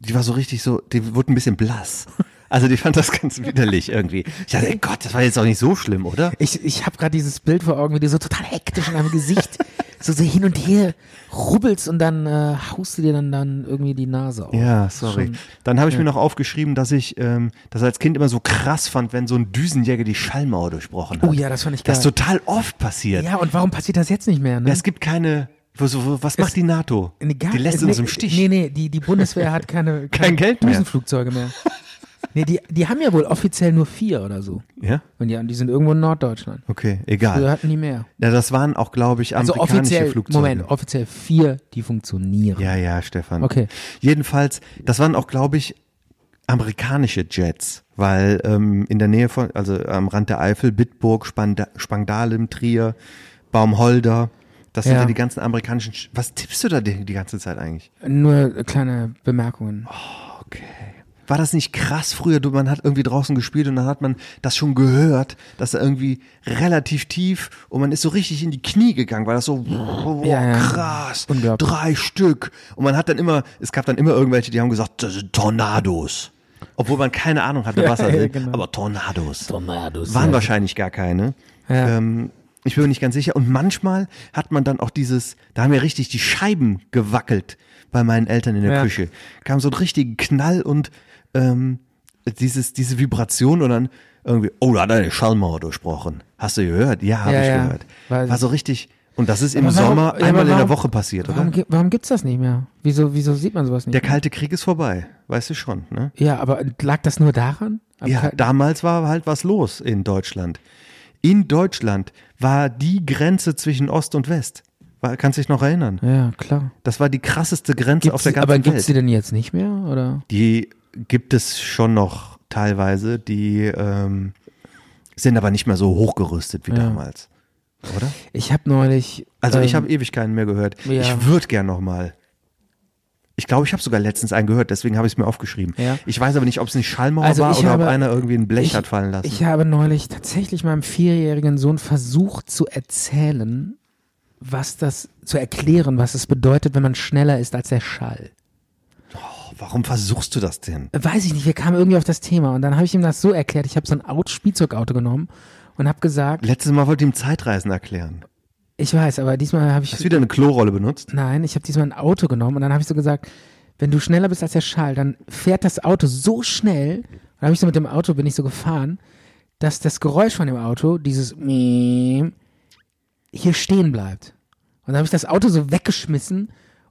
C: die war so richtig so, die wurde ein bisschen blass. Also die fand das ganz widerlich irgendwie. Ich dachte, ey Gott, das war jetzt auch nicht so schlimm, oder?
D: ich, ich habe gerade dieses Bild vor Augen, wie du so total hektisch in deinem Gesicht so, so hin und her rubbelst und dann äh, haust du dir dann, dann irgendwie die Nase auf.
C: Ja, sorry. Dann habe ich mir noch aufgeschrieben, dass ich ähm, das als Kind immer so krass fand, wenn so ein Düsenjäger die Schallmauer durchbrochen hat.
D: Oh ja, das fand ich
C: Das ist
D: geil.
C: total oft passiert.
D: Ja, und warum passiert das jetzt nicht mehr? Ne?
C: Es gibt keine. wo- so- Was macht die NATO?
D: Nee, gar-
C: die lässt
D: nee,
C: uns im Stich.
D: Nee, nee, die, die Bundeswehr hat keine,
C: Kein Geld mehr.
D: Düsenflugzeuge mehr. Nee, die, die haben ja wohl offiziell nur vier oder so.
C: Ja?
D: Und ja, und die sind irgendwo in Norddeutschland.
C: Okay,
D: Wir
C: egal.
D: hatten die mehr.
C: Ja, das waren auch, glaube ich,
D: Also
C: Ah, amerikanische
D: offiziell,
C: Flugzeuge.
D: Moment, offiziell vier, die funktionieren.
C: Ja, ja, Stefan.
D: Okay.
C: Jedenfalls, das waren auch, glaube ich, amerikanische Jets, weil ähm, in der Nähe von, also am Rand der Eifel, Bitburg, Spanda Spangdahlem, Trier, Baumholder, das sind
D: Ja.
C: ja die ganzen amerikanischen. Sch Was tippst du da die, die ganze Zeit eigentlich?
D: Nur kleine Bemerkungen.
C: Oh, War das nicht krass früher? Du, man hat irgendwie draußen gespielt und dann hat man das schon gehört, dass er irgendwie relativ tief und man ist so richtig in die Knie gegangen, weil das so boah,
D: Ja, ja.
C: krass,
D: Unglaublich.
C: drei Stück. Und man hat dann immer, es gab dann immer irgendwelche, die haben gesagt, das sind Tornados. Obwohl man keine Ahnung hatte, was das
D: ja,
C: sind,
D: genau.
C: aber Tornados.
D: Tornados.
C: Waren wahrscheinlich gar keine.
D: Ja.
C: Ähm, ich bin mir nicht ganz sicher. Und manchmal hat man dann auch dieses, da haben ja richtig die Scheiben gewackelt bei meinen Eltern in der
D: Ja.
C: Küche. Kam so ein richtiger Knall und ähm, dieses, diese Vibration und dann irgendwie, oh, da hat er eine Schallmauer durchbrochen. Hast du gehört? Ja, habe
D: Ja,
C: ich
D: ja.
C: gehört.
D: Weil-
C: War so richtig. Und das ist im
D: Aber warum- ja,
C: Sommer
D: aber
C: einmal in der
D: warum-
C: Woche passiert,
D: Warum,
C: oder?
D: gi- warum gibt's das nicht mehr? Wieso, wieso sieht man sowas nicht?
C: Der Kalte Krieg ist vorbei, weißt du schon, ne?
D: ja, aber lag das nur daran? Am
C: Ja,
D: Kal-
C: damals war halt was los in Deutschland. In Deutschland war die Grenze zwischen Ost und West. War, kannst dich noch erinnern?
D: ja klar.
C: Das war die krasseste Grenze
D: Gibt's
C: auf der
D: die, aber
C: ganzen
D: gibt's die
C: Welt.
D: denn jetzt nicht mehr? Oder?
C: Die gibt es schon noch teilweise, die ähm, sind aber nicht mehr so hochgerüstet wie damals. Oder?
D: Ich habe neulich.
C: Also ich
D: ähm,
C: habe ewig keinen mehr gehört.
D: ja.
C: Ich würde gern noch mal. Ich glaube, ich habe sogar letztens einen gehört, deswegen habe ich es mir aufgeschrieben.
D: Ja.
C: Ich weiß aber nicht, ob es nicht Schallmauer
D: Also
C: war
D: ich
C: oder ob
D: habe-
C: einer irgendwie ein Blech
D: ich-
C: hat fallen lassen.
D: Ich habe neulich tatsächlich meinem vierjährigen Sohn versucht zu erzählen, was das, zu erklären, was es bedeutet, wenn man schneller ist als der Schall.
C: Oh, Warum versuchst du das denn?
D: Weiß ich nicht, wir kamen irgendwie auf das Thema und dann habe ich ihm das so erklärt. Ich habe so ein Auto, Spielzeugauto genommen und habe gesagt,
C: Letztes Mal wollte ich ihm Zeitreisen erklären.
D: ich weiß, aber diesmal habe
C: Hast du
D: ich,
C: wieder eine Klorolle benutzt?
D: nein, ich habe diesmal ein Auto genommen und dann habe ich so gesagt, wenn du schneller bist als der Schall, dann fährt das Auto so schnell. Und dann habe ich so mit dem Auto bin ich so gefahren, dass das Geräusch von dem Auto, dieses Miem, hier stehen bleibt. Und dann habe ich das Auto so weggeschmissen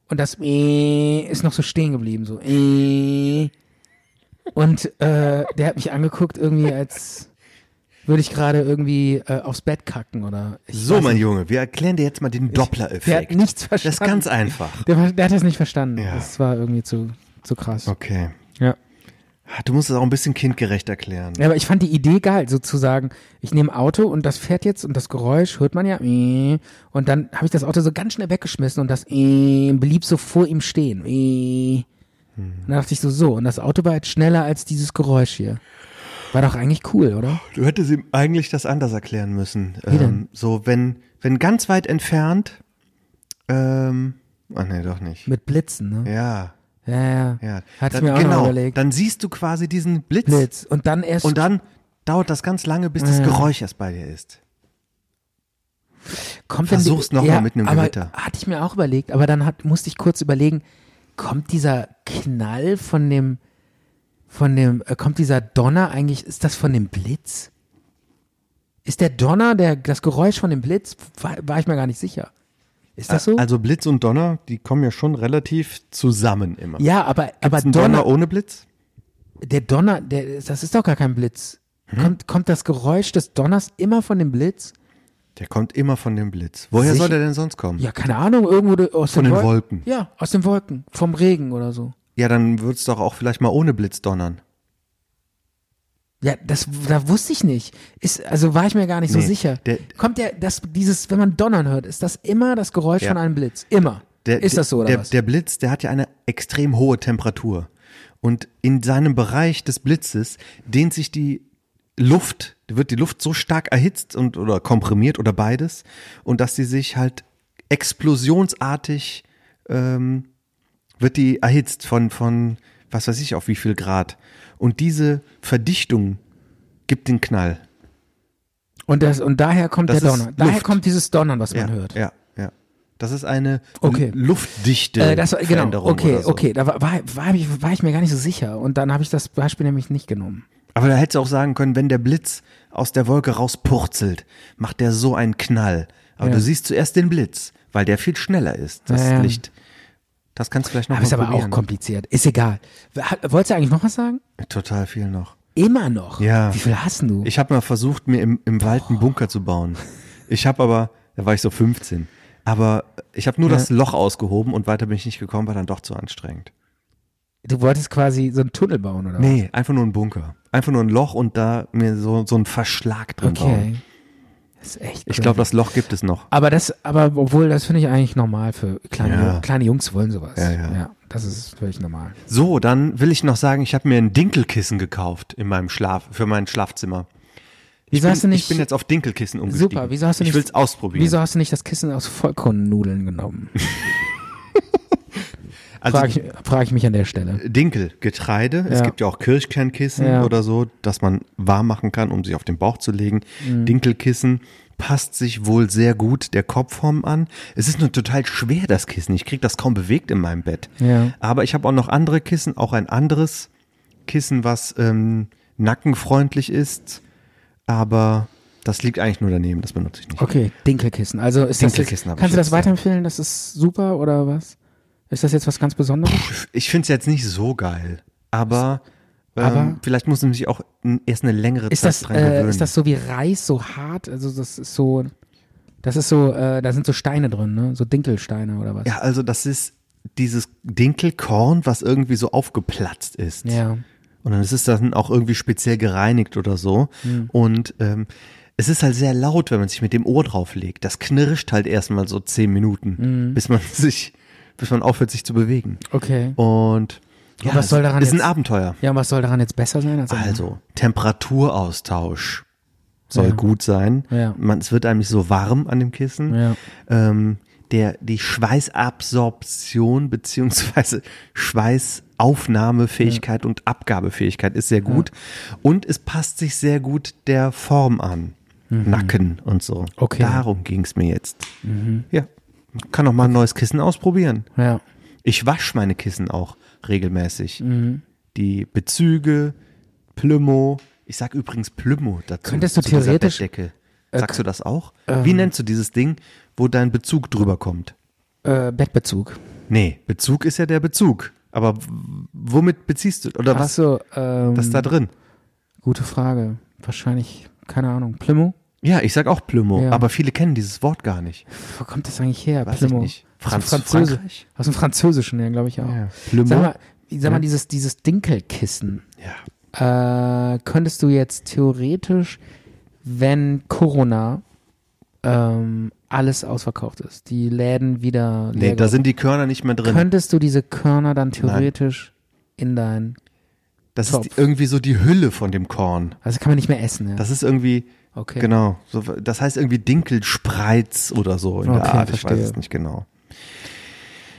D: und das Mie ist noch so stehen geblieben. So. Mie. Und äh, der hat mich angeguckt, irgendwie als würde ich gerade irgendwie äh, aufs Bett kacken oder ich
C: So,
D: weiß
C: mein
D: nicht.
C: Junge, wir erklären dir jetzt mal den
D: Der hat
C: Doppler-Effekt.
D: nichts
C: Das
D: verstanden.
C: ist ganz einfach.
D: Der, war- der hat das nicht verstanden.
C: Ja.
D: Das war irgendwie zu, zu krass.
C: Okay.
D: Ja.
C: Du musst es auch ein bisschen kindgerecht erklären.
D: Ja, aber ich fand die Idee geil, sozusagen. Ich nehme ein Auto und das fährt jetzt und das Geräusch hört man ja. äh, Und dann habe ich das Auto so ganz schnell weggeschmissen und das äh, blieb so vor ihm stehen. äh.
C: Hm.
D: Und dann dachte ich so, so, und das Auto war jetzt schneller als dieses Geräusch hier. War doch eigentlich cool, oder?
C: Du hättest ihm eigentlich das anders erklären müssen.
D: Wie denn?
C: Ähm, so, wenn, wenn ganz weit entfernt. Ähm, ach nee, doch nicht.
D: Mit Blitzen, ne?
C: Ja,
D: Ja, ja.
C: ja.
D: Hat's
C: Dann-
D: mir auch
C: genau,
D: noch überlegt.
C: Dann siehst du quasi diesen Blitz.
D: Blitz. Und dann erst.
C: Und dann dauert das ganz lange, bis das
D: Ja.
C: Geräusch erst bei dir ist.
D: Kommt denn die-
C: Versuch's noch mal mit einem
D: aber
C: Gewitter.
D: Hatte ich mir auch überlegt, aber dann hat, musste ich kurz überlegen, kommt dieser Knall von dem, von dem, äh, kommt dieser Donner eigentlich, ist das von dem Blitz? Ist der Donner, der, das Geräusch von dem Blitz, war, war ich mir gar nicht sicher. Ist das so?
C: Also Blitz und Donner, die kommen ja schon relativ zusammen immer.
D: ja, aber, aber
C: Ist ein Donner,
D: Donner,
C: ohne Blitz?
D: der Donner, der, das ist doch gar kein Blitz.
C: Hm?
D: Kommt, kommt das Geräusch des Donners immer von dem Blitz?
C: Der kommt immer von dem Blitz. Woher
D: Sicher?
C: soll der denn sonst kommen?
D: Ja, keine Ahnung, irgendwo de- aus
C: Von
D: den,
C: den
D: Wol-
C: Wolken.
D: Ja, aus den Wolken, vom Regen oder so.
C: Ja, dann wird's doch auch vielleicht mal ohne Blitz donnern.
D: Ja, das da wusste ich nicht. Ist, also war ich mir gar nicht so
C: Nee,
D: sicher.
C: der-
D: Kommt der, das, dieses, wenn man Donnern hört, ist das immer das Geräusch
C: Ja.
D: von einem Blitz? Immer.
C: Der,
D: ist das so oder
C: der,
D: was?
C: Der Blitz, der hat ja eine extrem hohe Temperatur. Und in seinem Bereich des Blitzes dehnt sich die Luft, wird die Luft so stark erhitzt und oder komprimiert oder beides, und dass sie sich halt explosionsartig ähm, wird die erhitzt von, von was weiß ich auf wie viel Grad. Und diese Verdichtung gibt den Knall.
D: und, das, und daher kommt
C: Das
D: der
C: ist
D: Donner. Daher
C: Luft.
D: kommt dieses Donnern, was
C: Ja,
D: man hört. Äh,
C: ja, ja. Das ist eine
D: Okay.
C: luftdichte
D: Äh, das war, genau,
C: Veränderung.
D: okay,
C: oder so.
D: okay, da war, war, war, ich, war ich mir gar nicht so sicher. Und dann habe ich das Beispiel nämlich nicht genommen.
C: Aber da hättest du auch sagen können, wenn der Blitz aus der Wolke rauspurzelt, macht der so einen Knall. Aber
D: Ja.
C: du siehst zuerst den Blitz, weil der viel schneller ist. Das
D: Ja, ja.
C: Licht. Das kannst du vielleicht noch
D: Aber
C: mal
D: ist aber auch
C: probieren.
D: kompliziert. Ist egal. Hat- Wolltest du eigentlich noch was sagen?
C: Total viel noch.
D: Immer noch.
C: Ja.
D: Wie viel hast denn du?
C: Ich habe mal versucht, mir im, im Wald einen Bunker zu bauen. Ich habe aber, da war ich so 15, aber ich habe nur das Loch ausgehoben und weiter bin ich nicht gekommen, war dann doch zu anstrengend.
D: du wolltest quasi so einen Tunnel bauen, oder? was?
C: Nee, einfach nur ein Bunker. Einfach nur ein Loch und da mir so, so einen Verschlag drin bauen.
D: Okay. Das ist echt
C: Ich
D: crazy.
C: glaube, das Loch gibt es noch.
D: Aber das, aber obwohl, das finde ich eigentlich normal für kleine,
C: Ja.
D: Ju- kleine Jungs wollen sowas.
C: Ja, ja.
D: das ist völlig normal.
C: So, dann will ich noch sagen, ich habe mir ein Dinkelkissen gekauft in meinem Schlaf, für mein Schlafzimmer.
D: Wieso
C: bin,
D: hast du nicht,
C: ich bin jetzt auf Dinkelkissen umgestiegen.
D: super, wieso hast du nicht,
C: ich will's ausprobieren.
D: Wieso hast du nicht das Kissen aus Vollkornnudeln genommen?
C: also
D: Frage ich, frag ich mich an der Stelle.
C: Dinkel, Getreide, es
D: Ja.
C: gibt ja auch Kirschkernkissen
D: Ja.
C: oder so, dass man warm machen kann, um sich auf den Bauch zu legen.
D: Mhm.
C: Dinkelkissen passt sich wohl sehr gut der Kopfform an. Es ist nur total schwer, das Kissen. Ich krieg das kaum bewegt in meinem Bett.
D: Ja.
C: Aber ich habe auch noch andere Kissen, auch ein anderes Kissen, was ähm, nackenfreundlich ist, aber das liegt eigentlich nur daneben, das benutze ich nicht.
D: Okay, Dinkelkissen. Also ist
C: Dinkelkissen
D: das
C: hab
D: jetzt, kannst
C: ich
D: du das
C: jetzt,
D: weiterempfehlen? Das ist super oder was? Ist das jetzt was ganz Besonderes?
C: Ich finde es jetzt nicht so geil, aber, ähm,
D: Aber-
C: vielleicht muss man sich auch n- erst eine längere
D: Ist
C: Zeit
D: das,
C: dran
D: äh,
C: gewöhnen.
D: ist das so wie Reis, so hart? Also das ist so, das ist so, äh, da sind so Steine drin, ne? So Dinkelsteine oder was?
C: Ja, also das ist dieses Dinkelkorn, was irgendwie so aufgeplatzt ist.
D: Ja.
C: Und dann ist es dann auch irgendwie speziell gereinigt oder so.
D: Hm.
C: Und ähm, es ist halt sehr laut, wenn man sich mit dem Ohr drauflegt. Das knirscht halt erstmal so zehn Minuten, bis man sich, bis man aufhört, sich zu bewegen.
D: Hm. Okay.
C: Und ja,
D: was soll
C: es
D: daran
C: ist ein
D: jetzt-
C: Abenteuer.
D: Ja, und was soll daran jetzt besser sein? Als andere?
C: Also, Temperaturaustausch soll gut sein.
D: Ja.
C: Man, es wird einem nicht so warm an dem Kissen.
D: Ja.
C: Ähm, der, die Schweißabsorption beziehungsweise Schweißaufnahmefähigkeit und Abgabefähigkeit ist sehr gut. Und es passt sich sehr gut der Form an. Nacken und so.
D: Okay.
C: Darum ging es mir jetzt. Ja. Man kann auch mal ein neues Kissen ausprobieren.
D: Ja.
C: Ich wasche meine Kissen auch regelmäßig.
D: Mhm.
C: Die Bezüge, Plümo. Ich sag übrigens Plümo dazu.
D: Könntest du
C: zu dieser
D: theoretisch- Äh,
C: Bettdecke. Sagst du das auch? Wie nennst du dieses Ding, wo dein Bezug drüber kommt?
D: Äh, Bettbezug.
C: Nee, Bezug ist ja der Bezug. Aber w- womit beziehst du? Oder
D: Ach
C: was?
D: so, ähm,
C: Was ist da drin?
D: gute Frage. Wahrscheinlich, keine Ahnung, Plimo?
C: Ja, ich sag auch Plümo,
D: Ja.
C: aber viele kennen dieses Wort gar nicht.
D: Wo kommt das eigentlich her?
C: Weiß ich
D: Plimo.
C: nicht.
D: Aus dem
C: Franz-
D: Französi-
C: Frankreich?
D: Aus dem Französischen, ja, glaube ich auch.
C: Ja. Plimo.
D: Sag mal, sag mal dieses, dieses Dinkelkissen.
C: Ja.
D: Äh, könntest du jetzt theoretisch, wenn Corona ähm, alles ausverkauft ist, die Läden wieder leer
C: Nee, da sind die Körner nicht mehr drin.
D: könntest du diese Körner dann theoretisch in dein,
C: Das ist die,
D: Topf.
C: irgendwie so die Hülle von dem Korn.
D: also kann man nicht mehr essen, ja.
C: Das ist irgendwie,
D: Okay.
C: Genau. So, das heißt irgendwie Dinkelspreiz oder so in der
D: Okay,
C: Art. Ich
D: verstehe.
C: weiß es nicht genau.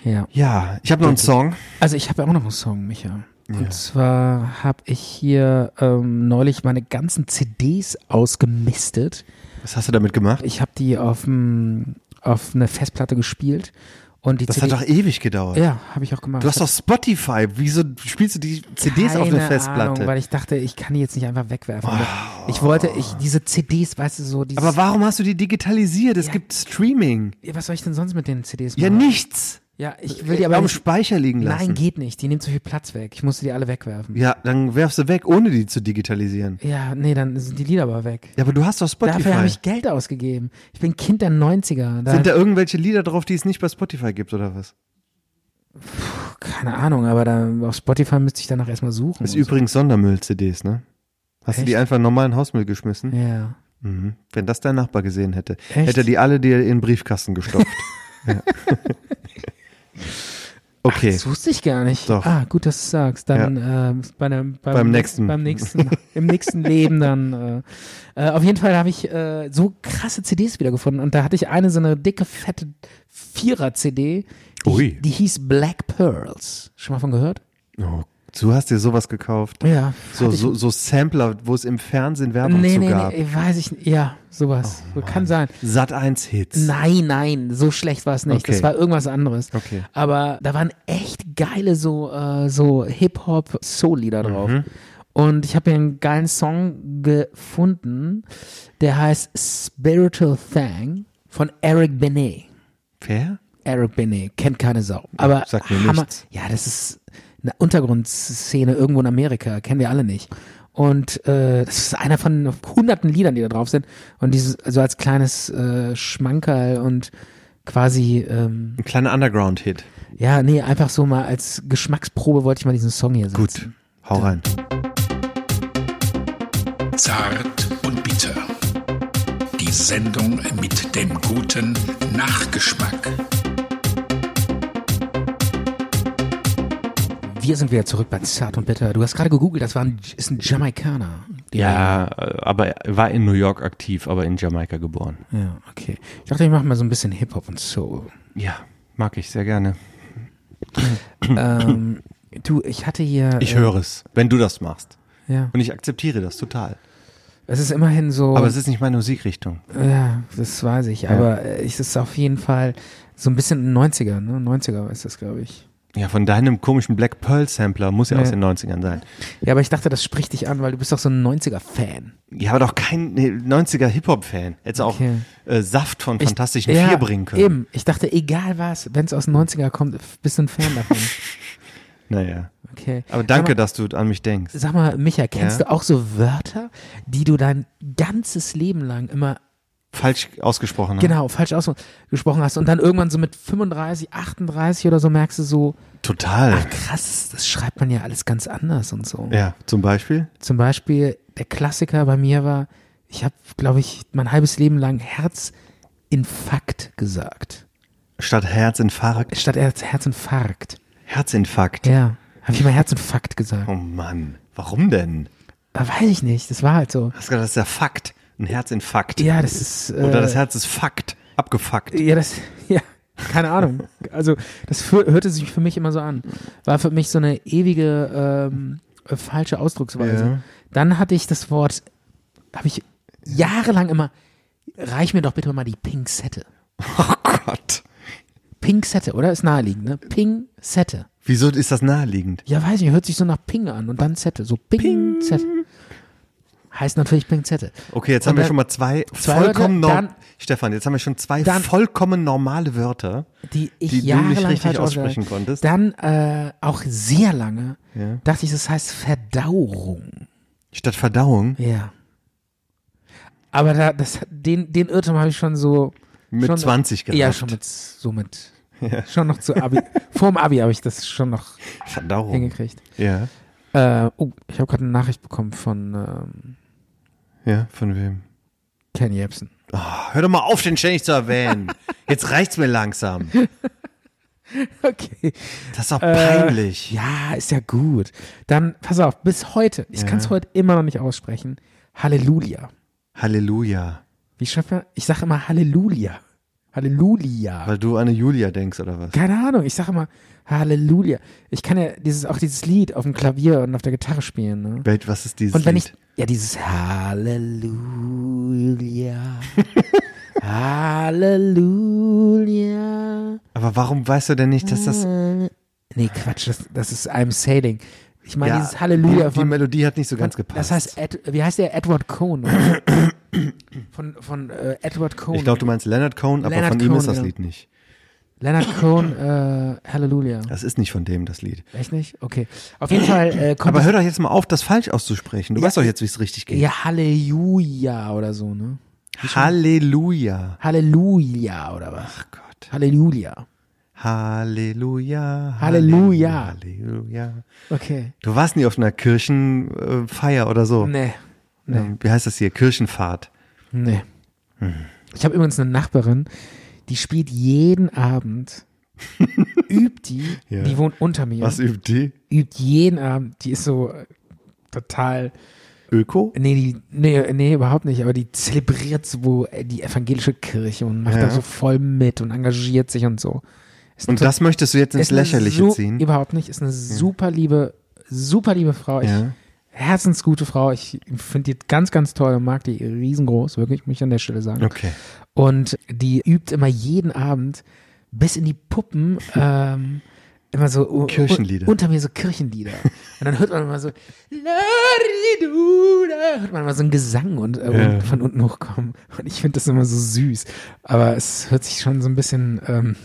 D: ja.
C: Ja, ich habe noch einen Song.
D: Also ich habe ja auch noch einen Song, Micha. Und zwar habe ich hier ähm, neulich meine ganzen CDs ausgemistet.
C: Was hast du damit gemacht?
D: Ich habe die aufm, auf eine Festplatte gespielt und die
C: das hat
D: CD
C: doch ewig gedauert.
D: ja, habe ich auch gemacht.
C: Du hast doch Spotify. Wieso spielst du die CDs auf eine
D: Keine
C: Festplatte?
D: Ahnung, weil ich dachte, ich kann die jetzt nicht einfach wegwerfen. Ich wollte, ich diese CDs, weißt du so, dieses,
C: Aber warum hast du die digitalisiert? Es
D: Ja.
C: gibt Streaming.
D: Ja, was soll ich denn sonst mit den CDs machen?
C: Ja, nichts.
D: Ja, ich will die aber
C: am
D: nicht,
C: Speicher liegen lassen.
D: Nein, geht nicht. Die nehmen zu viel Platz weg. Ich musste die alle wegwerfen.
C: Ja, dann werfst du weg, ohne die zu digitalisieren.
D: Ja, nee, dann sind die Lieder aber weg.
C: Ja, aber du hast doch Spotify.
D: Dafür habe ich Geld ausgegeben. Ich bin Kind der 90er. Da,
C: Sind da irgendwelche Lieder drauf, die es nicht bei Spotify gibt oder was?
D: keine Ahnung, aber da, auf Spotify müsste ich danach erstmal suchen.
C: Ist
D: und so.
C: übrigens Sondermüll-CDs, ne? Hast du die einfach in normalen Hausmüll geschmissen?
D: Ja.
C: Mhm. Wenn das dein Nachbar gesehen hätte,
D: Echt?
C: hätte er die alle dir in den Briefkasten gestopft. Ja. okay.
D: Das wusste ich gar nicht.
C: Doch.
D: Ah, gut, dass du sagst. Dann ähm, bei der, beim,
C: Beim nächsten.
D: Beim nächsten Im nächsten Leben dann. Äh, äh, auf jeden Fall habe ich äh, so krasse CDs wiedergefunden. Und da hatte ich eine so eine dicke, fette Vierer-CD.
C: Ui.
D: Die, die hieß Black Pearls. Schon mal von gehört?
C: Oh, du hast dir sowas gekauft.
D: Ja.
C: So,
D: hatte ich-
C: so, so Sampler, wo es im Fernsehen Werbung
D: nee,
C: zu
D: nee,
C: gab. Oh
D: nee, weiß ich nicht. Ja, sowas. Kann sein.
C: Sat 1 Hits.
D: Nein, nein, so schlecht war es nicht.
C: Okay.
D: Das war irgendwas anderes.
C: Okay.
D: Aber da waren echt geile so, äh, so Hip-Hop-Soul-Lieder
C: Mhm.
D: drauf. Und ich habe hier einen geilen Song gefunden, der heißt Spiritual Thing von Eric Benet.
C: Wer?
D: Eric Benet, kennt keine Sau. Aber
C: sagt mir
D: Hammer,
C: nichts.
D: ja, das ist eine Untergrundszene irgendwo in Amerika, kennen wir alle nicht. Und äh, das ist einer von hunderten Liedern, die da drauf sind. Und dieses, so als kleines äh, Schmankerl und quasi, ähm,
C: Ein kleiner Underground-Hit.
D: ja, nee, einfach so mal als Geschmacksprobe wollte ich mal diesen Song hier setzen.
C: Gut. Hau rein.
E: Zart und bitter. Die Sendung mit dem guten Nachgeschmack.
D: Wir sind wieder zurück bei Zart und Bitter. Du hast gerade gegoogelt, das war ein, ist ein Jamaikaner. Die-
C: Ja, aber er war in New York aktiv, aber in Jamaika geboren.
D: Ja, okay. Ich dachte, ich mache mal so ein bisschen Hip-Hop und Soul.
C: Ja, mag ich sehr gerne.
D: ähm, du, ich hatte hier.
C: Ich
D: äh,
C: höre es, wenn du das machst.
D: Ja.
C: Und ich akzeptiere das total.
D: Es ist immerhin so.
C: Aber es ist nicht meine Musikrichtung.
D: ja, das weiß ich. Aber äh, es ist auf jeden Fall so ein bisschen 90er, ne? 90er ist das, glaube ich.
C: Ja, von deinem komischen Black Pearl Sampler muss ja
D: Ja.
C: aus den 90ern sein.
D: Ja, aber ich dachte, das spricht dich an, weil du bist doch so ein 90er-Fan.
C: Ja, aber doch kein nee, 90er Hip-Hop-Fan. Hätte
D: Okay.
C: auch äh, Saft von Fantastischen
D: ja,
C: Vier bringen können.
D: Eben. Ich dachte, egal was, wenn es aus den 90er kommt, f- bist du ein Fan davon.
C: Naja.
D: Okay.
C: Aber danke,
D: Sag mal,
C: dass du an mich denkst.
D: sag mal Micha, kennst
C: Ja?
D: du auch so Wörter, die du dein ganzes Leben lang immer
C: Falsch ausgesprochen. ne?
D: genau falsch ausgesprochen hast und dann irgendwann so mit 35, 38 oder so merkst du so,
C: Total.
D: Ach krass, das schreibt man ja alles ganz anders und so. ne?
C: ja, zum Beispiel.
D: Zum Beispiel der Klassiker bei mir war, ich habe, glaube ich, mein halbes Leben lang Herzinfarkt gesagt.
C: Statt Herzinfarkt,
D: Statt Herz, Herzinfarkt.
C: Herzinfarkt.
D: Ja. Habe ich mal Herzinfarkt gesagt?
C: Oh Mann, warum denn?
D: Aber weiß ich nicht, das war halt so.
C: Hast du gesagt, das ist ja Fakt. Ein Herzinfarkt.
D: Ja, das ist. Äh,
C: Oder das Herz ist Fakt. Abgefuckt.
D: Ja, das. Ja. Keine Ahnung. Also, das fü- hörte sich für mich immer so an. War für mich so eine ewige ähm, äh, falsche Ausdrucksweise.
C: Ja.
D: Dann hatte ich das Wort, habe ich jahrelang immer, reich mir doch bitte mal die Pinzette.
C: Oh Gott.
D: Pinzette, oder? Ist naheliegend, ne? Pinzette.
C: Wieso ist das naheliegend?
D: Ja, weiß nicht, hört sich so nach Ping an und dann Zette. So Pinzette. Heißt natürlich Pinzette.
C: Okay, jetzt
D: Und
C: haben wir
D: dann-
C: schon mal zwei,
D: zwei
C: vollkommen
D: Wörter,
C: norm
D: dann-
C: Stefan, jetzt haben wir schon zwei
D: dann-
C: vollkommen normale Wörter.
D: die ich
C: die du nicht
D: jahrelang
C: richtig
D: falsch
C: aussprechen
D: ausgesprochen-
C: konntest.
D: Dann äh, auch sehr lange dachte ich, das heißt Verdauung.
C: Statt Verdauung
D: Ja. Aber da, das, den, den Irrtum habe ich schon so.
C: mit
D: schon,
C: 20 gehabt.
D: Ja, schon mit, so mit. Schon noch zu Abi. Vorm Abi habe ich das schon noch
C: Verdauung.
D: hingekriegt.
C: Ja,
D: Äh, oh, ich habe gerade eine Nachricht bekommen von ähm,
C: ja, von wem?
D: Ken Jebsen.
C: Ah, hör doch mal auf, den ständig zu erwähnen. Jetzt reicht's mir langsam.
D: Okay.
C: Das ist doch
D: Äh.
C: peinlich.
D: Ja, ist ja gut. Dann, pass auf, bis heute, ich
C: Ja.
D: kann es heute immer noch nicht aussprechen. Halleluja.
C: Halleluja.
D: Wie schreibt man? Ich sage immer Halleluja. Halleluja.
C: Weil du an eine Julia denkst, oder was?
D: Keine Ahnung, ich sage immer Halleluja. Ich kann ja dieses, auch dieses Lied auf dem Klavier und auf der Gitarre spielen. Ne?
C: Welt, was ist dieses
D: Und wenn
C: Lied?
D: ich, ja, dieses Halleluja. Halleluja.
C: Aber warum weißt du denn nicht, dass das...
D: Nee, Quatsch, das, das ist I'm Sailing. Ich meine,
C: Ja,
D: dieses Halleluja
C: die, die
D: von
C: Melodie hat nicht so ganz gepasst.
D: Das heißt, Ed, wie heißt der? Edward Cohn. oder? von von äh, Edward Cohn.
C: ich glaube, du meinst Leonard Cohen, aber
D: Leonard
C: von ihm
D: Cohen,
C: ist das
D: genau.
C: Lied nicht.
D: Leonard Cohn, äh, Hallelujah.
C: Das ist nicht von dem, das Lied.
D: Echt nicht? Okay. Auf jeden Fall äh, kommt
C: Aber
D: das-
C: hör doch jetzt mal auf, das falsch auszusprechen. Du
D: Ja,
C: weißt doch jetzt, wie es richtig geht.
D: ja, Halleluja oder so, ne?
C: Halleluja.
D: Halleluja oder was?
C: Ach Gott.
D: Halleluja.
C: Halleluja.
D: Halleluja.
C: Halleluja.
D: Okay.
C: Du warst nie auf einer Kirchenfeier oder so.
D: Nee.
C: ähm, wie heißt das hier, Kirchenfahrt.
D: Nee.
C: Hm.
D: Ich habe übrigens eine Nachbarin, die spielt jeden Abend, übt die,
C: Ja.
D: die wohnt unter mir,
C: Was übt die?
D: übt jeden Abend, die ist so äh, total,
C: Öko?
D: nee, die, nee, nee, überhaupt nicht, aber die zelebriert so äh, die evangelische Kirche und macht
C: Ja.
D: da so voll mit und engagiert sich und so. Ist
C: Und
D: eine
C: das möchtest du jetzt ins
D: Ist eine
C: Lächerliche
D: su-
C: ziehen?
D: Überhaupt nicht. Ist eine super liebe, super liebe Frau. Ich,
C: Ja.
D: Herzensgute Frau. Ich finde die ganz, ganz toll und mag die riesengroß, wirklich, muss ich an der Stelle sagen.
C: Okay.
D: Und die übt immer jeden Abend bis in die Puppen ähm, immer so u-
C: Kirchenlieder.
D: Un unter mir so Kirchenlieder. Und dann hört man immer so "La-di-du-da", hört man immer so einen Gesang und, äh,
C: Ja.
D: und von unten hochkommen. Und ich finde das immer so süß. Aber es hört sich schon so ein bisschen, ähm,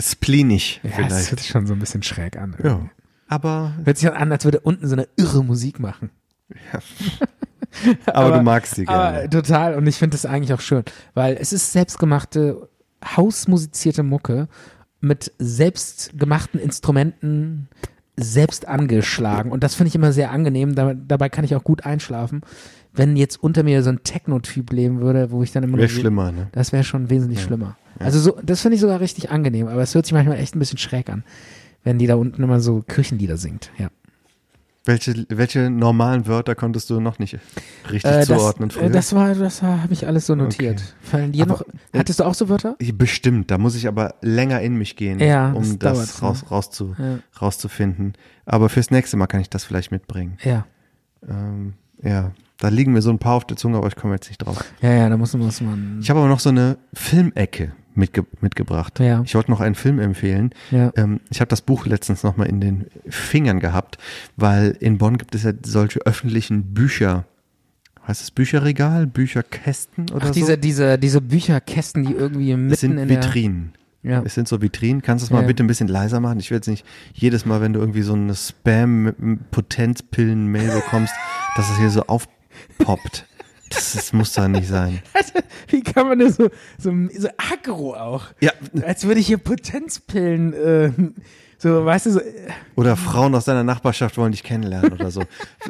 C: Spleenig
D: ja, es hört
C: vielleicht.
D: sich schon so ein bisschen schräg an.
C: Ja. Aber,
D: Hört sich an, als würde unten so eine irre Musik machen.
C: aber, du magst sie gerne.
D: Aber total. Und ich finde das eigentlich auch schön, weil es ist selbstgemachte, hausmusizierte Mucke mit selbstgemachten Instrumenten selbst angeschlagen. Und das finde ich immer sehr angenehm. Da, dabei kann ich auch gut einschlafen. Wenn jetzt unter mir so ein Techno-Typ leben würde, wo ich dann immer
C: Wäre
D: nur so-
C: schlimmer, ne?
D: Das wäre schon wesentlich schlimmer. Also so, das finde ich sogar richtig angenehm, aber es hört sich manchmal echt ein bisschen schräg an, wenn die da unten immer so Kirchenlieder singt. Ja.
C: Welche, welche normalen Wörter konntest du noch nicht richtig
D: Äh,
C: zuordnen
D: das,
C: früher?
D: äh, das war, das habe ich alles so notiert. Fallen dir noch, hattest du auch so Wörter?
C: Bestimmt, da muss ich aber länger in mich gehen,
D: Ja,
C: um das,
D: das dauert,
C: raus,
D: ne?
C: rauszu,
D: Ja.
C: rauszufinden. Aber fürs nächste Mal kann ich das vielleicht mitbringen.
D: Ja.
C: Ähm, ja, da liegen mir so ein paar auf der Zunge, aber ich komme jetzt nicht drauf.
D: Ja, ja, da muss, muss man.
C: Ich habe aber noch so eine Filmecke mitge mitgebracht.
D: Ja.
C: Ich wollte noch einen Film empfehlen.
D: Ja.
C: Ähm, ich habe das Buch letztens nochmal in den Fingern gehabt, weil in Bonn gibt es ja solche öffentlichen Bücher. Heißt es Bücherregal, Bücherkästen oder
D: Ach,
C: so?
D: diese, diese, diese Bücherkästen, die irgendwie mitten
C: Es sind
D: in der.
C: Vitrinen.
D: Ja.
C: Es sind so Vitrinen. Kannst du es mal
D: Ja.
C: bitte ein bisschen leiser machen? Ich will jetzt nicht jedes Mal, wenn du irgendwie so eine Spam-Potenzpillen-Mail bekommst, dass es hier so aufpoppt. Das, das muss da nicht sein.
D: Wie kann man das so, so, so aggro auch?
C: Ja,
D: Als würde ich hier Potenzpillen, äh, so, weißt du, so, äh,
C: oder Frauen aus deiner Nachbarschaft wollen dich kennenlernen oder so.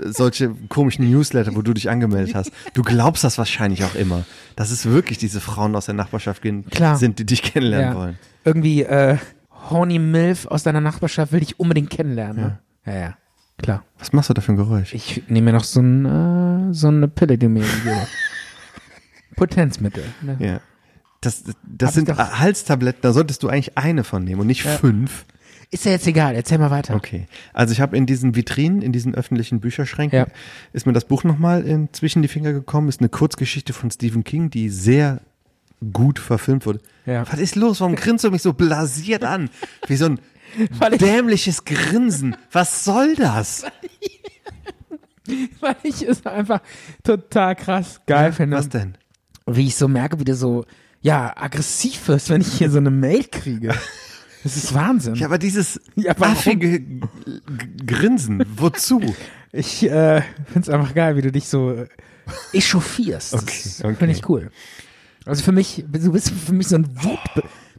C: Solche komischen Newsletter, wo du dich angemeldet hast. Du glaubst das wahrscheinlich auch immer, dass es wirklich diese Frauen aus der Nachbarschaft gehen-
D: Klar.
C: sind, die dich kennenlernen
D: ja,
C: wollen.
D: irgendwie, äh, Horny Milf aus deiner Nachbarschaft will dich unbedingt kennenlernen. ne? Ja, ja. Klar.
C: Was machst du da für ein Geräusch?
D: Ich nehme mir noch so, ein, äh, so eine Pille, die du mir gegeben hast. Potenzmittel. Ne?
C: Ja. Das, das
D: ich
C: sind
D: doch-
C: Halstabletten, da solltest du eigentlich eine von nehmen und nicht fünf.
D: Ist ja jetzt egal, erzähl mal weiter.
C: Okay. Also ich habe in diesen Vitrinen, in diesen öffentlichen Bücherschränken,
D: Ja.
C: ist mir das Buch nochmal in- zwischen die Finger gekommen, ist eine Kurzgeschichte von Stephen King, die sehr gut verfilmt wurde.
D: Ja.
C: Was ist los? Warum grinst du mich so blasiert an? Wie so ein
D: Weil ich-
C: dämliches Grinsen. Was soll das?
D: Weil ich es einfach total krass geil finde.
C: Was denn?
D: Wie ich so merke, wie du so, ja, aggressiv wirst, wenn ich hier so eine Mail kriege. Das ist Wahnsinn.
C: Ja, aber dieses
D: Ja, warum?
C: affige G- Grinsen, wozu?
D: Ich äh, find's einfach geil, wie du dich so äh, echauffierst. Das
C: Okay, okay.
D: Finde ich cool. Also für mich, du bist für mich so ein Wut,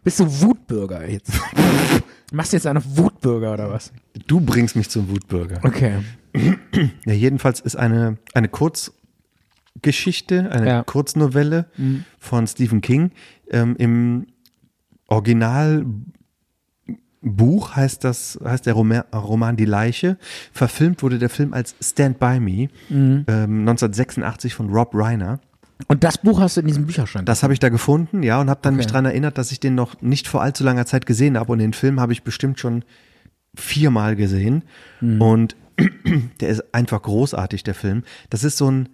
D: bist so Wutbürger jetzt. Machst du jetzt einen auf Wutbürger oder was?
C: Du bringst mich zum Wutbürger.
D: Okay.
C: Ja, jedenfalls ist eine, eine Kurzgeschichte, eine
D: Ja. Mhm.
C: Kurznovelle von Stephen King. Ähm, Im Originalbuch heißt das, heißt der Roman, Roman Die Leiche. Verfilmt wurde der Film als Stand By Me,
D: Mhm.
C: ähm, 1986 von Rob Reiner.
D: Und das Buch hast du in diesem Bücherschrank.
C: Das habe ich da gefunden, ja, und habe dann mich
D: Okay.
C: daran erinnert, dass ich den noch nicht vor allzu langer Zeit gesehen habe. Und den Film habe ich bestimmt schon viermal gesehen.
D: Mhm.
C: Und der ist einfach großartig, der Film. Das ist so ein,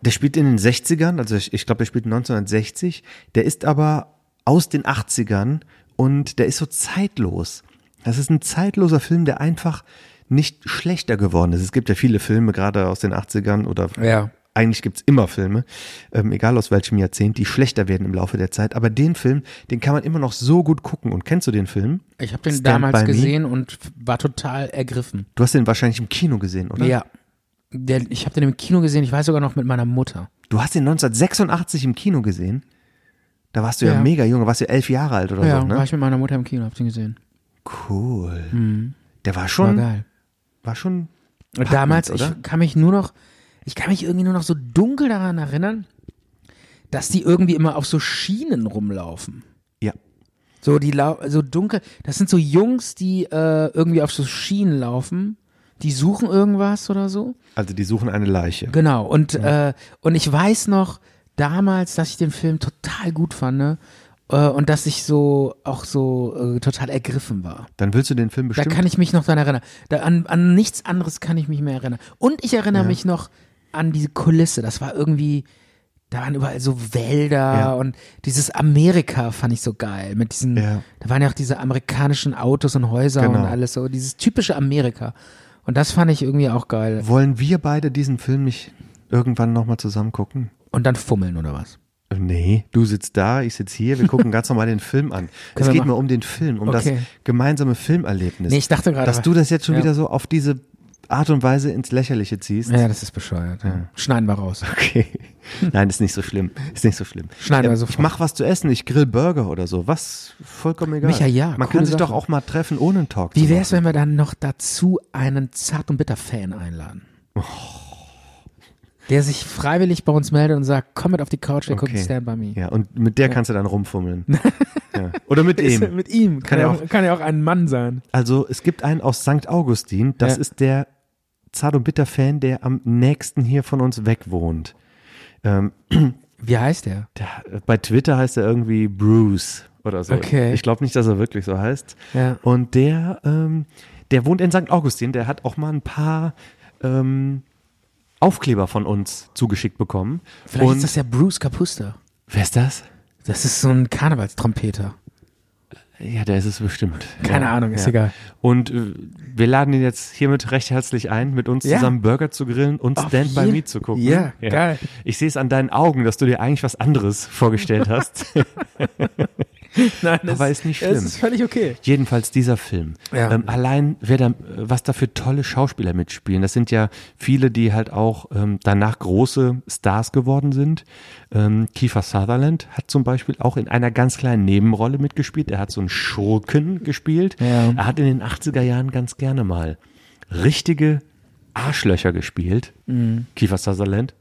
C: der spielt in den 60ern, also ich, ich glaube, der spielt 1960. Der ist aber aus den 80ern und der ist so zeitlos. Das ist ein zeitloser Film, der einfach nicht schlechter geworden ist. Es gibt ja viele Filme, gerade aus den 80ern oder
D: Ja.
C: eigentlich gibt's immer Filme, ähm, egal aus welchem Jahrzehnt, die schlechter werden im Laufe der Zeit. Aber den Film, den kann man immer noch so gut gucken. Und kennst du den Film?
D: ich habe den
C: Stand by
D: damals
C: Me?
D: gesehen und war total ergriffen.
C: Du hast den wahrscheinlich im Kino gesehen, oder?
D: Ja. Der, ich habe den im Kino gesehen, ich weiß sogar noch mit meiner Mutter.
C: Du hast den 1986 im Kino gesehen. Da warst du ja,
D: Ja.
C: mega jung, da warst du elf Jahre alt oder
D: ja,
C: so,
D: war
C: ne?
D: ich mit meiner Mutter im Kino, hab den gesehen.
C: Cool. Der war
D: Hm. War
C: schon, war,
D: geil.
C: schon,
D: Und damals,
C: oder?
D: ich kann mich nur noch Ich kann mich irgendwie nur noch so dunkel daran erinnern, dass die irgendwie immer auf so Schienen rumlaufen.
C: Ja.
D: So die lau so dunkel, das sind so Jungs, die äh, irgendwie auf so Schienen laufen. Die suchen irgendwas oder so.
C: Also die suchen eine Leiche.
D: Genau. Und, äh, und ich weiß noch damals, dass ich den Film total gut fand äh, und dass ich so auch so äh, total ergriffen war.
C: Dann willst du den Film
D: Da
C: bestimmt.
D: kann ich mich noch dran erinnern. Da, an, an nichts anderes kann ich mich mehr erinnern. Und ich erinnere mich noch an diese Kulisse. Das war irgendwie, da waren überall so Wälder
C: Ja.
D: und dieses Amerika fand ich so geil. Mit diesen,
C: Ja.
D: da waren ja auch diese amerikanischen Autos und Häuser
C: Genau.
D: und alles so. Dieses typische Amerika. Und das fand ich irgendwie auch geil.
C: Wollen wir beide diesen Film nicht irgendwann nochmal zusammen gucken? Äh,
D: Und dann fummeln oder was?
C: Nee, du sitzt da, ich sitze hier, wir gucken ganz normal den Film an.
D: Können
C: es
D: wir
C: geht
D: machen.
C: nur um den Film, um das
D: Okay.
C: gemeinsame Filmerlebnis.
D: Nee, ich dachte gerade-
C: Dass du das jetzt schon
D: Ja.
C: wieder so auf diese Art und Weise ins Lächerliche ziehst.
D: Ja, das ist bescheuert. Ja. Schneiden wir raus.
C: Okay. Nein, ist nicht so schlimm. Ist nicht so schlimm.
D: Schneiden wir
C: Ähm,
D: sofort.
C: Ich mach was zu essen, ich grill Burger oder so. Was? Vollkommen egal.
D: Micha, ja,
C: Man
D: coole
C: kann sich doch
D: Sache.
C: auch mal treffen ohne einen Talk.
D: Wie
C: zu
D: wär's,
C: machen.
D: wenn wir dann noch dazu einen Zart- und Bitter-Fan einladen?
C: Oh.
D: Der sich freiwillig bei uns meldet und sagt, komm mit auf die Couch, wir gucken
C: Okay.
D: Stand By Me.
C: Ja, und mit der kannst du dann rumfummeln. ja. Oder mit
D: Ist-
C: ihm.
D: Mit ihm. Kann,
C: Kann
D: ja
C: er
D: auch, kann ja auch ein Mann sein.
C: Also es gibt einen aus St. Augustin, das
D: Ja.
C: ist der Zart- und Bitter-Fan, der am nächsten hier von uns weg wohnt.
D: Wie heißt der?
C: Der, bei Twitter heißt er irgendwie Bruce oder so.
D: Okay.
C: Ich glaube nicht, dass er wirklich so heißt.
D: Ja.
C: Und der, ähm, der wohnt in St. Augustin, der hat auch mal ein paar ähm, Aufkleber von uns zugeschickt bekommen.
D: Vielleicht
C: und
D: ist das ja Bruce Capusta.
C: wer ist das?
D: Das ist so ein Karnevalstrompeter.
C: Ja, der ist es bestimmt.
D: Keine
C: ja,
D: Ahnung, ist
C: ja.
D: egal.
C: Und äh, wir laden ihn jetzt hiermit recht herzlich ein, mit uns
D: Ja.
C: zusammen Burger zu grillen und
D: Auf
C: Stand by
D: jeden-
C: Me zu gucken.
D: Ja, geil.
C: Ich sehe es an deinen Augen, dass du dir eigentlich was anderes vorgestellt hast.
D: Nein,
C: Aber ist nicht schlimm.
D: völlig okay.
C: Jedenfalls dieser Film.
D: Ja.
C: Ähm, allein, wer da, was da für tolle Schauspieler mitspielen. Das sind ja viele, die halt auch ähm, danach große Stars geworden sind. Ähm, Kiefer Sutherland hat zum Beispiel auch in einer ganz kleinen Nebenrolle mitgespielt. Er hat so einen Schurken gespielt.
D: Ja.
C: Er hat in den 80er Jahren ganz gerne mal richtige Arschlöcher gespielt.
D: Mhm.
C: Kiefer Sutherland.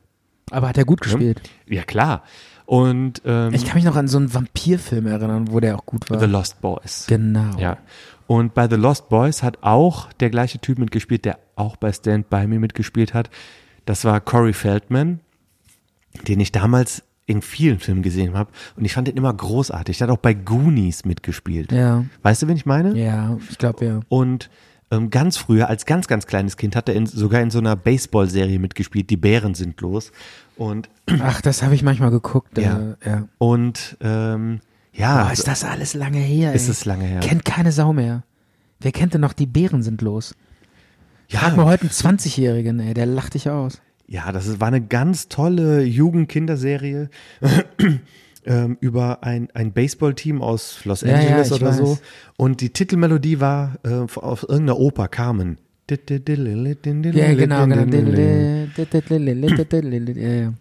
D: Aber hat er gut gespielt.
C: Ja, klar. Und ähm,
D: Ich kann mich noch an so einen Vampirfilm erinnern, wo der auch gut war.
C: The Lost Boys.
D: genau.
C: Ja. Und bei The Lost Boys hat auch der gleiche Typ mitgespielt, der auch bei Stand By Me mitgespielt hat. Das war Corey Feldman, den ich damals in vielen Filmen gesehen habe. Und ich fand den immer großartig. Der hat auch bei Goonies mitgespielt.
D: Ja.
C: Weißt du, wen ich meine?
D: Ja, ich glaube ja.
C: Und ähm, ganz früher, als ganz, ganz kleines Kind, hat er in, sogar in so einer Baseball-Serie mitgespielt. Die Bären sind los. Und,
D: Ach, das habe ich manchmal geguckt. Ja. Äh, ja.
C: und ähm, ja,
D: Boah, ist das alles lange her. Ey.
C: Ist es lange her.
D: Kennt keine Sau mehr. Wer kennt denn noch, die Bären sind los? Frag mal
C: ja,
D: heute einen 20-Jährigen, ey, der lacht dich aus.
C: ja, das ist, war eine ganz tolle Jugend-Kinderserie. ähm, über ein, ein Baseballteam aus Los
D: Ja, ja,
C: Angeles
D: ich
C: oder so.
D: weiß.
C: Und die Titelmelodie war äh, aus irgendeiner Oper Carmen. Ja,
D: Ja,
C: genau,
D: genau, genau. Ja,
C: Ähm,
D: ja.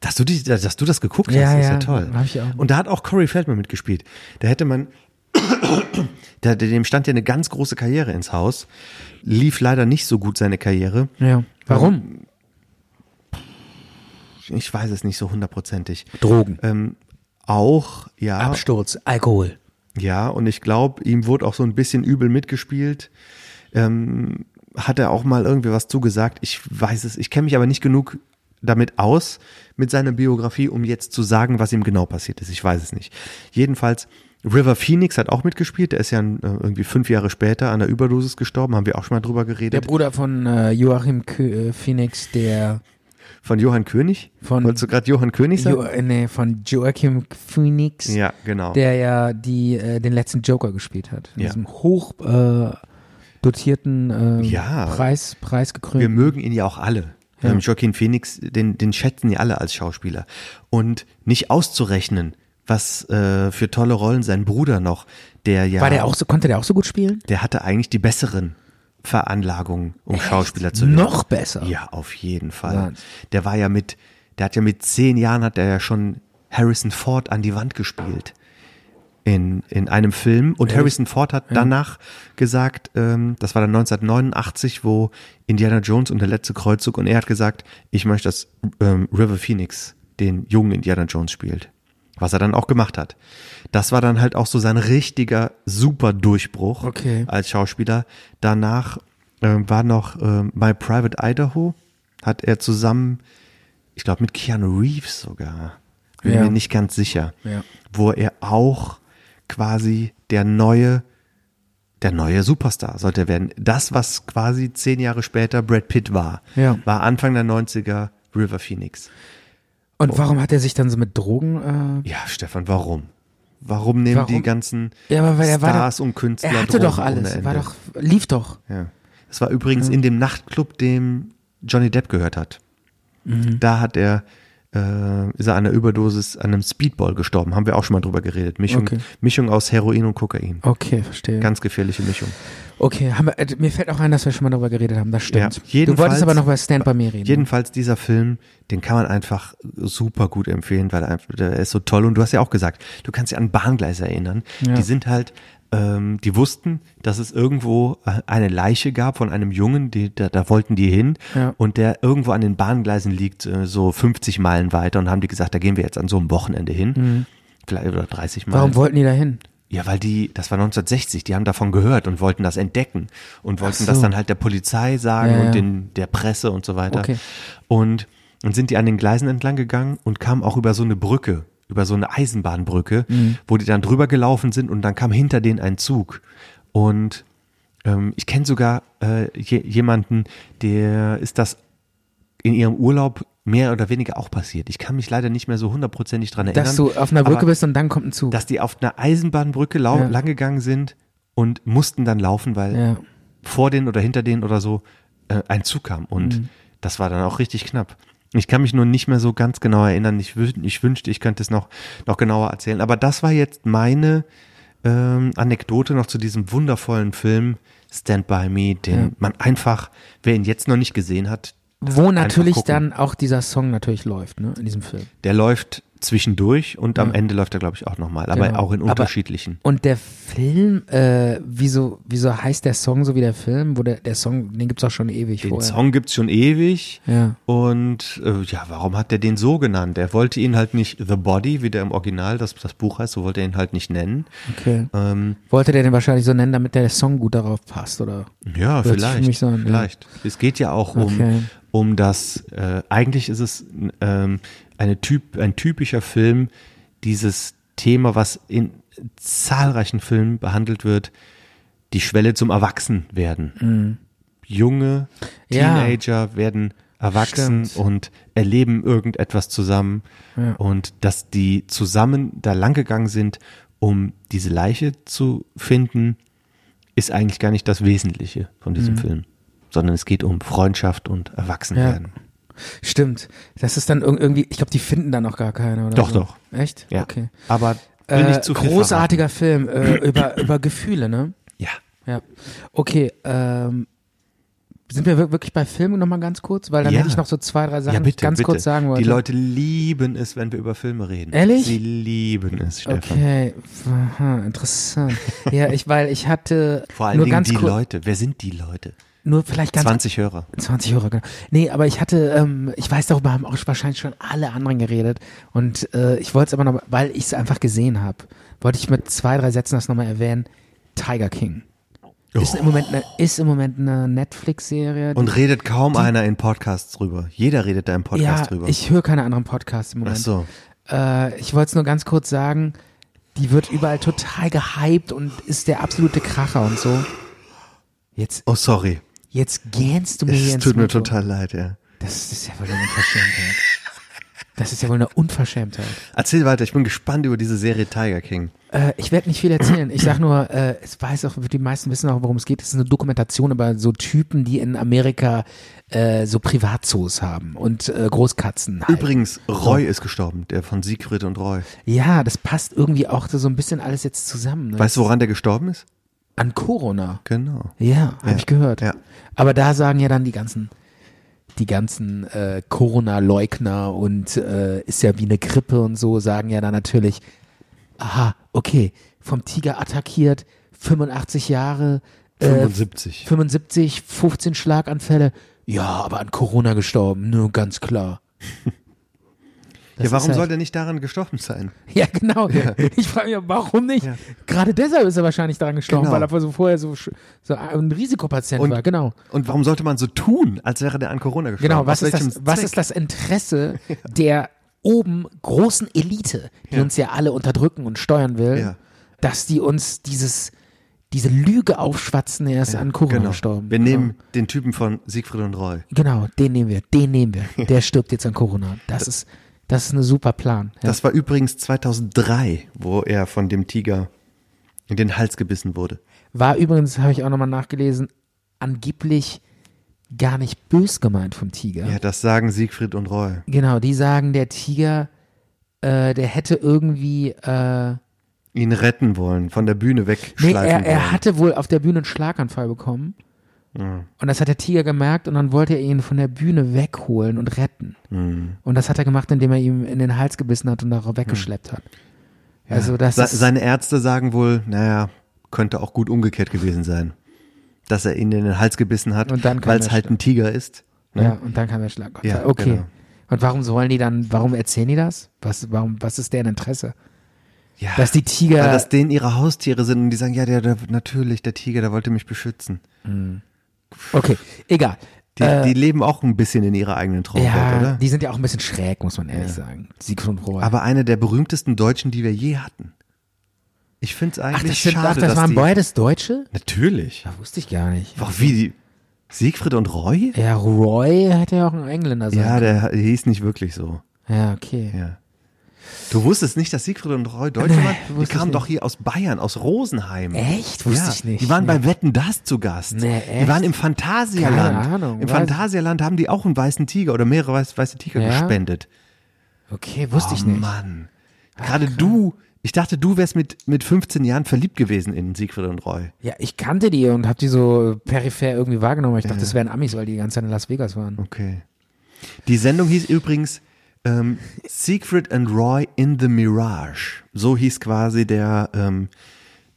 C: Dass du, die, dass du das geguckt hast,
D: Ja,
C: ist
D: ja,
C: ja toll.
D: hab ich auch.
C: Und da hat auch Corey Feldman mitgespielt. Da hätte man, da, dem stand ja eine ganz große Karriere ins Haus. Lief leider nicht so gut seine Karriere.
D: ja. Warum?
C: Ich weiß es nicht so hundertprozentig.
D: Drogen.
C: Ähm, auch, ja.
D: Absturz, Alkohol.
C: Ja, und ich glaube, ihm wurde auch so ein bisschen übel mitgespielt. Ähm, hat er auch mal irgendwie was zugesagt? Ich weiß es, ich kenne mich aber nicht genug damit aus, mit seiner Biografie, um jetzt zu sagen, was ihm genau passiert ist. Ich weiß es nicht. Jedenfalls, River Phoenix hat auch mitgespielt. Der ist ja äh, irgendwie fünf Jahre später an einer Überdosis gestorben. Haben wir auch schon mal drüber
D: Der
C: geredet.
D: Bruder von äh, Joachim Kö äh, Phoenix, der
C: Von Johann König?
D: Von-
C: Wolltest du gerade Johann König sagen?
D: jo äh, nee, von Joachim Phoenix,
C: ja, genau.
D: der ja die, äh, den letzten Joker gespielt hat. In
C: Ja.
D: diesem hoch äh, dotierten äh,
C: Ja.
D: Preis,
C: wir
D: preisgekrönten.
C: mögen ihn ja auch alle. Ähm, Joaquin Phoenix, den, den schätzen ja alle als Schauspieler. Und nicht auszurechnen, was äh, für tolle Rollen sein Bruder noch, der ja,
D: War der auch so, konnte der auch so gut spielen?
C: der hatte eigentlich die besseren Veranlagungen, um Schauspieler zu werden.
D: Noch besser.
C: Ja, auf jeden Fall.
D: Wahnsinn.
C: Der war ja mit, der hat ja mit zehn Jahren hat er ja schon Harrison Ford an die Wand gespielt. in, in einem Film. Und Harrison Ford hat danach gesagt, ähm, das war dann 1989, wo Indiana Jones und der letzte Kreuzzug, und er hat gesagt, ich möchte, dass ähm, River Phoenix den jungen Indiana Jones spielt. Was er dann auch gemacht hat. Das war dann halt auch so sein richtiger super Durchbruch
D: Okay.
C: als Schauspieler. Danach ähm, war noch ähm, My Private Idaho, hat er zusammen, ich glaube mit Keanu Reeves sogar, bin
D: Ja.
C: mir nicht ganz sicher,
D: Ja.
C: wo er auch quasi der neue, der neue Superstar sollte er werden. Das, was quasi zehn Jahre später Brad Pitt war,
D: Ja.
C: war Anfang der 90er River Phoenix. Oh.
D: Und warum hat er sich dann so mit Drogen? äh,
C: Ja, Stefan, warum? Warum nehmen
D: Warum?
C: die ganzen
D: Äh, ja, aber weil er war.
C: Stars
D: doch-
C: und Künstler
D: er hatte doch
C: Drogen ohne
D: alles.
C: Ende?
D: War doch, lief doch.
C: Ja. Das war übrigens
D: Mhm.
C: in dem Nachtclub, dem Johnny Depp gehört hat.
D: Mhm.
C: Da hat er, äh, ist er an einer Überdosis, an einem Speedball gestorben. Haben wir auch schon mal drüber geredet. Mischung,
D: Okay.
C: Mischung aus Heroin und Kokain.
D: Okay, verstehe.
C: Ganz gefährliche Mischung.
D: okay, haben wir, äh, mir fällt auch ein, dass wir schon mal darüber geredet haben. Das stimmt.
C: Ja, jedenfalls-
D: du wolltest aber noch bei Stand by Me reden.
C: Jedenfalls dieser Film, den kann man einfach super gut empfehlen, weil er, einfach- der ist so toll. Und du hast ja auch gesagt, du kannst dich an Bahngleise erinnern. Die sind halt, ähm, die wussten, dass es irgendwo äh, eine Leiche gab von einem Jungen, die, da, da wollten die hin.
D: Ja.
C: Und der irgendwo an den Bahngleisen liegt, äh, so 50 Meilen weiter. Und haben die gesagt, da gehen wir jetzt an so einem Wochenende hin. Vielleicht oder 30 Meilen.
D: Mhm. Warum wollten die da hin?
C: Ja, weil die, das war 1960, die haben davon gehört und wollten das entdecken und wollten
D: so.
C: das dann halt der Polizei sagen
D: Ja, ja.
C: und den, der Presse und so weiter.
D: Okay.
C: Und dann sind die an den Gleisen entlang gegangen und kamen auch über so eine Brücke, über so eine Eisenbahnbrücke,
D: Mhm.
C: wo die dann drüber gelaufen sind und dann kam hinter denen ein Zug. Und ähm, ich kenne sogar äh, je, jemanden, der ist das in ihrem Urlaub mehr oder weniger auch passiert. Ich kann mich leider nicht mehr so hundertprozentig dran erinnern.
D: Dass du auf einer Brücke
C: aber-
D: bist und dann kommt ein Zug.
C: dass die auf einer Eisenbahnbrücke lau-
D: Ja.
C: lang gegangen sind und mussten dann laufen, weil
D: Ja.
C: vor denen oder hinter denen oder so äh, ein Zug kam. Und
D: Mhm.
C: das war dann auch richtig knapp. Ich kann mich nur nicht mehr so ganz genau erinnern. Ich, wü- ich wünschte, ich könnte es noch, noch genauer erzählen. Aber das war jetzt meine ähm, Anekdote noch zu diesem wundervollen Film Stand By Me, den man einfach, wer ihn jetzt noch nicht gesehen hat,
D: Wo natürlich
C: gucken.
D: dann auch dieser Song natürlich läuft, ne, in diesem Film.
C: der läuft zwischendurch und am Ende läuft er, glaube ich, auch nochmal, aber
D: Genau.
C: auch in
D: Aber-
C: unterschiedlichen.
D: Und der Film, äh, wieso, wieso heißt der Song so wie der Film? Wo der, der Song, den gibt's auch schon ewig
C: Den
D: vorher.
C: Song gibt's schon ewig.
D: Ja.
C: Und äh, ja, warum hat er den so genannt? Er wollte ihn halt nicht The Body, wie der im Original, das, das Buch heißt, so wollte er ihn halt nicht nennen.
D: Okay.
C: Ähm,
D: Wollte der den wahrscheinlich so nennen, damit der Song gut darauf passt, oder?
C: ja,
D: Hört sich für
C: vielleicht.
D: mich so an, ja.
C: vielleicht. Es geht ja auch um,
D: Okay.
C: um das, äh, eigentlich ist es ähm, eine typ, ein typischer Film, dieses Thema, was in zahlreichen Filmen behandelt wird, die Schwelle zum Erwachsenwerden. Junge
D: Mhm. Ja.
C: Teenager werden erwachsen
D: Stimmt.
C: und erleben irgendetwas zusammen und dass die zusammen da langgegangen sind, um diese Leiche zu finden, ist eigentlich gar nicht das Wesentliche von
D: Mhm.
C: diesem Film, sondern es geht um Freundschaft und Erwachsenwerden.
D: Stimmt. Das ist dann irg- irgendwie, ich glaube, die finden dann auch gar keine, oder?
C: Doch,
D: so.
C: doch.
D: Echt?
C: Ja.
D: Okay.
C: Aber will
D: Äh,
C: nicht zu viel
D: großartiger Film äh, über, über Gefühle, ne?
C: Verraten. Ja.
D: Ja. Okay, ähm, sind wir wir- wirklich bei Filmen nochmal ganz kurz? Weil dann
C: Ja.
D: hätte ich noch so zwei, drei Sachen
C: ja,
D: die ich
C: bitte,
D: ganz
C: bitte.
D: kurz sagen wollte.
C: Die Leute lieben es, wenn wir über Filme reden.
D: Ehrlich?
C: Sie lieben es, Stefan.
D: Okay, aha, interessant. Ja, ich, weil ich hatte
C: Vor allen
D: nur
C: Dingen
D: ganz
C: die
D: kurz,
C: Leute. Wer sind die Leute?
D: nur vielleicht ganz
C: 20 Hörer.
D: 20 Hörer, genau. Nee, aber ich hatte, ähm, ich weiß darüber haben auch wahrscheinlich schon alle anderen geredet und äh, ich wollte es aber noch, weil ich es einfach gesehen habe, wollte ich mit zwei, drei Sätzen das nochmal erwähnen. Tiger King. Ist im Moment eine, ist im Moment eine Netflix-Serie. die-
C: Und redet kaum einer in Podcasts drüber. Jeder redet da im Podcast
D: ja,
C: drüber.
D: ich höre keine anderen Podcasts im
C: Ach
D: Moment.
C: so.
D: Äh, ich wollte es nur ganz kurz sagen, die wird überall total gehypt und ist der absolute Kracher und so. Jetzt,
C: Oh, sorry.
D: jetzt gähnst du mir hier
C: Es
D: ins
C: tut mir
D: Mikro.
C: total leid, ja.
D: Das ist ja wohl eine Unverschämtheit. Das ist ja wohl eine Unverschämtheit.
C: Erzähl weiter, ich bin gespannt über diese Serie Tiger King.
D: Äh, ich werde nicht viel erzählen. Ich sag nur, äh, es weiß auch, die meisten wissen auch, worum es geht. Es ist eine Dokumentation über so Typen, die in Amerika äh, so Privatzoos haben und äh, Großkatzen. halten.
C: Übrigens, Roy ist gestorben, der von Siegfried und Roy.
D: Ja, das passt irgendwie auch so ein bisschen alles jetzt zusammen. Ne?
C: Weißt du, woran der gestorben ist?
D: An Corona.
C: Genau.
D: Ja, habe
C: Ja,
D: ich gehört.
C: ja.
D: Aber da sagen ja dann die ganzen, die ganzen äh, Corona-Leugner und äh, ist ja wie eine Grippe und so, sagen ja dann natürlich, aha, okay, vom Tiger attackiert, 85 Jahre, äh,
G: 75.
D: 75, 15 Schlaganfälle. Ja, aber an Corona gestorben, nur ganz klar. Das
C: Ja,
D: ist
C: warum
D: halt-
C: soll der nicht daran gestorben sein?
D: Ja, genau. Ich frage mich, warum nicht?
C: Ja.
D: Gerade deshalb ist er wahrscheinlich daran gestorben,
C: Genau.
D: weil er so vorher so, sch- so ein Risikopatient
C: Und-
D: war. Genau.
C: Und warum sollte man so tun, als wäre der an Corona gestorben?
D: Genau, was
C: Aus
D: ist, das,
C: welchem
D: was
C: Zweck?
D: ist das Interesse der oben großen Elite, die uns ja alle unterdrücken und steuern will,
C: Ja.
D: dass die uns dieses, diese Lüge aufschwatzen, er ist an Corona
C: Genau.
D: gestorben. Also-
C: Wir nehmen den Typen von Siegfried und Roy.
D: Genau, den nehmen wir, den nehmen wir. Der stirbt jetzt an Corona. Das ist, das ist ein super Plan. Ja.
C: Das war übrigens 2003, wo er von dem Tiger in den Hals gebissen wurde.
D: War übrigens, habe ich auch nochmal nachgelesen, angeblich gar nicht bös gemeint vom Tiger.
C: Ja, das sagen Siegfried und Roy.
D: Genau, die sagen, der Tiger, äh, der hätte irgendwie, äh,
C: Ihn retten wollen, von der Bühne
D: nee,
C: wegschleifen
D: er,
C: wollen.
D: er hatte wohl auf der Bühne einen Schlaganfall bekommen. Und das hat der Tiger gemerkt und dann wollte er ihn von der Bühne wegholen und retten.
C: Mhm.
D: Und das hat er gemacht, indem er ihm in den Hals gebissen hat und darauf weggeschleppt hat. Also das
C: Se
D: ist,
C: seine Ärzte sagen wohl, naja, könnte auch gut umgekehrt gewesen sein. Dass er ihn in den Hals gebissen hat,
D: Und dann kam
C: weil es
D: der
C: halt ein Tiger ist. Ne?
D: Ja, und dann kam der Schlaganfall.
C: Ja,
D: okay.
C: genau.
D: Und warum sollen die dann, warum erzählen die das? Was, warum, was ist deren Interesse?
C: Ja,
D: Dass die Tiger-
C: Weil das denen ihre Haustiere sind und die sagen, ja, der, der natürlich, der Tiger, der wollte mich beschützen.
D: Okay, egal.
C: Die, die leben auch ein bisschen in ihrer eigenen Traumwelt,
D: Äh. ja,
C: oder?
D: die sind ja auch ein bisschen schräg, muss man ehrlich sagen. Siegfried Rohr.
C: Aber eine der berühmtesten Deutschen, die wir je hatten. Ich finde es
D: ach,
C: eigentlich
D: das, sind,
C: schade,
D: ach, das
C: dass
D: waren
C: die,
D: beides Deutsche?
C: Natürlich.
D: Da wusste ich gar nicht.
C: Boah, wie die, Siegfried und Roy?
D: Ja, Roy hätte ja auch ein Engländer sein
C: Ja,
D: können.
C: der hieß nicht wirklich so.
D: Ja, okay.
C: Ja. Du wusstest nicht, dass Siegfried und Roy Deutsche
D: Nee,
C: waren? Die
D: wusste ich
C: kamen
D: nicht.
C: doch hier aus Bayern, aus Rosenheim.
D: Echt? Wusste
C: ja,
D: ich nicht.
C: Die waren
D: Nee.
C: bei Wetten das zu Gast.
D: Nee,
C: Die
D: echt?
C: waren im Phantasialand.
D: Keine Ahnung,
C: Im
D: weiß-
C: Phantasialand haben die auch einen weißen Tiger oder mehrere weiß, weiße Tiger
D: Ja?
C: gespendet.
D: Okay, wusste ich
C: oh
D: nicht.
C: Mann. Gerade du, ich dachte, du wärst mit, mit 15 Jahren verliebt gewesen in Siegfried und Roy.
D: Ja, ich kannte die und habe die so peripher irgendwie wahrgenommen. Ich dachte, das wären Amis, weil die die ganze Zeit in Las Vegas waren.
C: Okay. Die Sendung hieß übrigens ähm, Siegfried and Roy in the Mirage. So hieß quasi der, ähm,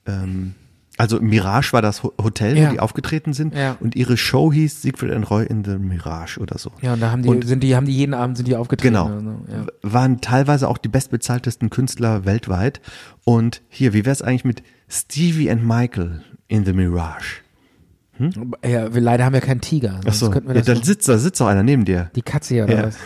C: ähm, also Mirage war das Ho- Hotel,
D: Ja.
C: wo die aufgetreten sind.
D: Ja.
C: Und ihre Show hieß Siegfried and Roy in the Mirage oder so.
D: Ja, und da haben die,
C: Und-
D: sind die, haben die jeden Abend sind die aufgetreten.
C: Genau.
D: oder so, ja.
C: W- Waren teilweise auch die bestbezahltesten Künstler weltweit. Und hier, wie wär's eigentlich mit Stevie and Michael in the Mirage?
D: Ja, wir, leider haben wir keinen Tiger. sonst
C: Achso,
D: könnten wir
C: ja,
D: das
C: da
D: machen.
C: sitzt, da sitzt doch einer neben dir.
D: die Katze hier oder
C: Ja.
D: was?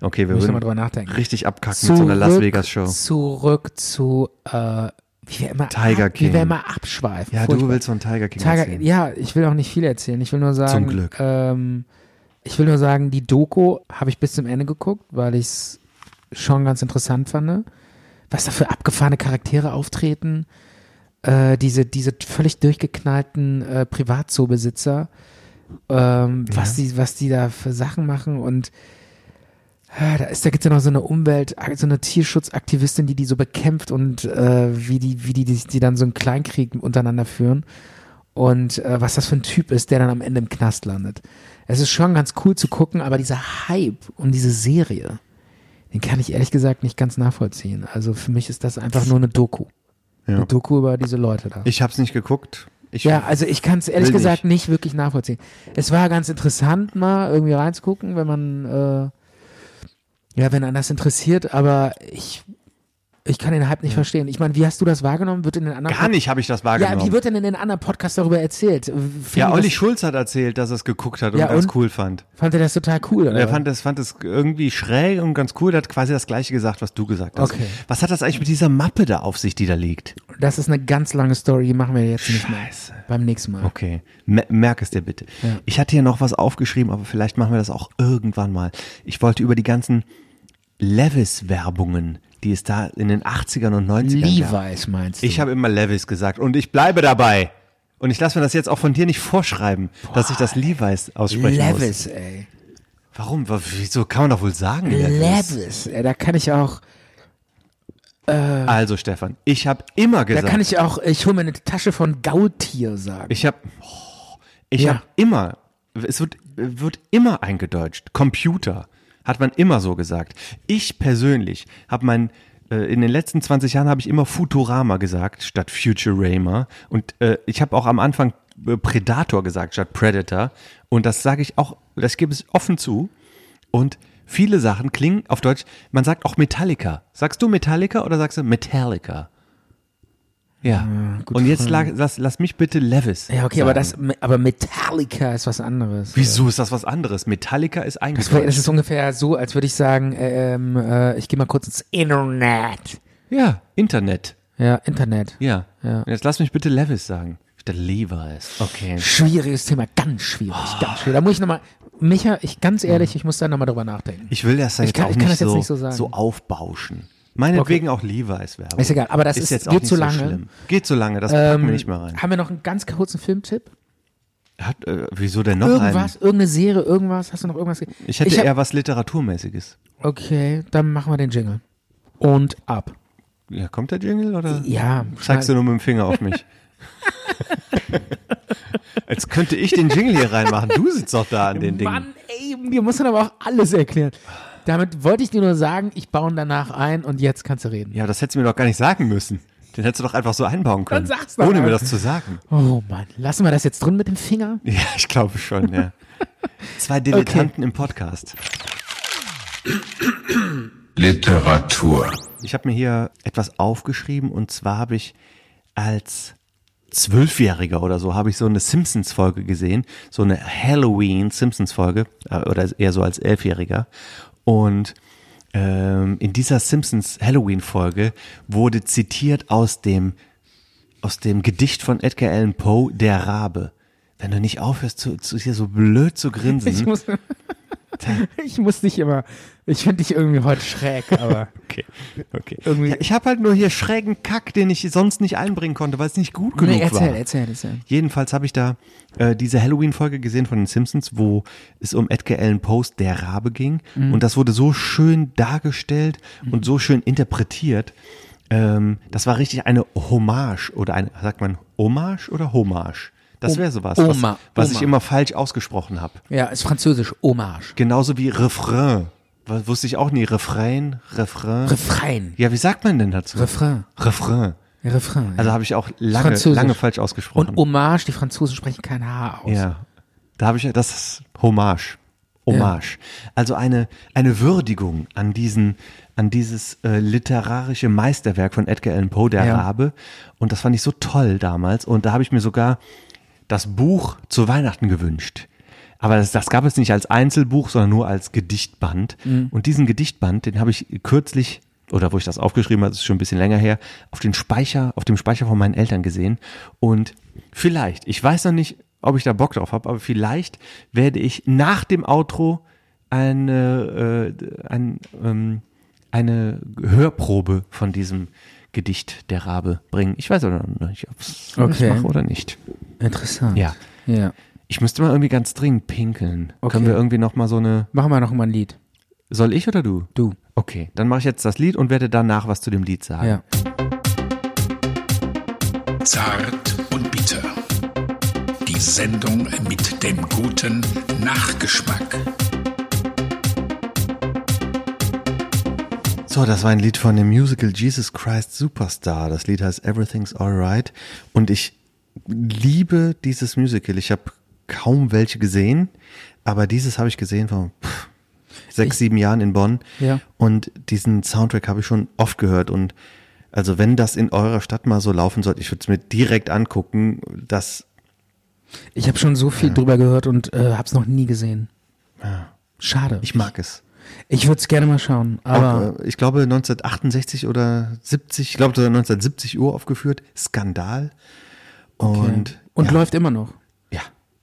C: Okay, wir
D: Muss ich
C: würden
D: noch mal drüber nachdenken.
C: richtig abkacken mit so einer Las Vegas Show.
D: Zurück zu, äh, wie wir immer,
C: Tiger
D: ab, Wie wir
C: King.
D: immer abschweifen.
C: Ja, du
D: Furchtbar.
C: willst von Tiger King
D: Tiger,
C: erzählen.
D: ja, ich will auch nicht viel erzählen. Ich will nur sagen,
C: Zum Glück.
D: Ähm, ich will nur sagen, die Doku habe ich bis zum Ende geguckt, weil ich es schon ganz interessant fand. ne? Was da für abgefahrene Charaktere auftreten. Äh, diese, diese völlig durchgeknallten äh, Privatzoobesitzer. Ähm, was, die, was die da für Sachen machen und Ah, Da ist, da gibt's ja noch so eine Umwelt, so eine Tierschutzaktivistin, die die so bekämpft und äh, wie die, wie die, die, die dann so einen Kleinkrieg untereinander führen und äh, was das für ein Typ ist, der dann am Ende im Knast landet. Es ist schon ganz cool zu gucken, aber dieser Hype um diese Serie, den kann ich ehrlich gesagt nicht ganz nachvollziehen. Also für mich ist das einfach nur eine Doku,
C: Ja.
D: eine Doku über diese Leute da.
C: Ich hab's nicht geguckt. Ich,
D: Ja, also ich kann es ehrlich
C: Will
D: gesagt nicht. wirklich nachvollziehen. Es war ganz interessant, mal irgendwie reinzugucken, wenn man, äh, ja, wenn einen das interessiert, aber ich, ich kann den Hype nicht verstehen. Ich meine, wie hast du das wahrgenommen? Wird in den anderen
C: gar nicht habe ich das
D: Ja, wie
C: wahrgenommen.
D: wird denn in den anderen Podcasts darüber erzählt? Finden
C: Ja,
D: die
C: Olli
D: das-
C: Schulz hat erzählt, dass er es geguckt hat und
D: Ja,
C: ganz
D: und?
C: cool fand.
D: Fand er das total cool, oder?
C: Er fand das, fand das irgendwie schräg und ganz cool. Er hat quasi das gleiche gesagt, was du gesagt hast.
D: Okay.
C: Was hat das eigentlich mit dieser Mappe da auf sich, die da liegt?
D: das ist eine ganz lange Story, die machen wir jetzt nicht mehr.
C: Scheiße.
D: Beim nächsten Mal.
C: Okay, Mer- merk es dir bitte. Ich hatte hier noch was aufgeschrieben, aber vielleicht machen wir das auch irgendwann mal. Ich wollte über die ganzen Levis-Werbungen, die es da in den 80ern und 90ern gab.
D: Levi's meinst du?
C: Ich habe immer Levis gesagt und ich bleibe dabei. Und ich lasse mir das jetzt auch von dir nicht vorschreiben, dass ich das Levi's aussprechen muss.
D: Levis, ey.
C: Warum? W- Wieso kann man doch wohl sagen Levis?
D: Levis, ey, da kann ich auch,
C: Also Stefan, ich habe immer
D: da
C: gesagt,
D: kann ich auch, ich hole mir eine Tasche von Gaultier sagen.
C: ich habe oh, ich
D: Ja.
C: habe immer es wird wird immer eingedeutscht. Computer hat man immer so gesagt. Ich persönlich habe mein äh, in den letzten 20 Jahren habe ich immer Futurama gesagt statt Futurama. Und äh, ich habe auch am Anfang äh, Predator gesagt statt Predator. Und das sage ich auch, das gebe ich offen zu. Und viele Sachen klingen auf Deutsch, man sagt auch Metallica. Sagst du Metallica oder sagst du Metallica? Ja.
D: Äh, gute
C: Und jetzt
D: Frage.
C: lag, lass, lass mich bitte Levis.
D: Ja, okay,
C: sagen.
D: aber das, aber Metallica ist was anderes.
C: Wieso ist das was anderes? Metallica ist
D: Das, war- das
C: eingedeutscht.
D: ist ungefähr so, als würde ich sagen, ähm, äh, ich gehe mal kurz ins Internet.
C: Ja, Internet.
D: Ja, Internet.
C: Ja.
D: Ja.
C: Jetzt lass mich bitte Levis sagen. Statt Levis. Okay.
D: Schwieriges Thema, ganz schwierig, ganz schwierig. Da muss ich nochmal, Micha, ich ganz ehrlich, ich muss da nochmal drüber nachdenken.
C: Ich will das ja
D: Ich
C: jetzt
D: kann-
C: auch
D: ich
C: nicht,
D: kann das jetzt
C: so,
D: nicht so sagen.
C: aufbauschen. Meinetwegen auch Levi's Werbung.
D: Ist egal, aber das ist-
C: jetzt auch
D: geht
C: nicht
D: zu
C: so
D: lange.
C: schlimm. Geht so lange, das packen wir nicht mehr rein.
D: Ähm, Haben wir noch einen ganz kurzen Filmtipp?
C: Hat, äh, wieso denn noch
D: Irgendwas,
C: einen?
D: irgendeine Serie, irgendwas? Hast du noch irgendwas? ge-
C: Ich hätte
D: hab-
C: eher was Literaturmäßiges.
D: Okay, dann machen wir den Jingle. Und ab.
C: Ja, kommt der Jingle oder?
D: Ja,
C: Zeigst du nur mit dem Finger auf mich. Jetzt könnte ich den Jingle hier reinmachen. Du sitzt doch da an den Dingen.
D: Mann, ey, wir müssen aber auch alles erklären. Damit wollte ich dir nur sagen, ich baue ihn danach ein und jetzt kannst du reden.
C: Ja, aber das hättest du mir doch gar nicht sagen müssen. Den hättest du doch einfach so einbauen können.
D: sag's doch
C: ohne mir
D: einfach.
C: das zu sagen.
D: Oh Mann, lassen wir das jetzt drin mit dem Finger?
C: Ja, ich glaube schon, ja. Zwei Dilettanten im Podcast.
E: Literatur.
C: Ich habe mir hier etwas aufgeschrieben und zwar habe ich als Zwölfjähriger oder so habe ich so eine Simpsons-Folge gesehen, so eine Halloween-Simpsons-Folge äh, oder eher so als Elfjähriger. Und ähm, in dieser Simpsons-Halloween-Folge wurde zitiert aus dem aus dem Gedicht von Edgar Allan Poe, Der Rabe. Wenn du nicht aufhörst, zu, zu, hier so blöd zu
D: Ich
C: grinsen.
D: muss, ich muss dich immer, ich finde dich irgendwie heute schräg, aber
C: Okay, okay.
D: Irgendwie-
C: ja, ich habe halt nur hier schrägen Kack, den ich sonst nicht einbringen konnte, weil es nicht gut genug
D: nee,
C: war.
D: erzähl, erzähl, erzähl.
C: Jedenfalls habe ich da äh, diese Halloween-Folge gesehen von den Simpsons, wo es um Edgar Allan Poe's Der Rabe ging.
D: Mhm.
C: Und das wurde so schön dargestellt und so schön interpretiert. Ähm, das war richtig eine Hommage oder ein, sagt man Hommage oder Hommage? Das wäre sowas, was,
D: Oma-
C: was ich
D: Oma.
C: immer falsch ausgesprochen habe.
D: Ja, ist französisch, Hommage.
C: Genauso wie Refrain. W- Wusste ich auch nie. Refrain, Refrain.
D: Refrain.
C: ja, wie sagt man denn dazu?
D: Refrain.
C: Refrain.
D: Refrain.
C: Also habe ich auch lange,
D: Französisch.
C: lange falsch ausgesprochen.
D: und um- Hommage, die Franzosen sprechen kein Haar aus.
C: Ja, da habe ich ja, das ist Hommage. Hommage. Also eine, eine Würdigung an diesen, an dieses äh, literarische Meisterwerk von Edgar Allan Poe, der
D: Ja.
C: Rabe. Und das fand ich so toll damals. Und da habe ich mir sogar das Buch zu Weihnachten gewünscht. Aber das, das gab es nicht als Einzelbuch, sondern nur als Gedichtband. Und diesen Gedichtband, den habe ich kürzlich, oder wo ich das aufgeschrieben habe, das ist schon ein bisschen länger her, auf den Speicher, auf dem Speicher von meinen Eltern gesehen. Und vielleicht, ich weiß noch nicht, ob ich da Bock drauf habe, aber vielleicht werde ich nach dem Outro eine, äh, ein, ähm, eine Hörprobe von diesem Gedicht der Rabe bringen. Ich weiß aber noch nicht, ob es
D: Okay.
C: mache oder nicht.
D: Interessant.
C: Ja.
D: ja.
C: Ich müsste mal irgendwie ganz dringend pinkeln.
D: Okay.
C: Können wir irgendwie noch mal so eine
D: Machen wir noch mal ein Lied.
C: Soll ich oder du?
D: Du.
C: Okay, dann mache ich jetzt das Lied und werde danach was zu dem Lied sagen.
D: Ja.
E: Zart und bitter. Die Sendung mit dem guten Nachgeschmack.
C: So, das war ein Lied von dem Musical Jesus Christ Superstar. Das Lied heißt Everything's Alright und ich liebe dieses Musical. Ich habe kaum welche gesehen, aber dieses habe ich gesehen vor pff, sechs, sieben Jahren in Bonn.
D: Ja.
C: Und diesen Soundtrack habe ich schon oft gehört und also wenn das in eurer Stadt mal so laufen sollte, ich würde es mir direkt angucken. Das
D: Ich habe schon so viel drüber gehört und äh, habe es noch nie gesehen. Schade.
C: ich mag es.
D: Ich würde es gerne mal schauen, aber
C: Auch, äh, ich glaube 1968 oder 70, ich glaube das war 1970 Uhr aufgeführt, Skandal. Und,
D: und
C: ja,
D: läuft immer noch.
C: Ja.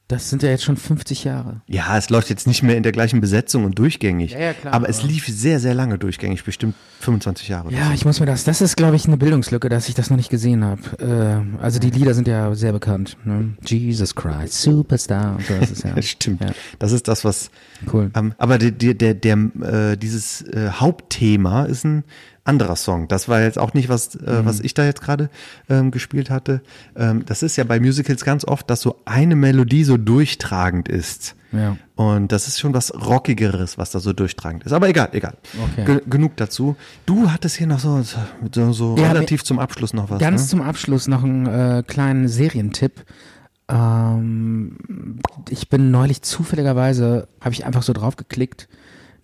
D: Das sind ja jetzt schon 50 Jahre.
C: ja, es läuft jetzt nicht mehr in der gleichen Besetzung und durchgängig.
D: Ja, ja, klar,
C: aber es
D: aber-
C: lief sehr, sehr lange durchgängig, bestimmt 25 Jahre.
D: Ja, ich muss mir das. Das ist, glaube ich, eine Bildungslücke, dass ich das noch nicht gesehen habe. Äh, also die Lieder sind ja sehr bekannt. Ne? Jesus Christ, Superstar. Und so, das ist ja,
C: Das stimmt.
D: Ja,
C: Das ist das, was.
D: cool.
C: Ähm, aber der, der, der, der, äh, dieses äh, Hauptthema ist ein anderer Song. Das war jetzt auch nicht, was,
D: Mhm.
C: äh, was ich da jetzt gerade ähm, gespielt hatte. Ähm, das ist ja bei Musicals ganz oft, dass so eine Melodie so durchtragend ist.
D: Ja.
C: Und das ist schon was Rockigeres, was da so durchtragend ist. Aber egal, egal.
D: Okay.
C: Ge- genug dazu. Du hattest hier noch so, so, so
D: Ja,
C: relativ zum Abschluss noch was.
D: Ganz
C: ne?
D: zum Abschluss noch einen äh, kleinen Serientipp. Ähm, ich bin neulich zufälligerweise, habe ich einfach so drauf geklickt,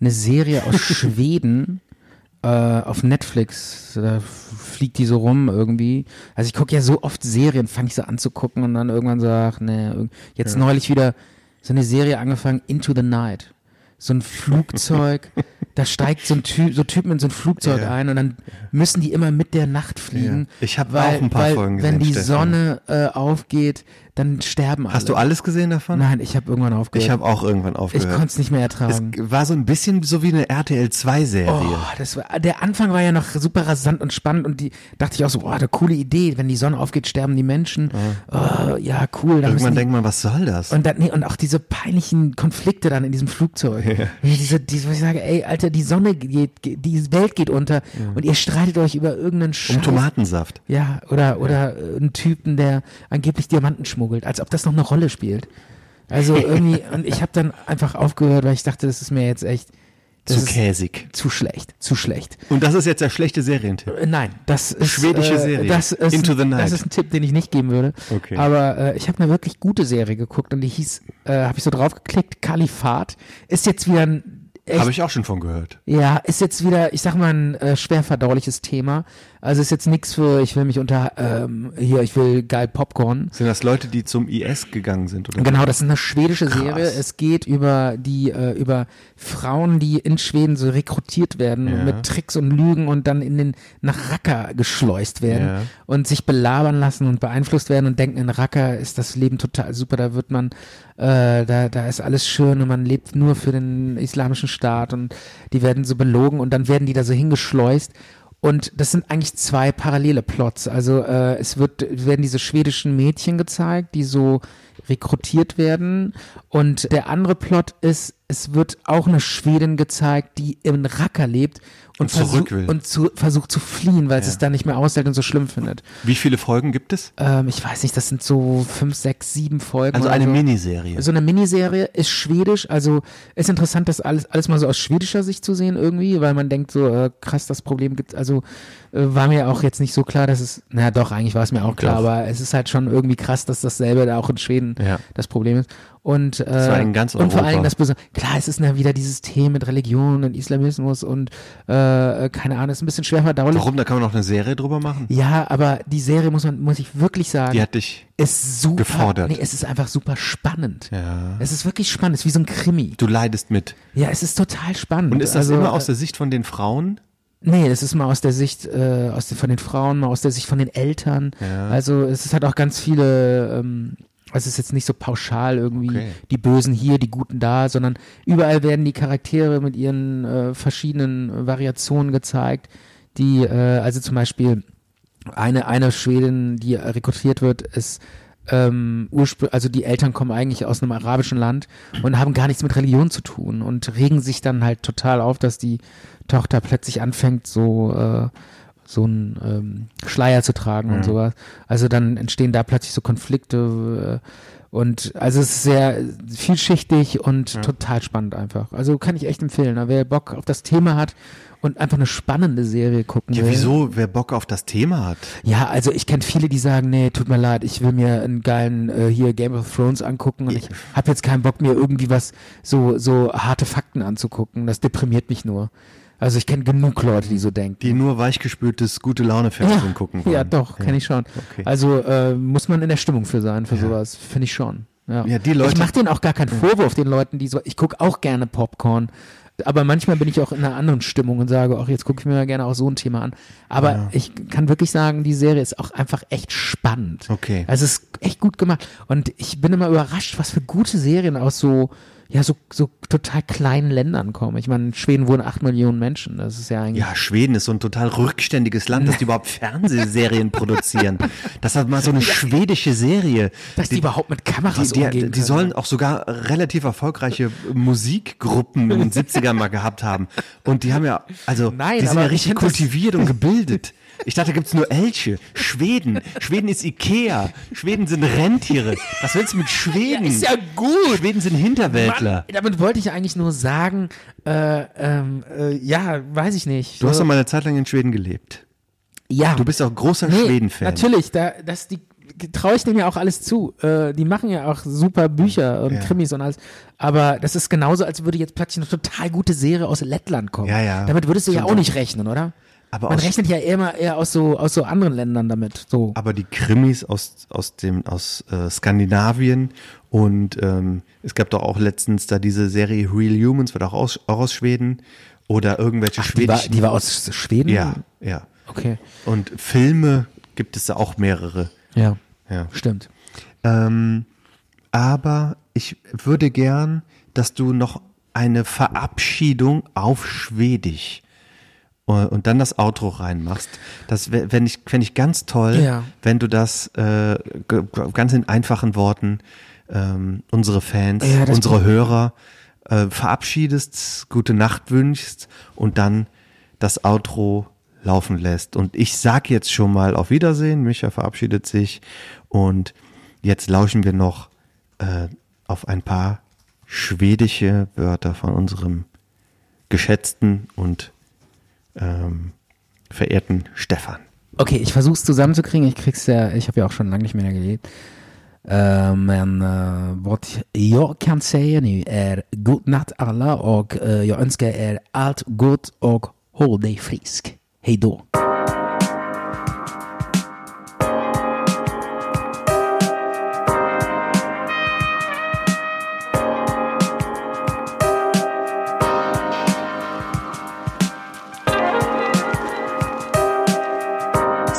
D: eine Serie aus Schweden äh, auf Netflix. Da fliegt die so rum irgendwie. Also ich gucke ja so oft Serien, fange ich so an zu gucken und dann irgendwann so, ach nee, irg- jetzt neulich wieder so eine Serie angefangen, Into the Night. So ein Flugzeug, da steigt so ein Typ, so Typen in so ein Flugzeug
C: Ja.
D: ein und dann müssen die immer mit der Nacht fliegen.
C: Ja. Ich hab
D: Weil-
C: auch ein paar
D: weil,
C: Folgen
D: Wenn
C: gesehen,
D: die
C: Stefan.
D: Sonne äh, aufgeht, dann sterben alle.
C: Hast du alles gesehen davon?
D: Nein, ich habe irgendwann aufgehört.
C: Ich habe auch irgendwann
D: ich
C: aufgehört.
D: konnte es nicht mehr
C: Es
D: ertragen.
C: war so ein bisschen so wie eine RTL 2
D: Oh,
C: Serie.
D: das war, der Anfang war ja noch super rasant und spannend und die dachte ich auch so, oh, eine coole Idee, wenn die Sonne aufgeht, sterben die Menschen. Oh, ja, cool. Dann müssen
C: Irgendwann
D: die,
C: denkt man, was soll das?
D: und, dann, nee, und auch diese peinlichen Konflikte dann in diesem Flugzeug. Diese, diese, wo ich sage, ey, Alter, die Sonne geht, geht die Welt geht unter und ihr streitet euch über irgendeinen Scheiß.
C: um Tomatensaft.
D: Ja, oder, oder äh, einen Typen, der angeblich Diamanten schmuggelt, als ob das noch eine Rolle spielt. Also irgendwie, und ich habe dann einfach aufgehört, weil ich dachte, das ist mir jetzt echt das
C: Zu
D: ist
C: käsig.
D: zu schlecht, zu schlecht.
C: Und das ist jetzt der schlechte Serientipp.
D: Äh, Nein, das ist
C: Schwedische
D: äh,
C: Serie.
D: Das ist,
C: Into the Night.
D: das ist ein Tipp, den ich nicht geben würde.
C: Okay.
D: Aber äh, ich habe eine wirklich gute Serie geguckt und die hieß, äh, habe ich so drauf geklickt, Kalifat. Ist jetzt wieder ein echt
C: Habe ich auch schon von gehört.
D: ja, ist jetzt wieder, ich sag mal, ein äh, schwer verdauliches Thema. Also ist jetzt nichts für, ich will mich unter, ähm, hier, ich will geil Popcorn.
C: Sind das Leute, die zum IS gegangen sind? Oder?
D: Genau, das ist eine schwedische Serie. Es geht über die, äh, über Frauen, die in Schweden so rekrutiert werden
C: Ja.
D: mit Tricks und Lügen und dann in den, nach Racker geschleust werden
C: Ja.
D: und sich belabern lassen und beeinflusst werden und denken, in Racker ist das Leben total super, da wird man, äh, da, da ist alles schön und man lebt nur für den islamischen Staat und die werden so belogen und dann werden die da so hingeschleust. Und das sind eigentlich zwei parallele Plots. Also äh, es wird, werden diese schwedischen Mädchen gezeigt, die so rekrutiert werden. Und der andere Plot ist, es wird auch eine Schwedin gezeigt, die in Racker lebt und,
C: Und zurück
D: versuch-
C: will.
D: Und zu, versucht zu fliehen, weil sie es dann nicht mehr aushält und so schlimm findet.
C: Wie viele Folgen gibt es?
D: Ähm, ich weiß nicht, das sind so fünf, sechs, sieben Folgen.
C: Also
D: oder
C: eine
D: so.
C: Miniserie.
D: So eine Miniserie ist schwedisch, also ist interessant, das alles, alles mal so aus schwedischer Sicht zu sehen irgendwie, weil man denkt so, äh, krass, das Problem gibt, also äh, war mir auch jetzt nicht so klar, dass es, naja doch, eigentlich war es mir auch klar,
C: Doch.
D: aber es ist halt schon irgendwie krass, dass dasselbe da auch in Schweden
C: Ja.
D: das Problem ist. Und, äh,
C: war in ganz
D: und vor
C: Europa.
D: allem das Besondere, klar, es ist ja wieder dieses Thema mit Religion und Islamismus und äh, keine Ahnung, ist ein bisschen schwer verdaulich.
C: Warum? Da kann man noch eine Serie drüber machen.
D: Ja, aber die Serie muss man, muss ich wirklich sagen
C: Die hat dich.
D: ist super
C: gefordert.
D: Nee, es ist einfach super spannend.
C: Ja.
D: Es ist wirklich spannend, es ist wie so ein Krimi.
C: Du leidest mit.
D: Ja, es ist total spannend.
C: Und ist das
D: also,
C: immer aus
D: äh,
C: der Sicht von den Frauen?
D: Nee, das ist mal aus der Sicht äh, aus den, von den Frauen, mal aus der Sicht von den Eltern.
C: Ja.
D: Also es ist halt auch ganz viele ähm, also es ist jetzt nicht so pauschal irgendwie
C: Okay.
D: die Bösen hier, die Guten da, sondern überall werden die Charaktere mit ihren äh, verschiedenen äh, Variationen gezeigt, die äh, also zum Beispiel eine, eine Schwedin, die äh, rekrutiert wird, ist ähm, urspr- also die Eltern kommen eigentlich aus einem arabischen Land und haben gar nichts mit Religion zu tun und regen sich dann halt total auf, dass die Tochter plötzlich anfängt, so äh, so einen ähm, Schleier zu tragen
C: Mhm.
D: und sowas. Also dann entstehen da plötzlich so Konflikte äh, und also es ist sehr vielschichtig und
C: Mhm.
D: total spannend einfach. Also kann ich echt empfehlen. Wer Bock auf das Thema hat und einfach eine spannende Serie gucken
C: Ja,
D: will.
C: wieso? Wer Bock auf das Thema hat?
D: Ja, also ich kenne viele, die sagen, nee, tut mir leid, ich will mir einen geilen äh, hier Game of Thrones angucken und ich habe jetzt keinen Bock mir irgendwie was so so harte Fakten anzugucken. Das deprimiert mich nur. Also ich kenne genug Leute, die so denken.
C: Die nur weichgespültes gute Laune Fernsehen gucken wollen.
D: ja, doch, kann ich schon.
C: Okay.
D: Also äh, muss man in der Stimmung für sein, für sowas, finde ich schon. Ja.
C: Ja, die Leute-
D: ich mache denen auch gar keinen Vorwurf, den Leuten, die so, ich gucke auch gerne Popcorn, aber manchmal bin ich auch in einer anderen Stimmung und sage, ach, jetzt gucke ich mir mal gerne auch so ein Thema an. Aber ich kann wirklich sagen, die Serie ist auch einfach echt spannend.
C: Okay.
D: Also es ist echt gut gemacht und ich bin immer überrascht, was für gute Serien aus so ja, so, so total kleinen Ländern kommen. Ich meine, in Schweden wohnen acht Millionen Menschen. Das ist ja eigentlich.
C: Ja, Schweden ist so ein total rückständiges Land, dass die überhaupt Fernsehserien produzieren. Das hat mal so eine schwedische Serie.
D: Dass die, überhaupt mit Kameras
C: die, die,
D: umgehen
C: die
D: können.
C: sollen auch sogar relativ erfolgreiche Musikgruppen in den 70ern mal gehabt haben. Und die haben ja, also,
D: Nein,
C: die sind
D: aber
C: ja
D: ich
C: richtig
D: find das-
C: kultiviert und gebildet. Ich dachte, da gibt's nur Elche. Schweden. Schweden ist Ikea. Schweden sind Rentiere. Was willst du mit Schweden?
D: Ja, ist ja gut.
C: Schweden sind Hinterwäldler.
D: Mann, damit wollte ich eigentlich nur sagen, äh, ähm, äh, ja, weiß ich nicht.
C: Du hast
D: so,
C: doch mal eine Zeit lang in Schweden gelebt.
D: ja.
C: Du bist auch großer
D: Nee,
C: Schweden-Fan.
D: Natürlich, da, das, die traue ich dem ja auch alles zu. Äh, die machen ja auch super Bücher und
C: Ja.
D: Krimis und alles. Aber das ist genauso, als würde jetzt plötzlich eine total gute Serie aus Lettland kommen.
C: Ja, ja.
D: Damit würdest du ja
C: Stimmt
D: auch
C: auch.
D: nicht rechnen, oder?
C: Aber
D: Man
C: aus-
D: rechnet ja immer eher aus so, aus so anderen Ländern damit. So.
C: Aber die Krimis aus, aus, dem, aus äh, Skandinavien und ähm, es gab doch auch letztens da diese Serie Real Humans, wird auch aus, auch aus Schweden oder irgendwelche
D: Die war,
C: schwedischen.
D: die war aus Schweden?
C: ja, ja.
D: Okay.
C: Und Filme gibt es da auch mehrere.
D: Ja.
C: Ja.
D: Stimmt.
C: Ähm, aber ich würde gern, dass du noch eine Verabschiedung auf Schwedisch äh, und dann das Outro reinmachst. Das wär- wenn ich, fänd ich ganz toll,
D: Ja.
C: wenn du das äh, g- g- ganz in einfachen Worten ähm, unsere Fans,
D: Ja, das-
C: unsere Hörer äh, verabschiedest, gute Nacht wünschst und dann das Outro laufen lässt. Und ich sag jetzt schon mal auf Wiedersehen. Micha verabschiedet sich und jetzt lauschen wir noch äh, auf ein paar schwedische Wörter von unserem geschätzten und ähm, verehrten Stefan.
D: Okay, ich versuch's zusammenzukriegen. Ich krieg's ja, ich habe ja auch schon lange nicht mehr gelebt. Eh, Men eh, vad jag kan säga nu är god natt alla och eh, jag önskar er allt gott och håll dig frisk. Hej då.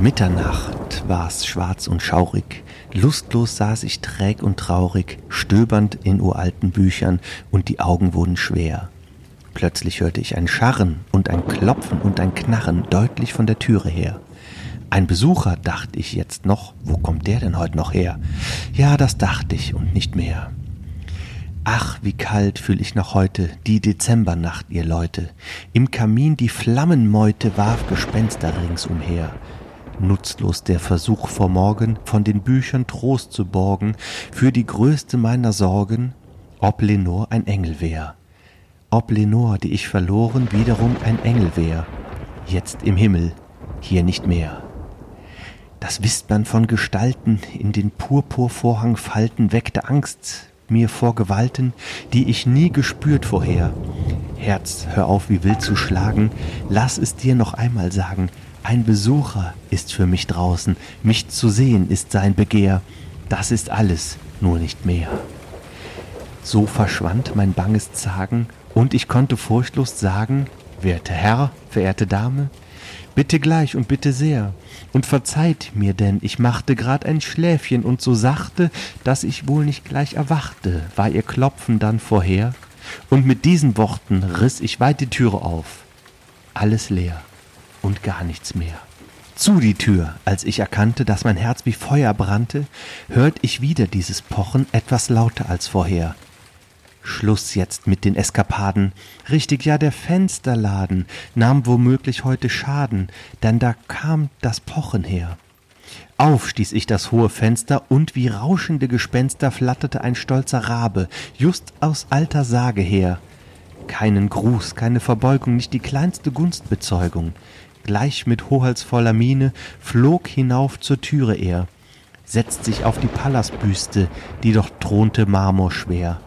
C: Mitternacht war's schwarz und schaurig. Lustlos saß ich träg und traurig, stöbernd in uralten Büchern, und die Augen wurden schwer. Plötzlich hörte ich ein Scharren und ein Klopfen und ein Knarren deutlich von der Türe her. Ein Besucher, dachte ich jetzt noch, wo kommt der denn heute noch her? Ja, das dachte ich und nicht mehr. Ach, wie kalt fühl ich noch heute die Dezembernacht, ihr Leute. Im Kamin die Flammenmeute warf Gespenster ringsumher. Nutzlos der Versuch vor Morgen, von den Büchern Trost zu borgen, für die größte meiner Sorgen, ob Lenor ein Engel wär. Ob Lenor, die ich verloren, wiederum ein Engel wär. Jetzt im Himmel, hier nicht mehr. Das Wispern von Gestalten in den Purpurvorhang falten weckte Angst mir vor Gewalten, die ich nie gespürt vorher. Herz, hör auf, wie wild zu schlagen, lass es dir noch einmal sagen. Ein Besucher ist für mich draußen, mich zu sehen ist sein Begehr. Das ist alles, nur nicht mehr. So verschwand mein banges Zagen und ich konnte furchtlos sagen, werte Herr, verehrte Dame, bitte gleich und bitte sehr und verzeiht mir, denn ich machte grad ein Schläfchen und so sachte, dass ich wohl nicht gleich erwachte, war ihr Klopfen dann vorher und mit diesen Worten riss ich weit die Türe auf. Alles leer und gar nichts mehr. Zu die Tür, als ich erkannte, dass mein Herz wie Feuer brannte, hört ich wieder dieses Pochen etwas lauter als vorher. Schluss jetzt mit den Eskapaden. Richtig, ja, der Fensterladen nahm womöglich heute Schaden, denn da kam das Pochen her. Auf stieß ich das hohe Fenster und wie rauschende Gespenster flatterte ein stolzer Rabe, just aus alter Sage her. Keinen Gruß, keine Verbeugung, nicht die kleinste Gunstbezeugung. Gleich mit hoheitsvoller Miene flog hinauf zur Türe er, setzt sich auf die Pallasbüste, die doch thronte marmorschwer,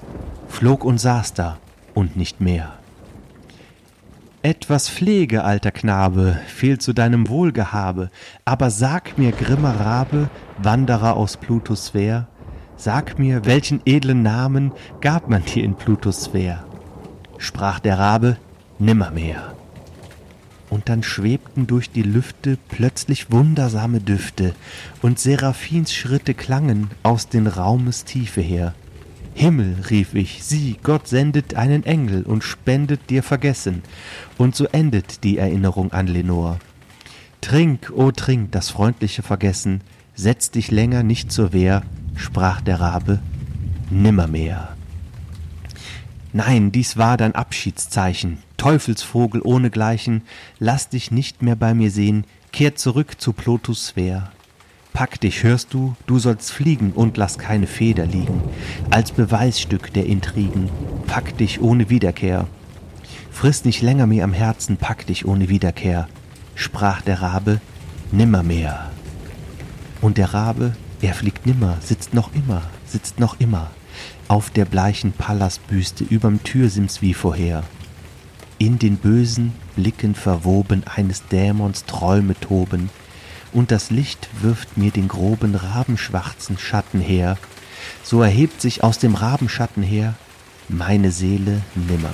C: flog und saß da und nicht mehr. Etwas Pflege, alter Knabe, fehlt zu deinem Wohlgehabe, aber sag mir, grimmer Rabe, Wanderer aus Plutos Sphär, sag mir, welchen edlen Namen gab man dir in Plutos Sphär? Sprach der Rabe, nimmermehr. Und dann schwebten durch die Lüfte plötzlich wundersame Düfte, und Seraphins Schritte klangen aus den Raumes Tiefe her. Himmel, rief ich, sieh, Gott sendet einen Engel und spendet dir Vergessen. Und so endet die Erinnerung an Lenor. Trink, o trink das freundliche Vergessen, setz dich länger nicht zur Wehr, sprach der Rabe, nimmermehr. Nein, dies war dein Abschiedszeichen. Teufelsvogel ohnegleichen, lass dich nicht mehr bei mir sehen, kehr zurück zu Plotus Sphäre. Pack dich, hörst du, du sollst fliegen und lass keine Feder liegen, als Beweisstück der Intrigen. Pack dich ohne Wiederkehr. Friss nicht länger mir am Herzen, pack dich ohne Wiederkehr, sprach der Rabe, nimmermehr. Und der Rabe, er fliegt nimmer, sitzt noch immer, sitzt noch immer, auf der bleichen Pallasbüste überm Türsims wie vorher. In den bösen Blicken verwoben eines Dämons Träume toben, und das Licht wirft mir den groben rabenschwarzen Schatten her, so erhebt sich aus dem Rabenschatten her meine Seele nimmermehr.